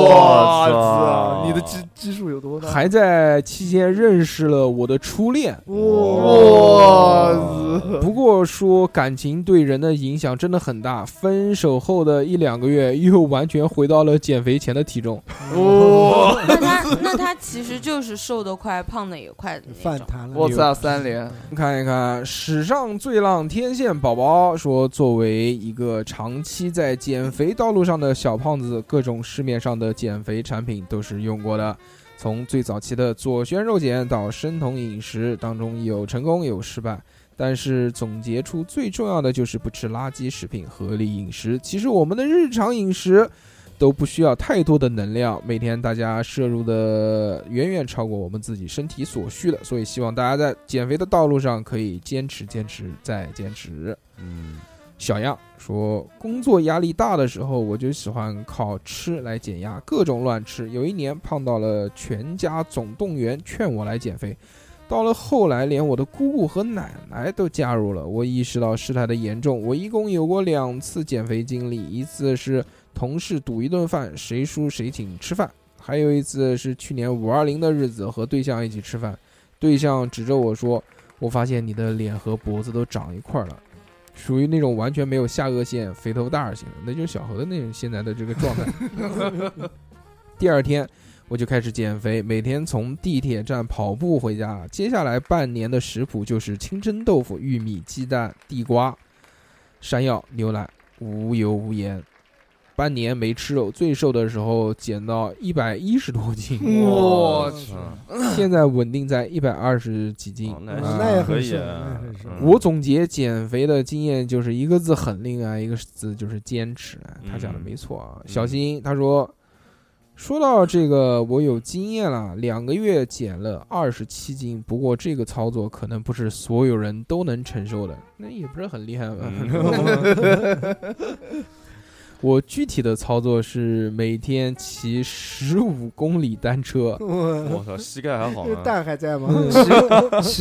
哇
操！
塞
你的基基数有多大？
还在期间认识了我的初恋，
哇塞！
不过说感情对人的影响真的很大。分手后的一两个月，又完全回到了减肥前的体重。
<laughs>
哇！
那他那他其实就是瘦得快，胖得也快的那
反
种。
弹了，
我操，三连！
看一看，史上最浪天线宝宝说，作为一个长期在减肥道路上的小胖子，各种市面上的减肥产品都是用过的。从最早期的左旋肉碱到生酮饮食当中，有成功有失败，但是总结出最重要的就是不吃垃圾食品，合理饮食。其实我们的日常饮食都不需要太多的能量，每天大家摄入的远远超过我们自己身体所需的，所以希望大家在减肥的道路上可以坚持、坚持再坚持。
嗯，
小样说，工作压力大的时候，我就喜欢靠吃来减压，各种乱吃。有一年胖到了全家总动员劝我来减肥，到了后来连我的姑姑和奶奶都加入了。我意识到事态的严重，我一共有过两次减肥经历，一次是同事赌一顿饭，谁输谁请吃饭；还有一次是去年五二零的日子和对象一起吃饭，对象指着我说：“我发现你的脸和脖子都长一块儿了。”属于那种完全没有下颚线、肥头大耳型的，那就是小何的那种现在的这个状态。 <laughs> 第二天我就开始减肥，每天从地铁站跑步回家。接下来半年的食谱就是清蒸豆腐、玉米、鸡蛋、地瓜、山药、牛奶，无油无盐。半年没吃肉，最瘦的时候减到一百一十多斤，
我
去，
现在稳定在一百二十几斤
哦。
啊
那也
可以
很瘦
啊
那也很瘦，
嗯
我总结减肥的经验就是一个字狠令啊，一个字就是坚持啊。他讲的没错啊。
嗯
小新他说，说到这个我有经验了，两个月减了二十七斤，不过这个操作可能不是所有人都能承受的，那也不是很厉害吧？
嗯
<laughs> 我具体的操作是每天骑十五公里单车，
<laughs> 我
我操，膝盖还好啊
<laughs>
这
吗？
蛋还在吗？ <laughs>
<laughs>
嗯
骑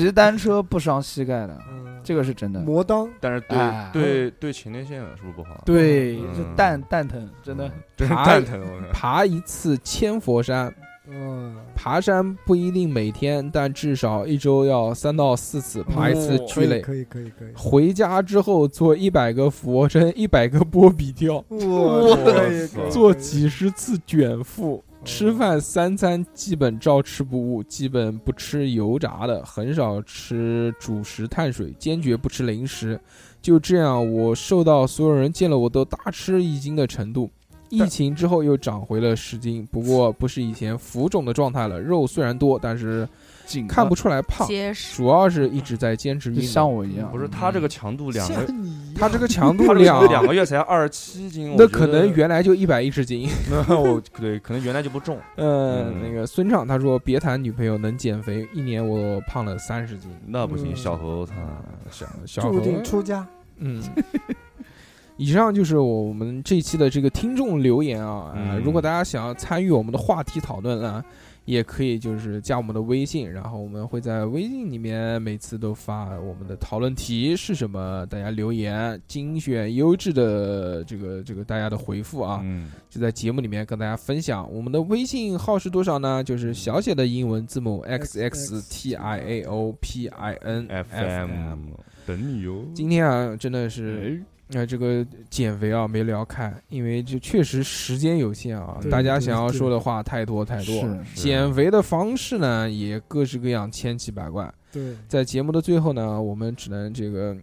骑单车不伤膝盖的，这个是真
嗯
的。
磨裆，
但是
哎
对对对前列腺是不是不好？
对
嗯
这蛋蛋疼，真的。
真是蛋疼，我靠！
爬一次千佛山。
嗯，
爬山不一定每天，但至少一周要三到四次爬一次
哦
巨累。
嗯可以可以可以，
回家之后做一百个俯卧撑， <laughs> 一百个波比跳，
哦我可以
哇
可以
做几十次卷腹。吃
哦
饭三餐基本照吃不误，基本不吃油炸的，很少吃主食碳水，坚决不吃零食。就这样，我瘦到所有人见了我都大吃一惊的程度。疫情之后又长回了十斤，不过不是以前浮肿的状态了。肉虽然多，但是
紧
看不
出
出来胖，
结实。
主要是一直在坚持运
像
动。
我一样
不，是他这个强度两 <laughs> 个，
他这个强度
他这个强
量
度，两个月才二十七斤，我
那
觉
可
得
能原来就一百一十斤。
<laughs> 那我对可能原来就不重，
呃，
嗯
<laughs> 那个孙畅他说，别谈女朋友能减肥，一年我胖了三十斤。
那不行，
嗯
小猴他
小小
注
何，
定出家，
嗯。 <laughs> 以上就是我们这期的这个听众留言啊，呃
嗯
如果大家想要参与我们的话题讨论啊，也可以就是加我们的微信，然后我们会在微信里面每次都发我们的讨论题是什么，大家留言精选优质的这个这个大家的回复啊，
嗯，
就在节目里面跟大家分享。我们的微信号是多少呢？就是小写的英文字母 x x t i a o p i n
FM 等你哟。哎
今天啊，真的是，呃，这个减肥啊没聊开，因为这确实时间有限啊，
对
大家
对
想要
对
说的话太多太多了。
是
减肥的方式呢，也各式各样，千奇百怪。
对，
在节目的最后呢，我们只能这个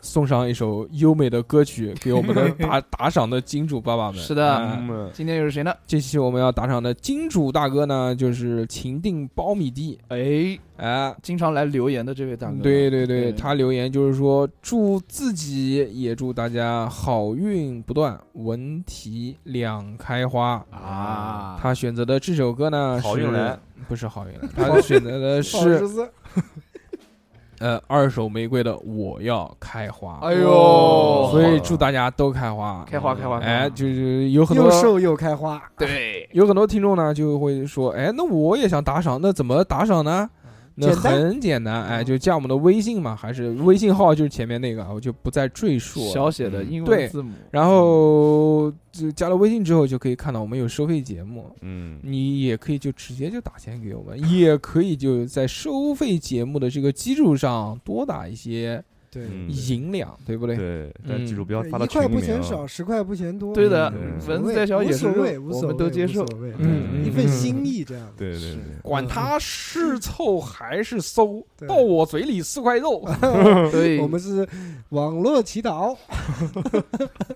送上一首优美的歌曲给我们
<laughs>
的打打赏的金主爸爸们。
是的
啊
嗯
今天又是谁呢？
这期我们要打赏的金主大哥呢，就是秦定苞米地。
哎，
哎，
经常来留言的这位大哥，
对对对，
对嗯
他留言就是说，祝自己也祝大家好运不断，文体两开花。
啊，
他选择的这首歌呢，
好运
是
来，
不是好运来，他选择的
好日
是
子，
呃二手玫瑰的《我要开花》，
哎呦，
哦所以祝大家都开花。
开花开花，开花
哎，就是有很
又
多
瘦又开花，
对，
有很多听众呢就会说，哎，那我也想打赏，那怎么打赏呢？那
嗯简单嗯
很简单，哎，就加我们的微信嘛，还是微信号就是前面那个，我就不再赘述了。
小写的英
对
文字母，
然后就加了微信之后，就可以看到我们有收费节目，
嗯，
你也可以就直接就打钱给我
<laughs>
们，也可以就在收费节目的这个基础上多打一些
对，
嗯
银两，对不对？
对，但记住不要发到
一
群
块
里
不
面
嫌
啊
少，。十块不嫌多，
对的
嗯，
蚊子再小也
无
是
所谓，
肉，
无
我
所谓，
们都接受
无。所谓
嗯嗯
一份心意这样的。
对对对，
管他是臭还是馊，
对
到我嘴里是块肉。
<laughs> 对，
我们是网络祈祷，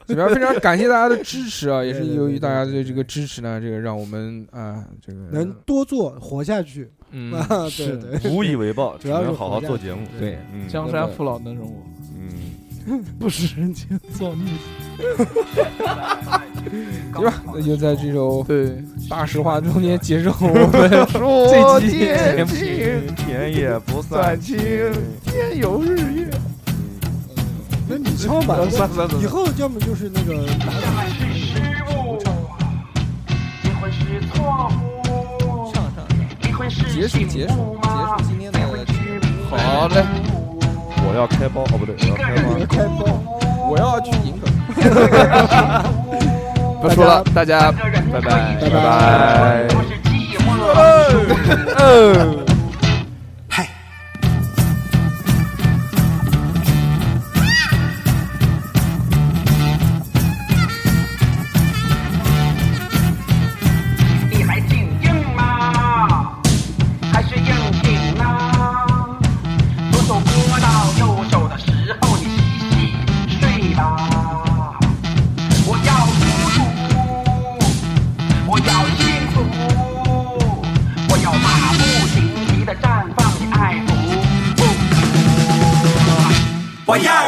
主要非常感谢大家的支持
<laughs>
啊，也是
对对
由于
对
大家
对
的
对
这个支持呢，这个让我们啊，这个
能
嗯
多做活下去。
嗯
啊
是
对
的
对，
<laughs> 无以为报，只
主要是
能好好
活下
做
去
节目。
对，
嗯，
江山父老能容我，
嗯，
不食人间造孽。
行吧， <laughs> 那就在这首
对，
大实话中间结束我们
哦
这期节目。
田野不算
短情天有日月。
<laughs> 那你
<laughs>
唱吧，
算了算了算了
以后要么就是那个
结束结束结束今天的
好嘞，
<laughs> 我要开包哦，不对，我要开 <laughs> 包。
开包。
我要去银河。 <laughs>
不说了，大家拜拜。
拜
拜。
你还挺硬吗？还是硬挺呢？左手拨到右手的时候，你洗洗睡吧。我要我要